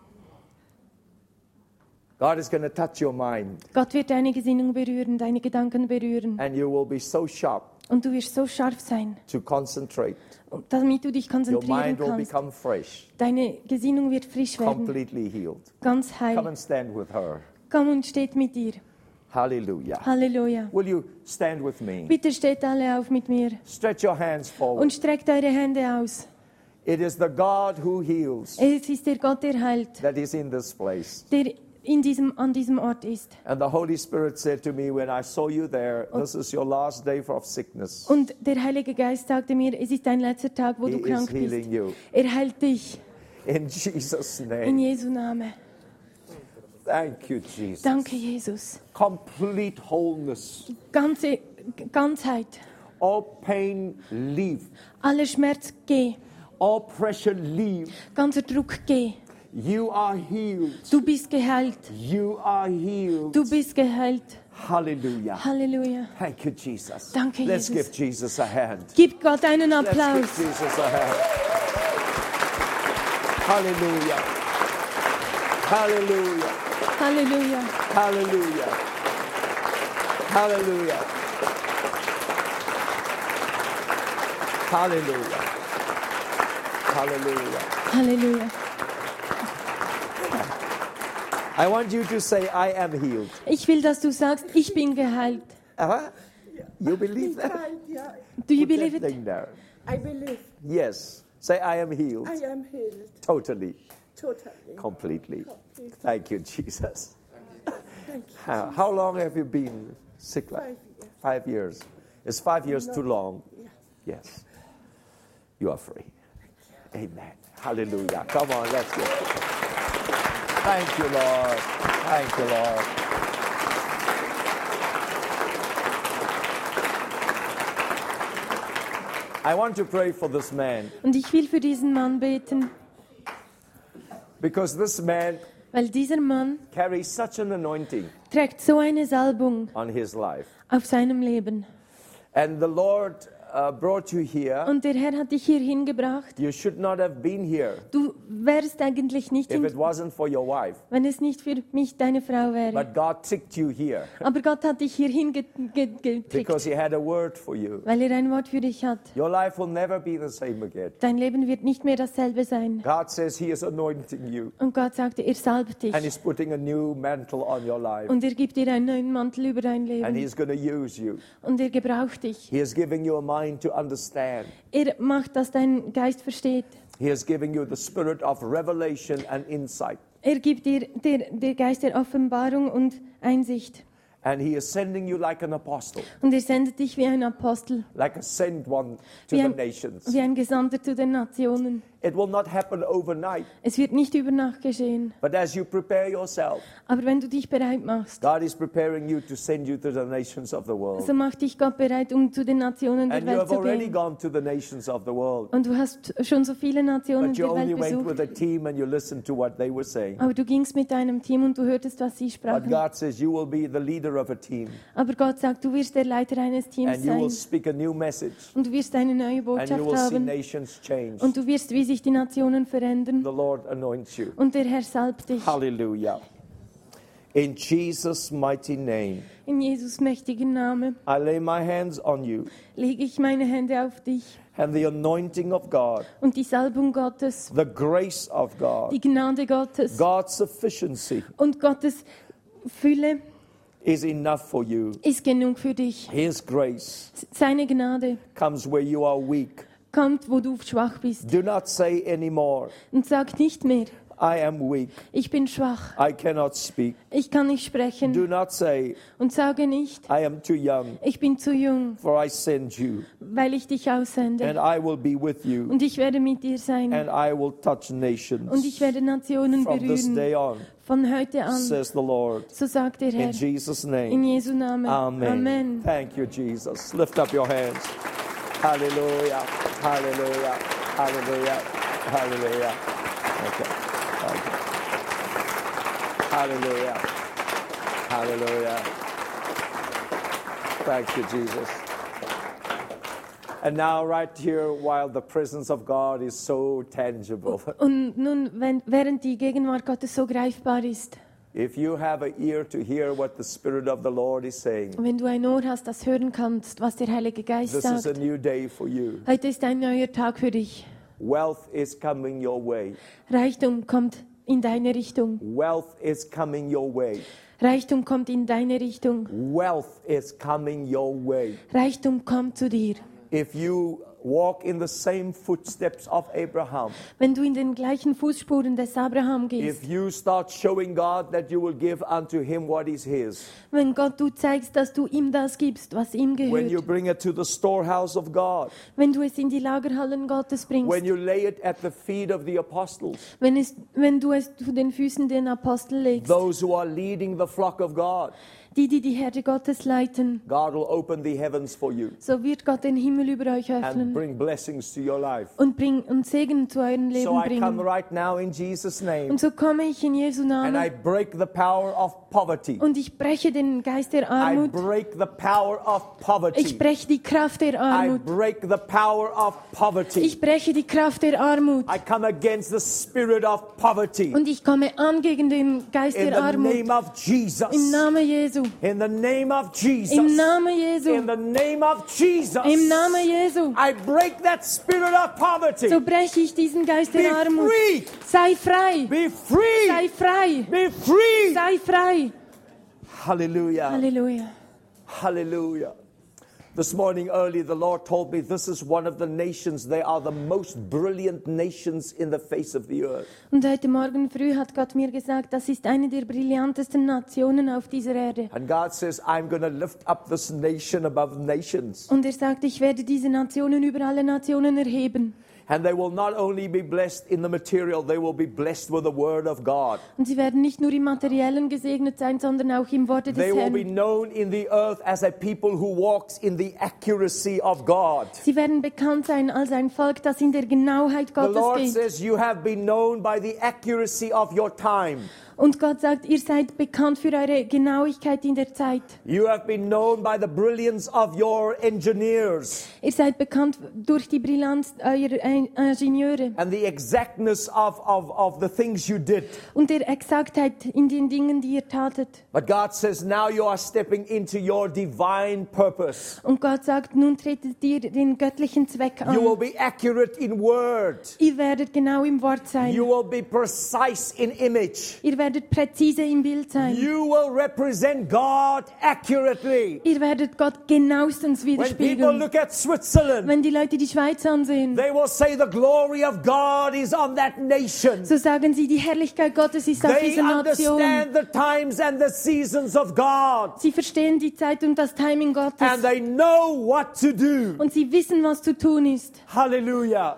Speaker 1: God is going to touch your mind,
Speaker 2: Gott wird deine Gesinnung berühren, deine Gedanken berühren.
Speaker 1: and you will be so sharp
Speaker 2: Und du wirst so scharf sein,
Speaker 1: to concentrate.
Speaker 2: und damit du dich
Speaker 1: Your
Speaker 2: konzentrieren
Speaker 1: mind will
Speaker 2: kannst.
Speaker 1: become fresh,
Speaker 2: Deine Gesinnung wird frisch werden,
Speaker 1: completely healed.
Speaker 2: ganz
Speaker 1: Come
Speaker 2: heil.
Speaker 1: and stand with her.
Speaker 2: Komm und steht mit dir.
Speaker 1: Hallelujah.
Speaker 2: Halleluja.
Speaker 1: Will you stand with me?
Speaker 2: Bitte steht alle auf mit mir
Speaker 1: Stretch your hands
Speaker 2: und
Speaker 1: forward.
Speaker 2: streckt eure Hände aus.
Speaker 1: It is the God who heals
Speaker 2: Es ist der Gott, der heilt,
Speaker 1: that is in this place.
Speaker 2: der in diesem, an diesem Ort ist.
Speaker 1: And the Holy Spirit said to me, When I saw you there, this is your last day of sickness.
Speaker 2: Und der Heilige Geist sagte mir, es ist dein letzter Tag, wo
Speaker 1: He
Speaker 2: du
Speaker 1: is
Speaker 2: krank
Speaker 1: healing
Speaker 2: bist.
Speaker 1: you.
Speaker 2: Er heilt dich
Speaker 1: In Jesus'
Speaker 2: in
Speaker 1: name.
Speaker 2: Jesu Name.
Speaker 1: Thank you, Jesus.
Speaker 2: Danke, Jesus.
Speaker 1: Complete wholeness.
Speaker 2: Ganze Ganzheit.
Speaker 1: All pain, leave.
Speaker 2: Aller Schmerz, geh.
Speaker 1: All pressure, leave.
Speaker 2: Ganzer Druck, geh.
Speaker 1: You are healed.
Speaker 2: Du bist geheilt.
Speaker 1: You are healed.
Speaker 2: Du bist geheilt.
Speaker 1: Hallelujah.
Speaker 2: Halleluja.
Speaker 1: Thank you, Jesus.
Speaker 2: Danke,
Speaker 1: Let's
Speaker 2: Jesus.
Speaker 1: give Jesus a hand.
Speaker 2: Gib Gott einen
Speaker 1: Let's
Speaker 2: Applaus.
Speaker 1: give Jesus a hand. Hallelujah. Hallelujah.
Speaker 2: Halleluja.
Speaker 1: Hallelujah. Hallelujah. Hallelujah. Hallelujah.
Speaker 2: Halleluja.
Speaker 1: I want you to say, I am healed.
Speaker 2: Ich will, dass du sagst, ich bin geheilt.
Speaker 1: Uh-huh. You believe that?
Speaker 5: Right, yeah.
Speaker 2: Do you
Speaker 1: Put that
Speaker 2: believe it?
Speaker 1: thing there.
Speaker 5: I believe
Speaker 1: Yes. Say, I am healed.
Speaker 5: I am healed
Speaker 1: Totally.
Speaker 5: totally.
Speaker 1: Completely. Thank you, Jesus.
Speaker 5: Thank you.
Speaker 1: How, how long have you been sick? like- Five
Speaker 5: Five years.
Speaker 1: years. Is five years too long?
Speaker 5: Yeah.
Speaker 1: Yes. You are free. Amen. Hallelujah. Come on, let's go. Thank you, Lord. Thank you, Lord. I want to pray for this man
Speaker 2: Und ich will für diesen Mann beten,
Speaker 1: because this man
Speaker 2: weil dieser Mann
Speaker 1: carries such an anointing
Speaker 2: trägt so eine Salbung
Speaker 1: on his life.
Speaker 2: auf seinem Leben.
Speaker 1: And the Lord uh, brought you here.
Speaker 2: Und der Herr hat dich hierhin gebracht.
Speaker 1: You should not have been here
Speaker 2: Du wärst eigentlich nicht,
Speaker 1: if it
Speaker 2: hin,
Speaker 1: wasn't for your wife.
Speaker 2: wenn es nicht für mich deine Frau wäre.
Speaker 1: But God ticked you here
Speaker 2: Aber Gott hat dich hierhin ge- ge- getrickt,
Speaker 1: because He had a word for you.
Speaker 2: weil er ein Wort für dich hat.
Speaker 1: Your life will never be the same again.
Speaker 2: Dein Leben wird nicht mehr dasselbe sein.
Speaker 1: God says He is anointing you
Speaker 2: Und Gott sagte, er
Speaker 1: and
Speaker 2: salbt dich.
Speaker 1: He's putting a new mantle on your life
Speaker 2: Und er gibt dir einen neuen Mantel über dein
Speaker 1: and
Speaker 2: Leben.
Speaker 1: He's going to use you.
Speaker 2: Und er gebraucht dich.
Speaker 1: He is giving you a mind to understand.
Speaker 2: Er macht, dass dein Geist versteht.
Speaker 1: He is giving you the spirit of revelation and insight.
Speaker 2: Er gibt dir der, der Geist der Offenbarung und Einsicht.
Speaker 1: And He is sending you like an apostle,
Speaker 2: Und er sendet dich wie ein Apostel,
Speaker 1: like a sent one to
Speaker 2: wie
Speaker 1: the
Speaker 2: ein,
Speaker 1: nations.
Speaker 2: wie ein Gesandter zu den Nationen.
Speaker 1: It will not happen overnight,
Speaker 2: Es wird nicht über Nacht geschehen.
Speaker 1: but as you prepare yourself,
Speaker 2: Aber wenn du dich bereit machst,
Speaker 1: God is preparing you to send you to the nations of the world.
Speaker 2: so macht dich Gott bereit, um zu den Nationen der
Speaker 1: And you
Speaker 2: Welt
Speaker 1: have
Speaker 2: zu
Speaker 1: already
Speaker 2: gehen.
Speaker 1: gone to the nations of the world.
Speaker 2: Und du hast schon so viele Nationen
Speaker 1: But you
Speaker 2: der
Speaker 1: only
Speaker 2: Welt
Speaker 1: went with
Speaker 2: besucht.
Speaker 1: a team and you listened to what they were saying.
Speaker 2: Aber du gingst mit deinem Team und du hörtest, was sie
Speaker 1: But
Speaker 2: sprachen.
Speaker 1: God says you will be the leader of a team
Speaker 2: Aber Gott sagt, du wirst der Leiter eines Teams
Speaker 1: and you will
Speaker 2: sein.
Speaker 1: speak a new message
Speaker 2: Und du wirst eine neue
Speaker 1: and you
Speaker 2: Botschaft
Speaker 1: will see
Speaker 2: haben.
Speaker 1: nations change.
Speaker 2: Und du wirst, wie sich die Nationen verändern.
Speaker 1: The Lord anoints you.
Speaker 2: Und der Herr salbt dich.
Speaker 1: Hallelujah. In Jesus' mighty name,
Speaker 2: In Jesus mächtigen Namen
Speaker 1: I lay my hands on you
Speaker 2: lege ich meine Hände auf dich.
Speaker 1: and the anointing of God,
Speaker 2: Und die Salbung Gottes,
Speaker 1: the grace of God,
Speaker 2: die Gnade Gottes
Speaker 1: God's sufficiency
Speaker 2: und Gottes Fülle
Speaker 1: is enough for you.
Speaker 2: ist genug für dich.
Speaker 1: His grace
Speaker 2: Seine Gnade
Speaker 1: comes where you are weak.
Speaker 2: kommt, wo du schwach bist.
Speaker 1: Do not say anymore,
Speaker 2: Und sag nicht mehr,
Speaker 1: I am weak,
Speaker 2: ich bin schwach,
Speaker 1: I cannot speak.
Speaker 2: ich kann nicht sprechen.
Speaker 1: Do not say,
Speaker 2: Und sage nicht,
Speaker 1: I am too young,
Speaker 2: ich bin zu jung,
Speaker 1: for I send you,
Speaker 2: weil ich dich
Speaker 1: and
Speaker 2: aussende.
Speaker 1: I will be with you,
Speaker 2: Und ich werde mit dir sein.
Speaker 1: and I will touch
Speaker 2: Und ich
Speaker 1: nations
Speaker 2: werde Nationen
Speaker 1: from this day
Speaker 2: berühren.
Speaker 1: on,
Speaker 2: Von heute an,
Speaker 1: says the Lord.
Speaker 2: so sagt der
Speaker 1: In
Speaker 2: Herr.
Speaker 1: Jesus'
Speaker 2: In
Speaker 1: name.
Speaker 2: Jesu Namen.
Speaker 1: Amen.
Speaker 2: Amen.
Speaker 1: Thank you, Jesus. Lift up your hands. Hallelujah. Hallelujah. Hallelujah. Hallelujah. Okay. Thank you. Hallelujah. Hallelujah. Thank you, Jesus. And now, right here, while the presence of God is so tangible,
Speaker 2: Und nun, wenn, während die Gegenwart Gottes so greifbar ist,
Speaker 1: if you have an ear to hear what the Spirit of the Lord is saying,
Speaker 2: wenn du ein Ohr hast, das hören kannst, was der Heilige Geist
Speaker 1: this is a
Speaker 2: sagt,
Speaker 1: new day for you.
Speaker 2: heute ist ein neuer Tag für dich.
Speaker 1: Wealth is coming your way.
Speaker 2: Reichtum kommt in deine Richtung.
Speaker 1: Wealth is coming your way.
Speaker 2: Reichtum kommt in deine Richtung.
Speaker 1: Wealth is coming your way.
Speaker 2: Reichtum kommt zu dir.
Speaker 1: If you walk in the same footsteps of Abraham,
Speaker 2: Wenn du in den gleichen Fußspuren des Abraham gehst,
Speaker 1: if you start showing God that you will give unto him what is his,
Speaker 2: wenn Gott du zeigst, dass du ihm das gibst, was ihm
Speaker 1: when you
Speaker 2: gehört,
Speaker 1: bring it to the storehouse of God,
Speaker 2: wenn du es in die Lagerhallen Gottes bringst,
Speaker 1: when you lay it at the feet of the apostles,
Speaker 2: wenn, es, wenn du es zu den Füßen den Apostel legst,
Speaker 1: those who are leading the flock of God,
Speaker 2: die, die die Herde Gottes leiten,
Speaker 1: God will open the heavens for you
Speaker 2: so wird Gott den Himmel über euch
Speaker 1: and
Speaker 2: öffnen
Speaker 1: bring blessings to your life.
Speaker 2: und, bring, und Segen zu eurem Leben
Speaker 1: So I come
Speaker 2: bringen.
Speaker 1: right now in Jesus' name
Speaker 2: Und so komme ich in Jesu
Speaker 1: and I
Speaker 2: Namen
Speaker 1: break the power of poverty.
Speaker 2: und ich breche den Geist der
Speaker 1: I
Speaker 2: Armut.
Speaker 1: break the power of
Speaker 2: Ich
Speaker 1: poverty.
Speaker 2: breche die Kraft der
Speaker 1: I
Speaker 2: Armut.
Speaker 1: break the power of poverty.
Speaker 2: Ich breche die Kraft der Armut.
Speaker 1: I come against the spirit of poverty
Speaker 2: Und ich komme an gegen den Geist
Speaker 1: in
Speaker 2: der
Speaker 1: the
Speaker 2: Armut.
Speaker 1: name of
Speaker 2: Im
Speaker 1: Jesus.
Speaker 2: Namen Jesu.
Speaker 1: In the name of Jesus.
Speaker 2: Im Namen Jesu.
Speaker 1: In the name of Jesus.
Speaker 2: Im Namen Jesu.
Speaker 1: I break that spirit of poverty.
Speaker 2: So breche ich diesen Geist
Speaker 1: Be
Speaker 2: der Armut.
Speaker 1: free.
Speaker 2: Sei frei.
Speaker 1: Be free.
Speaker 2: Sei frei.
Speaker 1: Be free.
Speaker 2: Sei frei.
Speaker 1: Hallelujah.
Speaker 2: Halleluja.
Speaker 1: Hallelujah. This morning early, the Lord told me this is one of the nations. They are the most brilliant nations in the face of the earth.
Speaker 2: Und heute Morgen früh hat Gott mir gesagt, das ist eine der brillantesten Nationen auf dieser Erde.
Speaker 1: And God says, I'm going to lift up this nation above nations.
Speaker 2: Und er sagt, ich werde diese Nationen über alle Nationen erheben.
Speaker 1: And they will not only be blessed in the material, they will be blessed with the word of God.
Speaker 2: Und sie werden nicht nur im Materiellen gesegnet sein, sondern auch im Worte des
Speaker 1: They will be
Speaker 2: Herrn.
Speaker 1: known in the earth as a people who walks in the accuracy of God.
Speaker 2: Sie werden bekannt sein als ein Volk, das in der Genauheit
Speaker 1: The
Speaker 2: Gottes
Speaker 1: Lord
Speaker 2: geht.
Speaker 1: says, You have been known by the accuracy of your time.
Speaker 2: Und Gott sagt, ihr seid bekannt für eure Genauigkeit in der Zeit.
Speaker 1: You have been known by the brilliance of your engineers
Speaker 2: Ihr seid bekannt durch die Brillanz eurer In- Ingenieure
Speaker 1: and the exactness of, of, of the things you did.
Speaker 2: und der Exaktheit in den Dingen, die ihr tatet.
Speaker 1: But God says, Now you are stepping into your divine purpose.
Speaker 2: Und Gott sagt, nun tretet ihr den göttlichen Zweck
Speaker 1: You will
Speaker 2: an.
Speaker 1: be accurate in word.
Speaker 2: Ihr werdet genau im Wort sein.
Speaker 1: You will be precise in image.
Speaker 2: Ihr werdet präzise im Bild sein.
Speaker 1: You will represent God accurately.
Speaker 2: Ihr werdet Gott genauestens
Speaker 1: When people
Speaker 2: widerspiegeln.
Speaker 1: look at Switzerland,
Speaker 2: Wenn die Leute die Schweiz ansehen,
Speaker 1: they will say the glory of God is on that nation.
Speaker 2: so sagen sie, die Herrlichkeit Gottes ist auf
Speaker 1: They
Speaker 2: dieser Nation.
Speaker 1: understand the times and the seasons of God.
Speaker 2: Sie verstehen die Zeit und das Timing
Speaker 1: And
Speaker 2: Gottes.
Speaker 1: they know what to do.
Speaker 2: Und sie wissen, was zu tun ist.
Speaker 1: Hallelujah.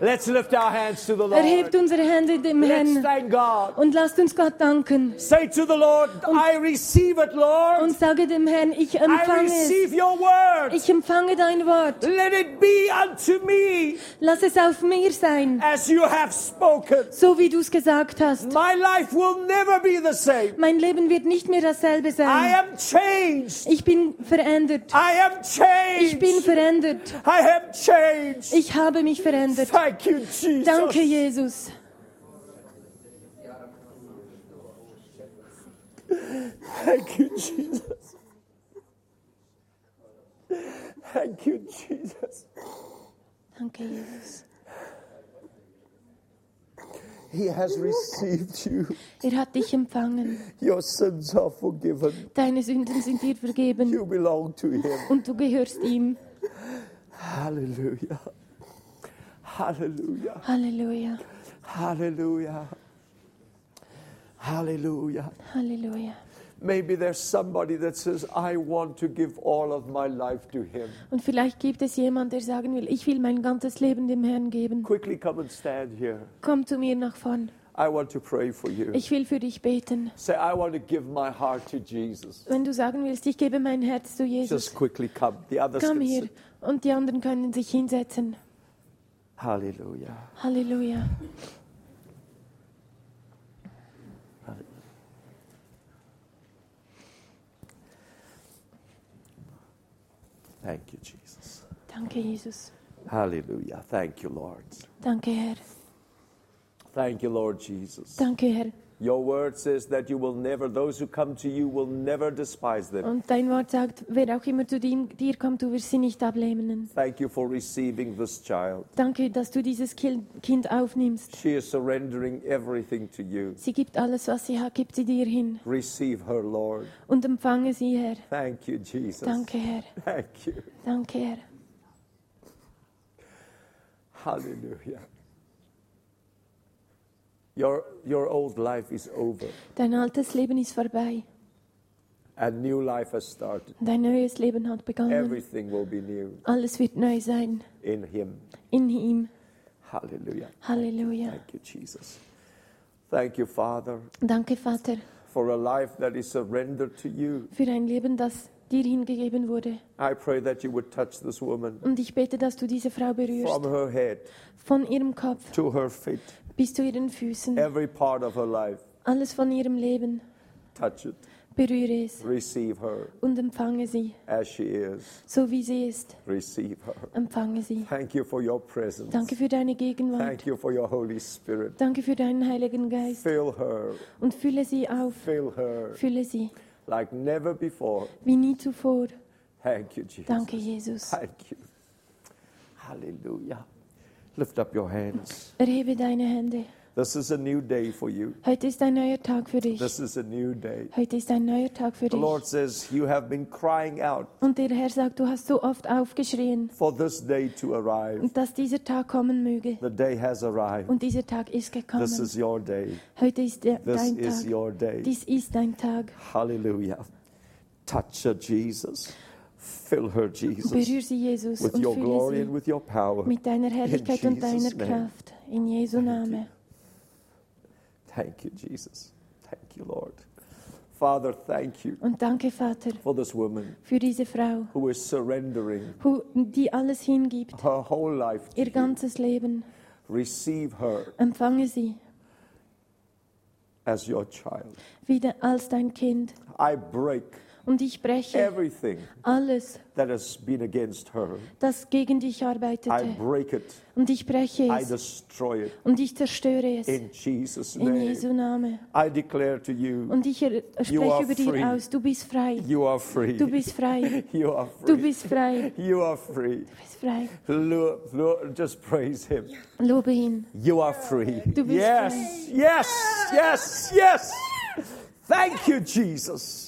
Speaker 1: Let's lift our hands to the
Speaker 2: Erhebt
Speaker 1: Lord.
Speaker 2: unsere Hände dem
Speaker 1: Let's
Speaker 2: Herrn
Speaker 1: thank God.
Speaker 2: und lasst uns Gott danken.
Speaker 1: Say to the Lord, I receive it, Lord.
Speaker 2: Und sage dem Herrn, ich
Speaker 1: I
Speaker 2: empfange es.
Speaker 1: receive your word.
Speaker 2: Ich empfange dein Wort.
Speaker 1: Let it be unto me
Speaker 2: Lass es auf mir sein,
Speaker 1: as you have spoken.
Speaker 2: so wie du es gesagt hast.
Speaker 1: My life will never be the same.
Speaker 2: Mein Leben wird nicht mehr dasselbe
Speaker 1: I
Speaker 2: sein.
Speaker 1: am changed.
Speaker 2: Ich bin verändert.
Speaker 1: I am
Speaker 2: Ich bin
Speaker 1: changed.
Speaker 2: verändert.
Speaker 1: I am changed.
Speaker 2: Ich habe mich verändert.
Speaker 1: Thank you, Jesus.
Speaker 2: Danke, Jesus.
Speaker 1: Thank you, Jesus. Thank you, Jesus.
Speaker 2: Danke, Jesus.
Speaker 1: He has received you.
Speaker 2: Er hat dich empfangen.
Speaker 1: Your sins are forgiven.
Speaker 2: Deine Sünden sind dir vergeben
Speaker 1: You belong to Him.
Speaker 2: und du gehörst ihm.
Speaker 1: Hallelujah. Hallelujah.
Speaker 2: Halleluja,
Speaker 1: Hallelujah. Hallelujah.
Speaker 2: Halleluja.
Speaker 1: Maybe there's somebody that says, I want to give all of my life to Him.
Speaker 2: Und vielleicht gibt es jemand, der sagen will, ich will mein ganzes Leben dem Herrn geben.
Speaker 1: Quickly come and stand here.
Speaker 2: Komm zu mir nach vorn.
Speaker 1: I want to pray for you.
Speaker 2: Ich will für dich beten.
Speaker 1: Say, I want to give my heart to Jesus.
Speaker 2: Wenn du sagen willst, ich gebe mein Herz zu Jesus,
Speaker 1: Just quickly come. The others
Speaker 2: komm
Speaker 1: can
Speaker 2: hier
Speaker 1: sit.
Speaker 2: und die anderen können sich hinsetzen.
Speaker 1: Hallelujah.
Speaker 2: Halleluja.
Speaker 1: Thank you, Jesus.
Speaker 2: Danke, Jesus.
Speaker 1: Hallelujah. Thank you, Lord.
Speaker 2: Danke, Herr.
Speaker 1: Thank you, Lord Jesus.
Speaker 2: Danke, Herr.
Speaker 1: Your word says that you will never, those who come to you will never despise them.
Speaker 2: Und dein Wort sagt, wer auch immer zu dem- dir kommt, du wirst sie nicht ablehnen.
Speaker 1: Thank you for receiving this child.
Speaker 2: Danke, dass du dieses Kil- Kind aufnimmst.
Speaker 1: She is surrendering everything to you.
Speaker 2: Sie gibt alles, was sie hat, gibt sie dir hin.
Speaker 1: Receive her, Lord.
Speaker 2: Und empfange sie, Herr.
Speaker 1: Thank you, Jesus.
Speaker 2: Danke, Herr.
Speaker 1: Thank you.
Speaker 2: Danke, Herr.
Speaker 1: Hallelujah. Your, your old life is over
Speaker 2: Dein altes Leben ist vorbei.
Speaker 1: and new life has started.
Speaker 2: Dein neues Leben hat
Speaker 1: Mm.
Speaker 2: begonnen.
Speaker 1: Everything will be new
Speaker 2: Alles wird neu sein.
Speaker 1: in Him.
Speaker 2: In ihm.
Speaker 1: Hallelujah.
Speaker 2: Halleluja.
Speaker 1: Thank you, Jesus. Thank you, Father,
Speaker 2: Danke, Vater,
Speaker 1: for a life that is surrendered to you.
Speaker 2: für ein Leben, das dir hingegeben wurde.
Speaker 1: I pray that you would touch this woman
Speaker 2: Und ich bete, dass du diese Frau
Speaker 1: from
Speaker 2: berührst.
Speaker 1: her head
Speaker 2: Von ihrem Kopf
Speaker 1: to her feet,
Speaker 2: bis zu ihren Füßen.
Speaker 1: every part of her life.
Speaker 2: Alles von ihrem Leben.
Speaker 1: Touch it.
Speaker 2: Berühre es
Speaker 1: Receive her
Speaker 2: und empfange sie.
Speaker 1: as she is.
Speaker 2: So wie sie ist,
Speaker 1: Receive her.
Speaker 2: empfange sie.
Speaker 1: Thank you for your presence.
Speaker 2: Danke für deine Gegenwart.
Speaker 1: Thank you for your Holy Spirit.
Speaker 2: Danke für deinen Heiligen Geist.
Speaker 1: Fill her,
Speaker 2: Und fülle sie auf.
Speaker 1: fill her
Speaker 2: Fülle sie
Speaker 1: like never before.
Speaker 2: wie nie zuvor.
Speaker 1: Thank you, Jesus.
Speaker 2: Danke, Jesus.
Speaker 1: Thank you. Hallelujah. Lift up your hands.
Speaker 2: Erhebe deine Hände.
Speaker 1: This is a new day for you.
Speaker 2: Heute ist ein neuer Tag für dich.
Speaker 1: This is a new day.
Speaker 2: Heute ist ein neuer Tag für
Speaker 1: The Lord
Speaker 2: dich.
Speaker 1: says, You have been crying out
Speaker 2: Und der Herr sagt, du hast so oft aufgeschrien,
Speaker 1: for this day to arrive.
Speaker 2: und dass dieser Tag kommen möge.
Speaker 1: The day has arrived.
Speaker 2: Und dieser Tag ist
Speaker 1: This
Speaker 2: gekommen.
Speaker 1: is your day.
Speaker 2: Heute ist der,
Speaker 1: This
Speaker 2: dein
Speaker 1: is
Speaker 2: Tag.
Speaker 1: your day.
Speaker 2: Dies ist dein Tag.
Speaker 1: Hallelujah. Touch her, Jesus. Fill her, Jesus,
Speaker 2: Berühr sie, Jesus,
Speaker 1: with
Speaker 2: und
Speaker 1: your glory
Speaker 2: fülle
Speaker 1: and
Speaker 2: sie
Speaker 1: with your power.
Speaker 2: mit deiner Herrlichkeit und deiner
Speaker 1: Jesus' name.
Speaker 2: Kraft. In Jesu Name.
Speaker 1: Thank you, Jesus. Thank you, Lord. Father, thank you
Speaker 2: Und danke, Vater,
Speaker 1: for this woman
Speaker 2: für diese Frau,
Speaker 1: who is surrendering
Speaker 2: who- die alles hingibt,
Speaker 1: her whole life to
Speaker 2: ihr
Speaker 1: you.
Speaker 2: ganzes Leben.
Speaker 1: Receive her
Speaker 2: Empfange sie
Speaker 1: as your child.
Speaker 2: wieder als dein Kind.
Speaker 1: I break
Speaker 2: Und ich breche
Speaker 1: everything
Speaker 2: alles,
Speaker 1: that has been against her.
Speaker 2: das gegen dich
Speaker 1: I
Speaker 2: arbeitete.
Speaker 1: break it.
Speaker 2: Und ich breche
Speaker 1: I
Speaker 2: es
Speaker 1: destroy it
Speaker 2: und ich zerstöre es
Speaker 1: in Jesus'
Speaker 2: in
Speaker 1: name.
Speaker 2: Jesu Name.
Speaker 1: I declare to you,
Speaker 2: Und ich er- äh,
Speaker 1: are
Speaker 2: spreche über
Speaker 1: free.
Speaker 2: dir aus, du bist frei.
Speaker 1: you are free.
Speaker 2: Du bist frei.
Speaker 1: You are
Speaker 2: Du
Speaker 1: free.
Speaker 2: bist frei.
Speaker 1: You are free.
Speaker 2: Du bist frei.
Speaker 1: Lo- lo- Just praise Him.
Speaker 2: Lobe ihn.
Speaker 1: You are free.
Speaker 2: Du bist
Speaker 1: Yes, yes, yes, yes. Thank you, Jesus.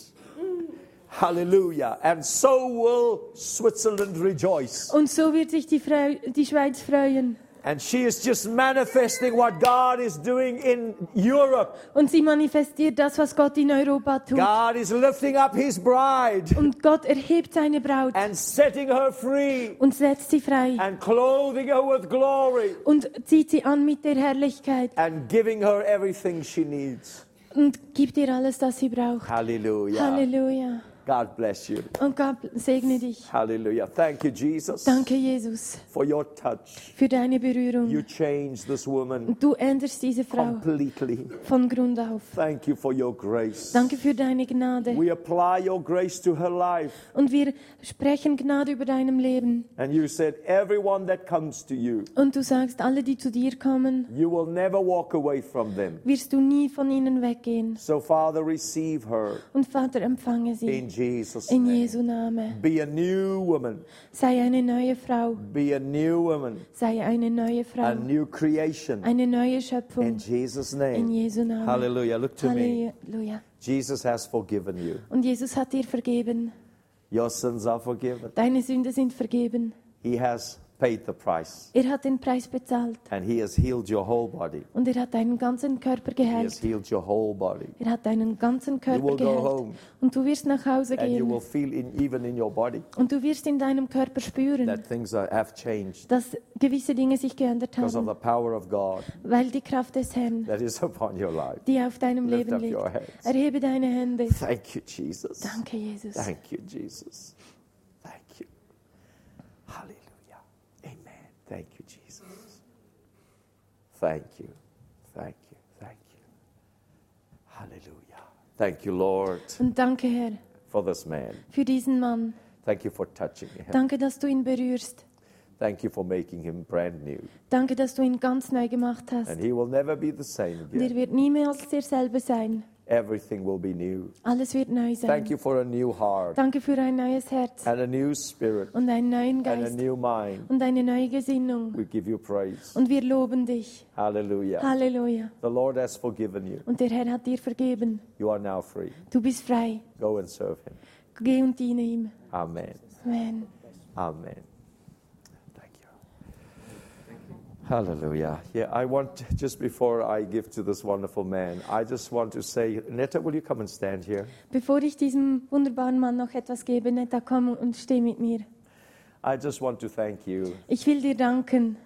Speaker 1: Hallelujah. And so will Switzerland rejoice.
Speaker 2: Und so wird sich die, Freu die Schweiz freuen.
Speaker 1: And she is just manifesting what God is doing in Europe.
Speaker 2: Und sie manifestiert das, was Gott in Europa tut.
Speaker 1: God is lifting up His bride
Speaker 2: Und Gott erhebt seine Braut
Speaker 1: and setting her free
Speaker 2: und setzt sie frei
Speaker 1: and clothing her with glory
Speaker 2: und zieht sie an mit der Herrlichkeit
Speaker 1: and giving her everything she needs.
Speaker 2: und gibt ihr alles, das sie braucht.
Speaker 1: Hallelujah.
Speaker 2: Halleluja.
Speaker 1: God bless you.
Speaker 2: Und Gott segne dich.
Speaker 1: Hallelujah. Thank you, Jesus,
Speaker 2: Danke, Jesus,
Speaker 1: for your touch.
Speaker 2: für deine Berührung.
Speaker 1: You changed this woman
Speaker 2: Du änderst diese Frau
Speaker 1: completely.
Speaker 2: von Grund auf.
Speaker 1: Thank you for your grace.
Speaker 2: Danke für deine Gnade.
Speaker 1: We apply your grace to her life.
Speaker 2: Und wir sprechen Gnade über deinem Leben.
Speaker 1: And you said, Everyone that comes to you,
Speaker 2: Und du sagst, alle, die zu dir kommen,
Speaker 1: you will never walk away from them.
Speaker 2: wirst du nie von ihnen weggehen.
Speaker 1: So, Father, receive her
Speaker 2: Und Vater, empfange
Speaker 1: in
Speaker 2: sie
Speaker 1: Jesus'
Speaker 2: in
Speaker 1: name.
Speaker 2: Jesu Name.
Speaker 1: Be a new woman.
Speaker 2: Sei eine neue Frau,
Speaker 1: Be a new woman.
Speaker 2: sei eine neue
Speaker 1: A
Speaker 2: Frau,
Speaker 1: new creation.
Speaker 2: eine neue
Speaker 1: In
Speaker 2: Schöpfung
Speaker 1: Jesus'
Speaker 2: in
Speaker 1: name.
Speaker 2: Jesu Namen.
Speaker 1: Hallelujah. Look to me.
Speaker 2: Halleluja.
Speaker 1: Jesus has forgiven you.
Speaker 2: Und Jesus hat dir vergeben.
Speaker 1: Your sins are forgiven.
Speaker 2: Deine Sünde sind vergeben.
Speaker 1: He has paid the price.
Speaker 2: Er hat den Preis bezahlt
Speaker 1: And He has healed your whole body.
Speaker 2: und er hat deinen ganzen Körper
Speaker 1: He has
Speaker 2: geheilt.
Speaker 1: healed your whole body.
Speaker 2: Er hat deinen ganzen
Speaker 1: will
Speaker 2: Körper
Speaker 1: go home.
Speaker 2: geheilt. Und du wirst nach Hause
Speaker 1: And you will
Speaker 2: gehen
Speaker 1: feel in, even in your body
Speaker 2: und du wirst in deinem Körper spüren,
Speaker 1: that things are, have changed
Speaker 2: dass gewisse Dinge sich geändert
Speaker 1: because of
Speaker 2: haben,
Speaker 1: the power of God
Speaker 2: weil die Kraft des Herrn,
Speaker 1: that is upon your life.
Speaker 2: die auf deinem
Speaker 1: Lift
Speaker 2: Leben
Speaker 1: up
Speaker 2: liegt.
Speaker 1: your hands.
Speaker 2: Erhebe deine Hände.
Speaker 1: Thank you, Jesus.
Speaker 2: Danke, Jesus.
Speaker 1: Thank you, Jesus. Thank you. Hallelujah. Amen. Thank you, Jesus. Thank you. Thank you. Thank you. Hallelujah. Thank you, Lord,
Speaker 2: Und danke, Herr,
Speaker 1: for this man.
Speaker 2: für diesen Mann.
Speaker 1: Thank you for touching him.
Speaker 2: Danke, dass du ihn berührst.
Speaker 1: Thank you for making him brand new.
Speaker 2: Danke, dass du ihn ganz neu gemacht hast.
Speaker 1: And he will never be the same
Speaker 2: Und er
Speaker 1: again.
Speaker 2: wird niemals derselbe sein.
Speaker 1: Everything will be new.
Speaker 2: Alles wird neu sein.
Speaker 1: Thank you for a new heart
Speaker 2: Danke für ein neues Herz
Speaker 1: and a new spirit
Speaker 2: und einen neuen
Speaker 1: and a
Speaker 2: Geist
Speaker 1: new mind.
Speaker 2: und eine neue Gesinnung.
Speaker 1: We give you praise.
Speaker 2: Und wir loben dich.
Speaker 1: Hallelujah.
Speaker 2: Halleluja.
Speaker 1: The Lord has forgiven you.
Speaker 2: Und der Herr hat dir vergeben.
Speaker 1: You are now free.
Speaker 2: Du bist frei.
Speaker 1: Go and serve him.
Speaker 2: Geh und diene ihm.
Speaker 1: Amen.
Speaker 2: Amen.
Speaker 1: Amen. Thank you. Hallelujah. Yeah, I want, just before I give to this wonderful man, I just want to say, Netta, will you come and stand here?
Speaker 2: Bevor ich diesem wunderbaren Mann noch etwas gebe, Netta, komm und steh mit mir.
Speaker 1: I just want to thank you
Speaker 2: Ich will dir danken,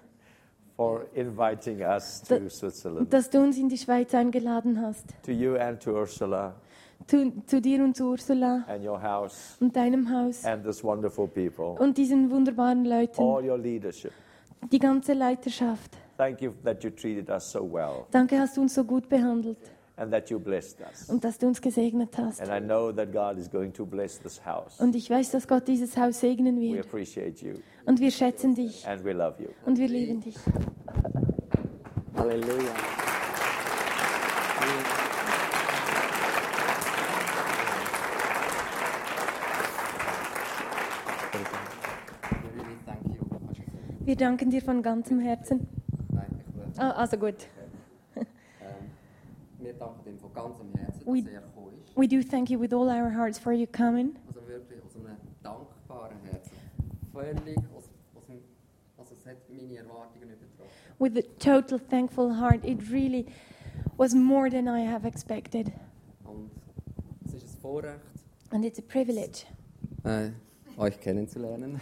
Speaker 1: for inviting us to Switzerland,
Speaker 2: dass du uns in die Schweiz eingeladen hast.
Speaker 1: to you and to Ursula
Speaker 2: Zu, zu dir und zu Ursula
Speaker 1: and your house
Speaker 2: und deinem Haus
Speaker 1: and this wonderful people,
Speaker 2: und diesen wunderbaren Leuten,
Speaker 1: all your leadership.
Speaker 2: die ganze Leiterschaft.
Speaker 1: Thank you that you treated us so well
Speaker 2: Danke, hast du uns so gut behandelt
Speaker 1: and that you blessed us.
Speaker 2: und dass du uns gesegnet hast.
Speaker 1: And I know that God is going to bless this house.
Speaker 2: Und ich weiß, dass Gott dieses Haus segnen
Speaker 1: We
Speaker 2: wird.
Speaker 1: appreciate you
Speaker 2: Und wir schätzen dich
Speaker 1: and we love you.
Speaker 2: und wir lieben dich.
Speaker 6: Hallelujah. We really thank you.
Speaker 2: Wir danken dir von ganzem Herzen.
Speaker 6: Nein, ich will-
Speaker 2: Ah, also gut.
Speaker 6: ähm, Wir danken ihm von ganzem Herzen,
Speaker 2: Ui.
Speaker 6: dass er gekommen ist.
Speaker 2: We do thank you with all our hearts for you coming.
Speaker 6: Also wirklich aus einem dankbaren Herzen. Völlig aus, aus dem, also es hat meine Erwartungen übertroffen.
Speaker 2: With a total thankful heart. It really was more than I have expected.
Speaker 6: Und es ist ein Vorrecht,
Speaker 2: And it's a privilege
Speaker 6: äh, euch kennenzulernen.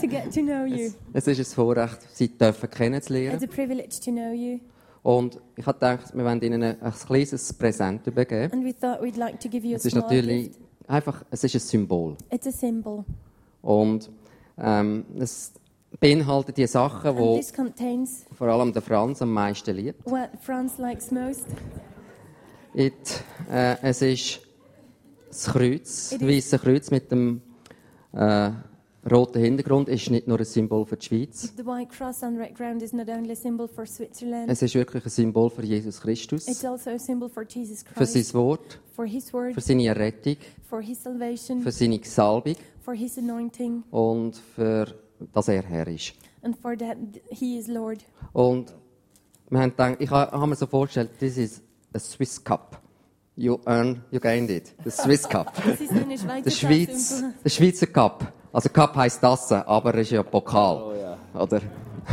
Speaker 2: to get to know you.
Speaker 6: Es ist ein Vorrecht, Sie dürfen
Speaker 2: It's
Speaker 6: kennenzulernen.
Speaker 2: a privilege to know you.
Speaker 6: Und ich habe gedacht, wir wollen Ihnen ein, ein kleines Präsent übergeben.
Speaker 2: And we thought we'd like to give you a
Speaker 6: Es ist
Speaker 2: small
Speaker 6: natürlich
Speaker 2: gift.
Speaker 6: einfach, es ist ein Symbol.
Speaker 2: It's a symbol.
Speaker 6: Und ähm, es beinhaltet die Sachen,
Speaker 2: And
Speaker 6: wo
Speaker 2: this contains
Speaker 6: vor allem der Franz am meisten liebt.
Speaker 2: what France likes most.
Speaker 6: It, äh, es ist das Kreuz,
Speaker 2: It
Speaker 6: das
Speaker 2: is-
Speaker 6: weiße Kreuz mit dem äh, roten Hintergrund ist nicht nur ein Symbol für die Schweiz.
Speaker 2: The white cross on red ground is not only a symbol for Switzerland.
Speaker 6: Es ist wirklich ein Symbol für Jesus
Speaker 2: It's
Speaker 6: Christus,
Speaker 2: also a symbol for Jesus
Speaker 6: für
Speaker 2: Christ,
Speaker 6: sein Wort,
Speaker 2: for His word,
Speaker 6: für seine Errettung,
Speaker 2: for His salvation,
Speaker 6: für seine Salbung.
Speaker 2: for His anointing,
Speaker 6: und für dass er Herr ist.
Speaker 2: and for that He is Lord.
Speaker 6: Und wir haben gedacht, ich ha- habe mir so vorgestellt, this is a Swiss Cup. You earn, you gained it. The Swiss Cup.
Speaker 2: Das ist eine
Speaker 6: Der,
Speaker 2: Schweizer
Speaker 6: Schweiz,
Speaker 2: Tasse.
Speaker 6: der Schweizer Cup. Also Cup heisst Tasse, aber es ist ja Pokal. Oder?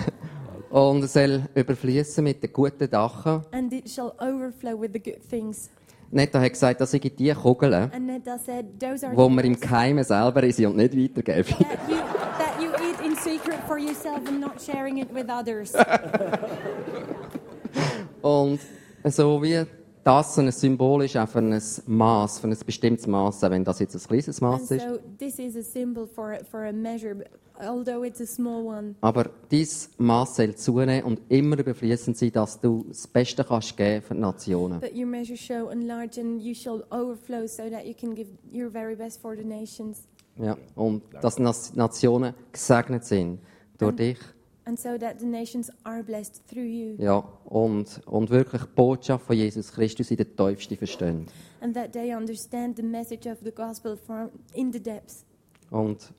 Speaker 6: Und es soll überfließen mit den guten Dachen.
Speaker 2: And it shall overflow with the good things.
Speaker 6: Netta hat gesagt, das sind die Kugeln,
Speaker 2: And Netta said, those are
Speaker 6: die wir im
Speaker 2: yours
Speaker 6: Keimen selber sind und nicht weitergeben.
Speaker 2: that you, that you eat in secret for yourself and not sharing it with others.
Speaker 6: Und so wie das ein Symbol ist auch für ein Maß, für ein bestimmtes Maß, auch wenn das jetzt ein kleines
Speaker 2: and
Speaker 6: Maß ist.
Speaker 2: so this is a symbol for a, for a measure, but although it's a small one.
Speaker 6: Aber dieses Maß soll zunehmen und immer überfließend sein, dass du das Beste kannst geben für die Nationen.
Speaker 2: But your measure shall enlarge and you shall overflow so that you can give your very best for the nations.
Speaker 6: Ja. Und dass die Nationen gesegnet sind durch dich.
Speaker 2: And so that the nations are blessed through you.
Speaker 6: Ja. Und, und wirklich die Botschaft von Jesus Christus in der Tiefste verstehen.
Speaker 2: And that they understand the message of the gospel from in the depths.
Speaker 6: Und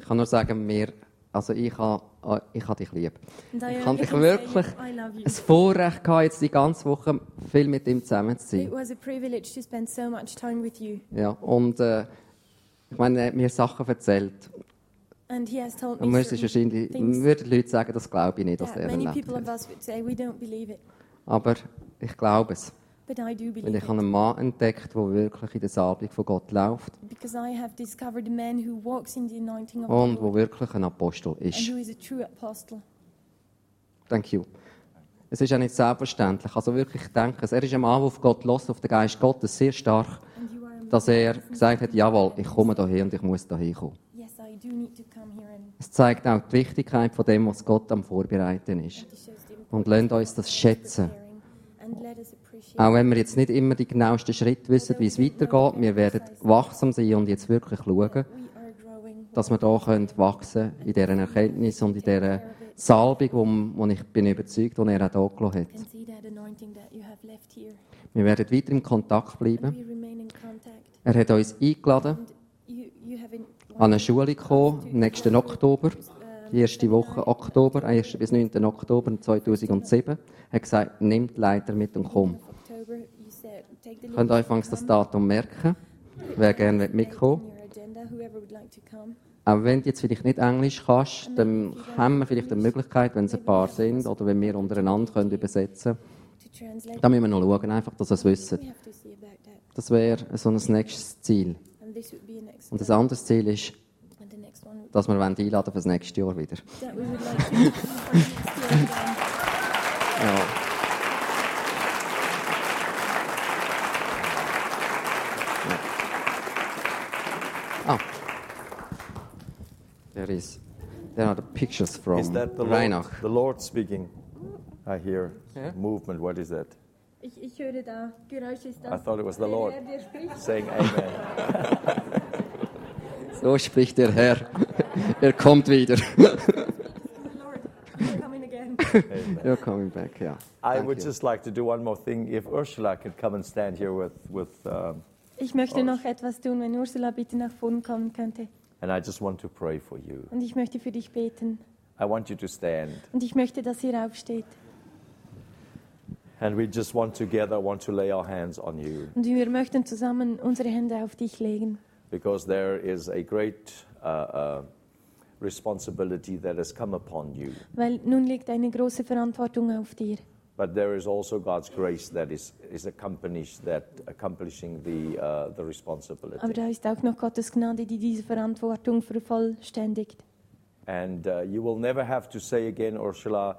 Speaker 6: ich kann nur sagen, wir, also ich habe ich ha dich lieb.
Speaker 2: And I only
Speaker 6: Ich habe dich
Speaker 2: can
Speaker 6: wirklich
Speaker 2: say, I love you.
Speaker 6: ein Vorrecht gehabt, jetzt die ganze Woche viel mit ihm zusammen zu
Speaker 2: It
Speaker 6: sein.
Speaker 2: was a privilege to spend so much time with you.
Speaker 6: Ja, und äh, ich meine, er hat mir Sachen erzählt.
Speaker 2: And he has told
Speaker 6: Und
Speaker 2: me
Speaker 6: mir ist
Speaker 2: certain
Speaker 6: wahrscheinlich,
Speaker 2: things
Speaker 6: würden Leute sagen, das glaube ich nicht, dass
Speaker 2: that
Speaker 6: er
Speaker 2: many
Speaker 6: erlebt
Speaker 2: people of
Speaker 6: hat.
Speaker 2: us would say we don't believe it.
Speaker 6: Aber ich glaube es.
Speaker 2: But I do
Speaker 6: Weil
Speaker 2: believe
Speaker 6: ich habe
Speaker 2: it.
Speaker 6: einen Mann entdeckt, der wirklich in der Salbung von Gott läuft
Speaker 2: Because I have discovered a man who walks in the anointing of
Speaker 6: und
Speaker 2: the
Speaker 6: der
Speaker 2: Lord
Speaker 6: wirklich ein Apostel
Speaker 2: and
Speaker 6: ist.
Speaker 2: who is a true apostle.
Speaker 6: Thank you. Es ist ja nicht selbstverständlich. Also wirklich, ich denke es. Er ist ein Mann, der auf Gott los, auf den Geist Gottes sehr stark,
Speaker 2: And you are a
Speaker 6: dass
Speaker 2: man
Speaker 6: er
Speaker 2: who listens
Speaker 6: gesagt
Speaker 2: to
Speaker 6: hat,
Speaker 2: God
Speaker 6: jawohl,
Speaker 2: and
Speaker 6: ich komme daher und ich muss daher kommen.
Speaker 2: Yes, I do need to come here and
Speaker 6: Es zeigt auch die Wichtigkeit von dem, was Gott am Vorbereiten ist.
Speaker 2: it shows the
Speaker 6: Und lasst uns das schätzen.
Speaker 2: preparing. And let us appreciate
Speaker 6: Auch wenn wir jetzt nicht immer die genauesten Schritte wissen, wie es weitergeht, wir werden wachsam sein und jetzt wirklich schauen,
Speaker 2: we are growing.
Speaker 6: dass wir hier können wachsen können in dieser Erkenntnis und in dieser Salbung, wo, wo ich bin überzeugt, die er auch hier hat.
Speaker 7: and see that anointing that you have left here.
Speaker 6: Wir werden weiter im Kontakt bleiben.
Speaker 7: We remain in contact.
Speaker 6: Er hat uns eingeladen,
Speaker 7: You, you have in,
Speaker 6: an eine Schule gekommen, nächsten Oktober, die erste Woche Oktober, 1. bis 9. Oktober 2007, hat gesagt, nehmt Leiter mit und kommt.
Speaker 7: October, you said, take the
Speaker 6: Ihr
Speaker 7: lead
Speaker 6: könnt euch anfangs das Datum merken, wer gerne
Speaker 7: on
Speaker 6: mitkommen
Speaker 7: your agenda, whoever would like to come.
Speaker 6: Auch wenn du jetzt vielleicht nicht Englisch kannst, dann haben wir vielleicht eine Möglichkeit, wenn es ein paar sind oder wenn wir untereinander können übersetzen können.
Speaker 7: To translate,
Speaker 6: Da müssen wir noch schauen, einfach, dass ihr es wisst.
Speaker 7: we have to see about that.
Speaker 6: Das wäre so ein nächstes Ziel.
Speaker 7: And this would be an next
Speaker 6: Und das andere Ziel ist,
Speaker 7: And the next one
Speaker 6: dass wir wollen einladen für das nächste Jahr wieder.
Speaker 7: that we would like to do for next year again.
Speaker 6: Ja. Ah. There is. There are the pictures from
Speaker 1: Is that the Lord,
Speaker 6: Reinach.
Speaker 1: the Lord speaking? I hear
Speaker 6: Yeah.
Speaker 1: movement. What is that?
Speaker 2: Ich, ich höre da Geräusche. Ist
Speaker 1: I thought it was the Lord
Speaker 2: der spricht?
Speaker 1: saying Amen.
Speaker 6: So spricht der Herr. er kommt wieder.
Speaker 2: Lord, we're coming again.
Speaker 6: You're coming back, ja.
Speaker 1: I
Speaker 6: Thank
Speaker 1: would
Speaker 6: you.
Speaker 1: just like to do one more thing. If Ursula could come and stand here with, with um,
Speaker 2: Ich möchte noch etwas tun, wenn Ursula bitte nach vorn kommen könnte.
Speaker 1: and I just want to pray for you.
Speaker 2: Und ich möchte für dich beten.
Speaker 1: I want you to stand.
Speaker 2: Und ich möchte, dass ihr aufsteht.
Speaker 1: And we just want together, want to lay our hands on you
Speaker 2: Und wir möchten zusammen unsere Hände auf dich legen.
Speaker 1: because there is a great uh, uh, responsibility that has come upon you.
Speaker 2: Weil nun liegt eine große Verantwortung auf dir.
Speaker 1: But there is also God's grace that is, is accompanies that accomplishing the, uh, the
Speaker 2: Aber
Speaker 1: responsibility.
Speaker 2: da ist auch noch Gottes Gnade, die diese Verantwortung vervollständigt.
Speaker 1: And uh, you will never have to say again, Ursula,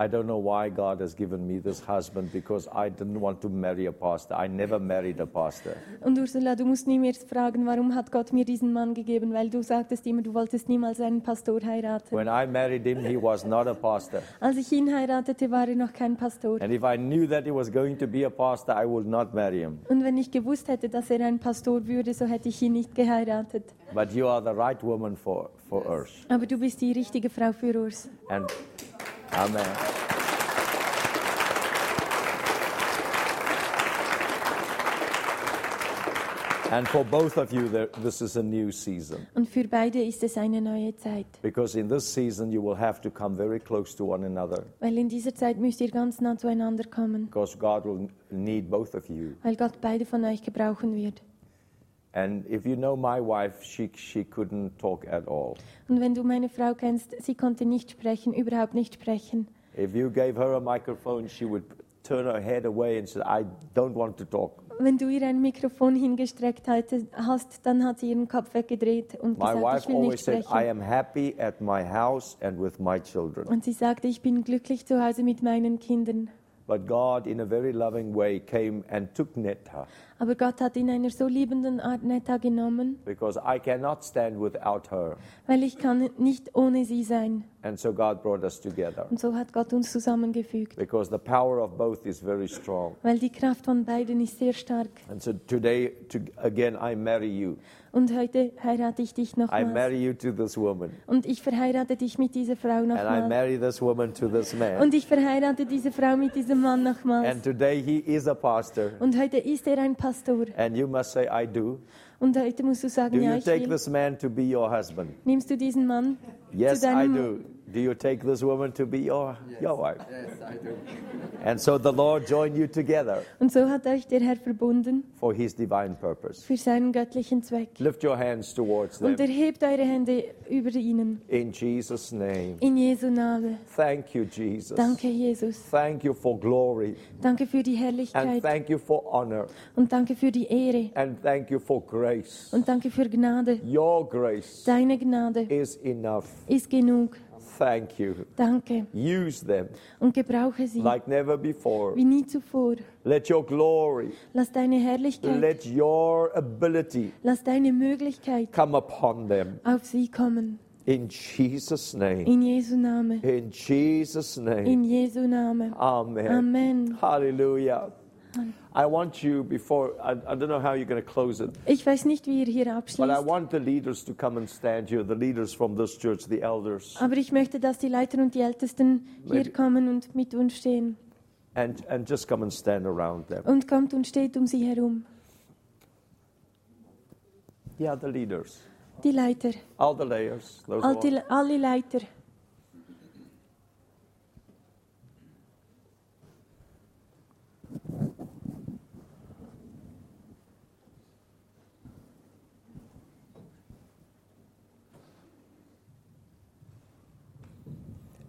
Speaker 1: I don't know why God has given me this husband because I didn't want to marry a pastor. I never married a pastor.
Speaker 2: Und Ursula, du musst nie mehr fragen, warum hat Gott mir diesen Mann gegeben, weil du sagtest immer, du wolltest niemals einen Pastor heiraten.
Speaker 1: When I married him, he was not a pastor.
Speaker 2: Als ich ihn heiratete, war er noch kein Pastor.
Speaker 1: And if I knew that he was going to be a pastor, I would not marry him.
Speaker 2: Und wenn ich gewusst hätte, dass er ein Pastor würde, so hätte ich ihn nicht geheiratet.
Speaker 1: But you are the right woman for, for Urs.
Speaker 2: Aber du bist die richtige Frau für uns.
Speaker 1: And Amen. And for both of you, there, this is a new season.
Speaker 2: Und für beide ist es eine neue Zeit.
Speaker 1: Because in this season, you will have to come very close to one another.
Speaker 2: Weil in dieser Zeit müsst ihr ganz nah zueinander kommen,
Speaker 1: Because God will need both of you.
Speaker 2: weil Gott beide von euch gebrauchen wird.
Speaker 1: And if you know my wife, she, she couldn't talk at all.
Speaker 2: Und wenn du meine Frau kennst, sie konnte nicht sprechen, überhaupt nicht sprechen.
Speaker 1: If you gave her a microphone, she would turn her head away and say, I don't want to talk.
Speaker 2: Wenn du ihr ein Mikrofon hingestreckt hatte- hast, dann hat sie ihren Kopf weggedreht und
Speaker 1: My
Speaker 2: gesagt,
Speaker 1: wife
Speaker 2: ich will nicht
Speaker 1: always said, I
Speaker 2: sprechen.
Speaker 1: am happy at my house and with my children.
Speaker 2: Und sie sagte, ich bin glücklich zu Hause mit meinen Kindern.
Speaker 1: But God, in a very loving way, came and took Netta
Speaker 2: Aber Gott hat in einer so liebenden Art Netta genommen,
Speaker 1: because I cannot stand without her.
Speaker 2: weil ich kann nicht ohne sie sein.
Speaker 1: And so God brought us together
Speaker 2: Und so hat Gott uns zusammengefügt,
Speaker 1: because the power of both is very strong.
Speaker 2: weil die Kraft von beiden ist sehr stark.
Speaker 1: And so today, to, again, I marry you.
Speaker 2: Und heute heirate ich dich
Speaker 1: I
Speaker 2: nochmals.
Speaker 1: marry you to this woman.
Speaker 2: Und ich verheirate dich mit dieser Frau
Speaker 1: And I
Speaker 2: nochmals.
Speaker 1: marry this woman to this man.
Speaker 2: Und ich verheirate diese Frau mit diesem Mann nochmals.
Speaker 1: And today he is a pastor.
Speaker 2: Und heute ist er ein Pastor.
Speaker 1: And you must say, I do.
Speaker 2: Und heute musst du sagen,
Speaker 1: Do
Speaker 2: ja,
Speaker 1: you
Speaker 2: ich
Speaker 1: take
Speaker 2: will.
Speaker 1: this man to be your husband?
Speaker 2: Nimmst du diesen Mann?
Speaker 1: Yes,
Speaker 2: zu
Speaker 1: I
Speaker 2: deinem,
Speaker 1: do. Do you take this woman to be your, your wife? Yes, I do. And so the Lord joined you together
Speaker 2: Und so hat euch der Herr verbunden
Speaker 1: for his divine purpose.
Speaker 2: für seinen göttlichen Zweck.
Speaker 1: Lift your hands towards
Speaker 2: Und
Speaker 1: them.
Speaker 2: erhebt eure Hände über ihnen.
Speaker 1: In Jesus' name.
Speaker 2: In Jesu Name.
Speaker 1: Thank you, Jesus.
Speaker 2: Danke, Jesus.
Speaker 1: Thank you for glory.
Speaker 2: Danke für die
Speaker 1: And
Speaker 2: Herrlichkeit.
Speaker 1: thank you for honor.
Speaker 2: Und danke für die Ehre.
Speaker 1: And thank you for grace.
Speaker 2: Und danke für Gnade.
Speaker 1: Your grace
Speaker 2: Deine Gnade
Speaker 1: is enough.
Speaker 2: ist genug.
Speaker 1: Thank you.
Speaker 2: Danke.
Speaker 1: Use them
Speaker 2: Und gebrauche sie
Speaker 1: like never before.
Speaker 2: wie nie zuvor.
Speaker 1: Let your glory,
Speaker 2: Lass deine Herrlichkeit,
Speaker 1: let your ability
Speaker 2: lass deine Möglichkeit
Speaker 1: come upon them.
Speaker 2: auf sie kommen.
Speaker 1: In Jesus' name.
Speaker 2: In Jesu Name.
Speaker 1: In Jesus' name.
Speaker 2: In Jesu Name.
Speaker 1: Amen.
Speaker 2: Amen.
Speaker 1: Hallelujah. I want you before, I, I don't know how you're going to close it,
Speaker 2: Ich weiß nicht, wie ihr hier
Speaker 1: but I
Speaker 2: abschließt,
Speaker 1: want the leaders to come and stand here, the leaders from this church, the elders.
Speaker 2: aber ich möchte, dass die Leiter und die Ältesten
Speaker 1: Maybe-
Speaker 2: hier kommen und mit uns stehen.
Speaker 1: And, and just come and stand around them.
Speaker 2: Und kommt und steht um sie herum.
Speaker 1: Yeah, the leaders.
Speaker 2: Die Leiter,
Speaker 1: All the layers. Those
Speaker 2: all
Speaker 1: are
Speaker 2: die, alle Leiter.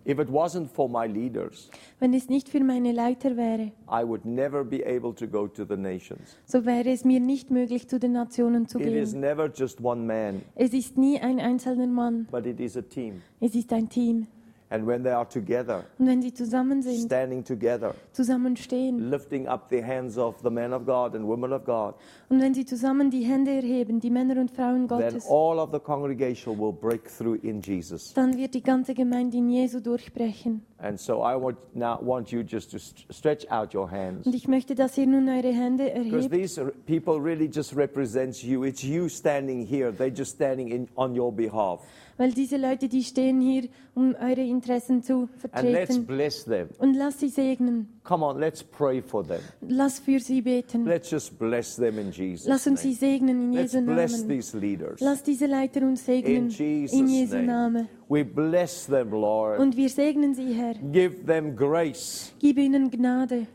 Speaker 1: If it wasn't for my leaders,
Speaker 2: Wenn es nicht für meine Leiter wäre,
Speaker 1: I would never be able to go to the nations.
Speaker 2: so wäre es mir nicht möglich, zu den Nationen zu
Speaker 1: It is
Speaker 2: gehen.
Speaker 1: never just one man,
Speaker 2: Es ist nie ein einzelner Mann,
Speaker 1: but it is a team.
Speaker 2: es ist ein Team.
Speaker 1: And when they are together,
Speaker 2: Und wenn sie zusammen sind,
Speaker 1: standing together,
Speaker 2: zusammenstehen,
Speaker 1: lifting up the hands of the men of God and women of God,
Speaker 2: und wenn sie zusammen die Hände erheben, die Männer und Frauen
Speaker 1: then
Speaker 2: Gottes,
Speaker 1: all of the congregation will break through in Jesus.
Speaker 2: dann wird die ganze Gemeinde in Jesu durchbrechen.
Speaker 1: And so I want now want you just to st- stretch out your hands
Speaker 2: Und ich möchte, dass ihr nun eure Hände
Speaker 1: because
Speaker 2: erhebt,
Speaker 1: these are, people really just represents you. It's you standing here. They're just standing in, on your behalf.
Speaker 2: weil diese Leute, die stehen hier, um eure Interessen zu
Speaker 1: And let's
Speaker 2: vertreten.
Speaker 1: bless them.
Speaker 2: Und lass sie segnen,
Speaker 1: Come on, let's pray for them.
Speaker 2: lass für sie beten,
Speaker 1: Let's just bless them in Jesus.
Speaker 2: lass uns sie
Speaker 1: Name.
Speaker 2: segnen in
Speaker 1: Let's
Speaker 2: Jesu
Speaker 1: bless
Speaker 2: Namen.
Speaker 1: these leaders
Speaker 2: Lass diese Leiter uns
Speaker 1: in
Speaker 2: segnen in
Speaker 1: Jesus'
Speaker 2: Jesu
Speaker 1: name.
Speaker 2: Namen.
Speaker 1: We bless them, Lord.
Speaker 2: Und wir segnen sie, Herr.
Speaker 1: Give them grace.
Speaker 2: Gib ihnen Gnade,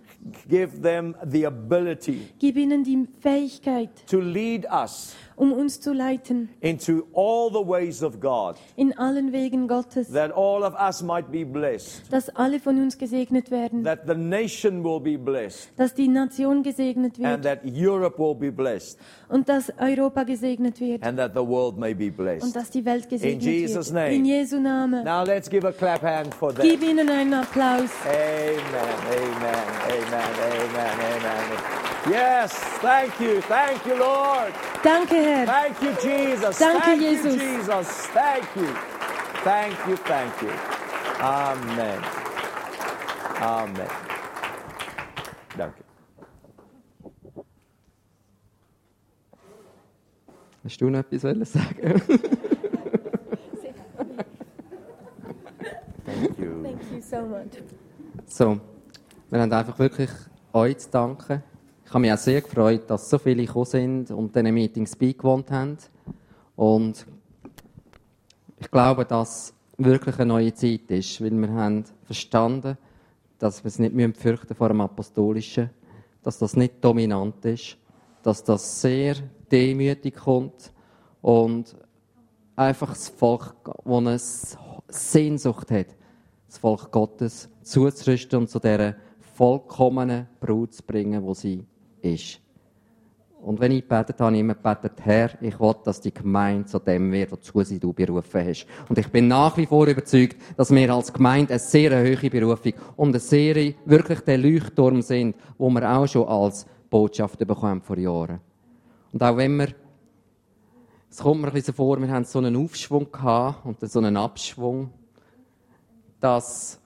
Speaker 1: Give them the ability
Speaker 2: gib ihnen die Fähigkeit,
Speaker 1: to lead us
Speaker 2: um uns zu leiten
Speaker 1: into all the ways of God,
Speaker 2: in allen Wegen Gottes,
Speaker 1: that all of us might be blessed,
Speaker 2: dass alle von uns gesegnet werden,
Speaker 1: that the nation will be blessed,
Speaker 2: dass die Nation gesegnet
Speaker 1: and
Speaker 2: wird
Speaker 1: that Europe will be blessed,
Speaker 2: und dass Europa gesegnet wird
Speaker 1: and that the world may be
Speaker 2: und
Speaker 1: blessed.
Speaker 2: dass die Welt
Speaker 1: In Jesus'
Speaker 2: gesegnet wird.
Speaker 1: name.
Speaker 2: In Jesu Namen.
Speaker 1: Now let's give a clap hand for them.
Speaker 2: Gib ihnen einen Applaus.
Speaker 1: Amen, amen, amen, amen, amen. Yes, thank you, thank you, Lord.
Speaker 2: Danke, Herr.
Speaker 1: Thank you, Jesus.
Speaker 2: Danke,
Speaker 1: thank
Speaker 2: Jesus.
Speaker 1: you, Jesus. Thank you. Thank you, thank you. Amen. Amen. Danke.
Speaker 6: Hast du noch etwas wollen sagen?
Speaker 1: Thank you.
Speaker 8: Thank you so much.
Speaker 6: So, wir haben einfach wirklich euch zu danken. Ich habe mich auch sehr gefreut, dass so viele gekommen sind und diesen Meetings beigewohnt haben. Und ich glaube, dass wirklich eine neue Zeit ist, weil wir haben verstanden, dass wir es nicht müssen fürchten vor dem Apostolischen, dass das nicht dominant ist, dass das sehr demütig kommt und einfach das Volk, das eine Sehnsucht hat, das Volk Gottes zuzurüsten und zu dieser vollkommenen Brut zu bringen, wo sie ist. Und wenn ich gebetet habe, habe ich immer gebetet, Herr, ich will, dass die Gemeinde zu dem wird, wozu sie du berufen hast. Und ich bin nach wie vor überzeugt, dass wir als Gemeinde eine sehr hohe Berufung und eine sehr, wirklich der Leuchtturm sind, wo wir auch schon als Botschaft bekommen haben vor Jahren. Und auch wenn wir es kommt mir ein bisschen so vor, wir haben so einen Aufschwung gehabt und dann so einen Abschwung, dass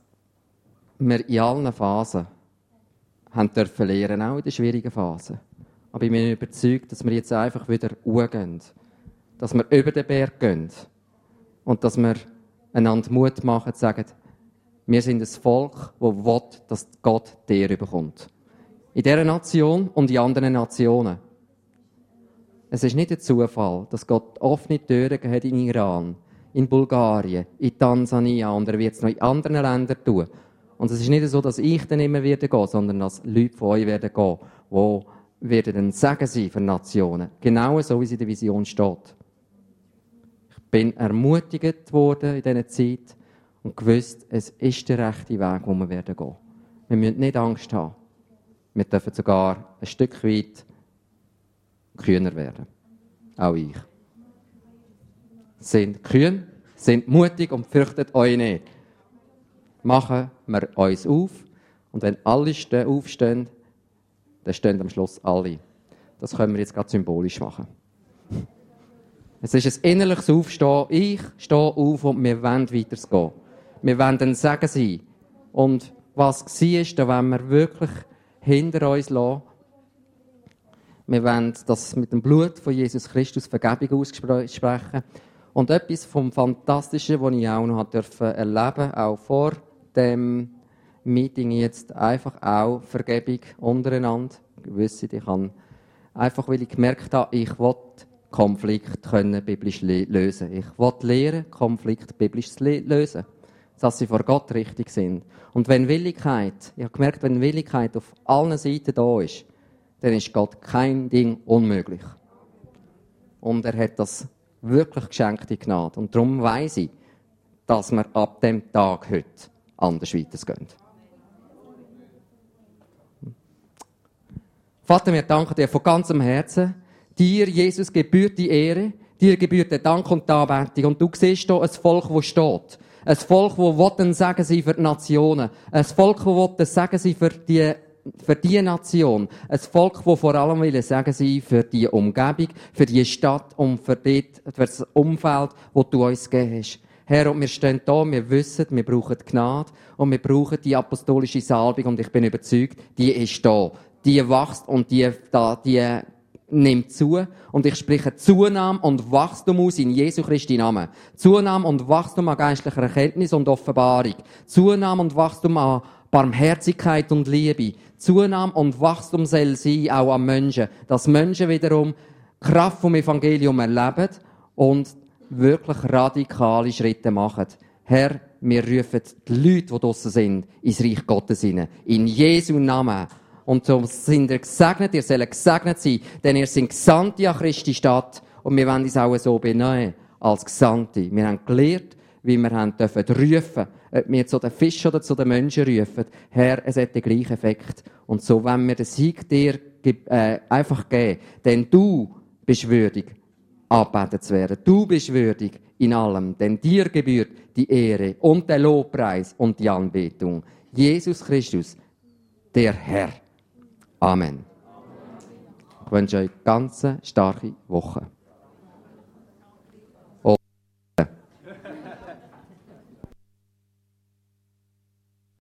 Speaker 6: wir in allen Phasen haben dürfen lernen, auch in den schwierigen Phasen. Aber ich bin überzeugt, dass wir jetzt einfach wieder hochgehen. Dass wir über den Berg gehen. Und dass wir einander Mut machen, zu sagen, wir sind ein Volk, das will, dass Gott dir überkommt. In dieser Nation und in anderen Nationen. Es ist nicht ein Zufall, dass Gott offene Türen hat in Iran, in Bulgarien, in Tansania und er wird es noch in anderen Ländern tun. Und es ist nicht so, dass ich dann immer werde gehen, sondern dass Leute von euch werden gehen, die werden ein Segen sein für Nationen. Genau so, wie es in der Vision steht. Ich bin ermutigt worden in dieser Zeit und gewusst, es ist der rechte Weg, wo wir werden gehen. Wir müssen nicht Angst haben. Wir dürfen sogar ein Stück weit kühner werden. Auch ich. Sind kühn, sind mutig und fürchtet euch nicht. Machen wir uns auf. Und wenn alle ste- aufstehen, dann stehen am Schluss alle. Das können wir jetzt gerade symbolisch machen. Es ist ein innerliches Aufstehen. Ich stehe auf und wir wollen weitergehen. Wir wollen ein Segen sein. Und was war, da wollen wir wirklich hinter uns lassen Wir wollen das mit dem Blut von Jesus Christus Vergebung aussprechen. Und etwas vom Fantastischen, was ich auch noch hat dürfen erleben auch vor dem Meeting jetzt, einfach auch Vergebung untereinander. Ich wüsste, ich kann einfach, weil ich gemerkt habe, ich will Konflikt können biblisch le- lösen. Ich will lernen, Konflikt biblisch zu le- lösen dass sie vor Gott richtig sind. Und wenn Willigkeit, ich habe gemerkt, wenn Willigkeit auf allen Seiten da ist, dann ist Gott kein Ding unmöglich. Und er hat das wirklich geschenkt, die Gnade. Und darum weiß ich, dass wir ab dem Tag heute anders weitergehen. Vater, wir danken dir von ganzem Herzen. Dir, Jesus, gebührt die Ehre, dir gebührt der Dank und die Anbetung. Und du siehst hier ein Volk, das steht. Ein Volk, das ein Segen sein für die Nationen. Ein Volk, das ein Segen sein für die für die Nation. Ein Volk, das vor allem will sagen sein für die Umgebung, für die Stadt und für, dort, für das Umfeld, das du uns gegeben hast. Herr, und wir stehen da, wir wissen, wir brauchen Gnade und wir brauchen die apostolische Salbung und ich bin überzeugt, die ist da. Die wächst und die, da, die nimmt zu und ich spreche Zunahme und Wachstum aus in Jesu Christi Namen. Zunahme und Wachstum an geistlicher Erkenntnis und Offenbarung. Zunahme und Wachstum an Barmherzigkeit und Liebe. Zunahme und Wachstum soll sein, auch an Menschen. Dass Menschen wiederum Kraft vom Evangelium erleben und wirklich radikale Schritte machen. Herr, wir rufen die Leute, die draussen sind, ins Reich Gottes hinein. In Jesu Namen. Und so sind ihr gesegnet, ihr sollt gesegnet sein, denn ihr sind Gesandte an Christi Stadt. Und wir wollen uns auch so benehmen als Gesandte. Wir haben gelernt, wie wir haben dürfen rufen. Ob wir zu den Fischen oder zu den Menschen rufen. Herr, es hat den gleichen Effekt. Und so wollen wir den Sieg dir gib- äh, einfach geben. Denn du bist würdig, angebetet zu werden. Du bist würdig in allem, denn dir gebührt die Ehre und der Lobpreis und die Anbetung. Jesus Christus, der Herr. Amen. Ich wünsche euch eine ganz starke Woche.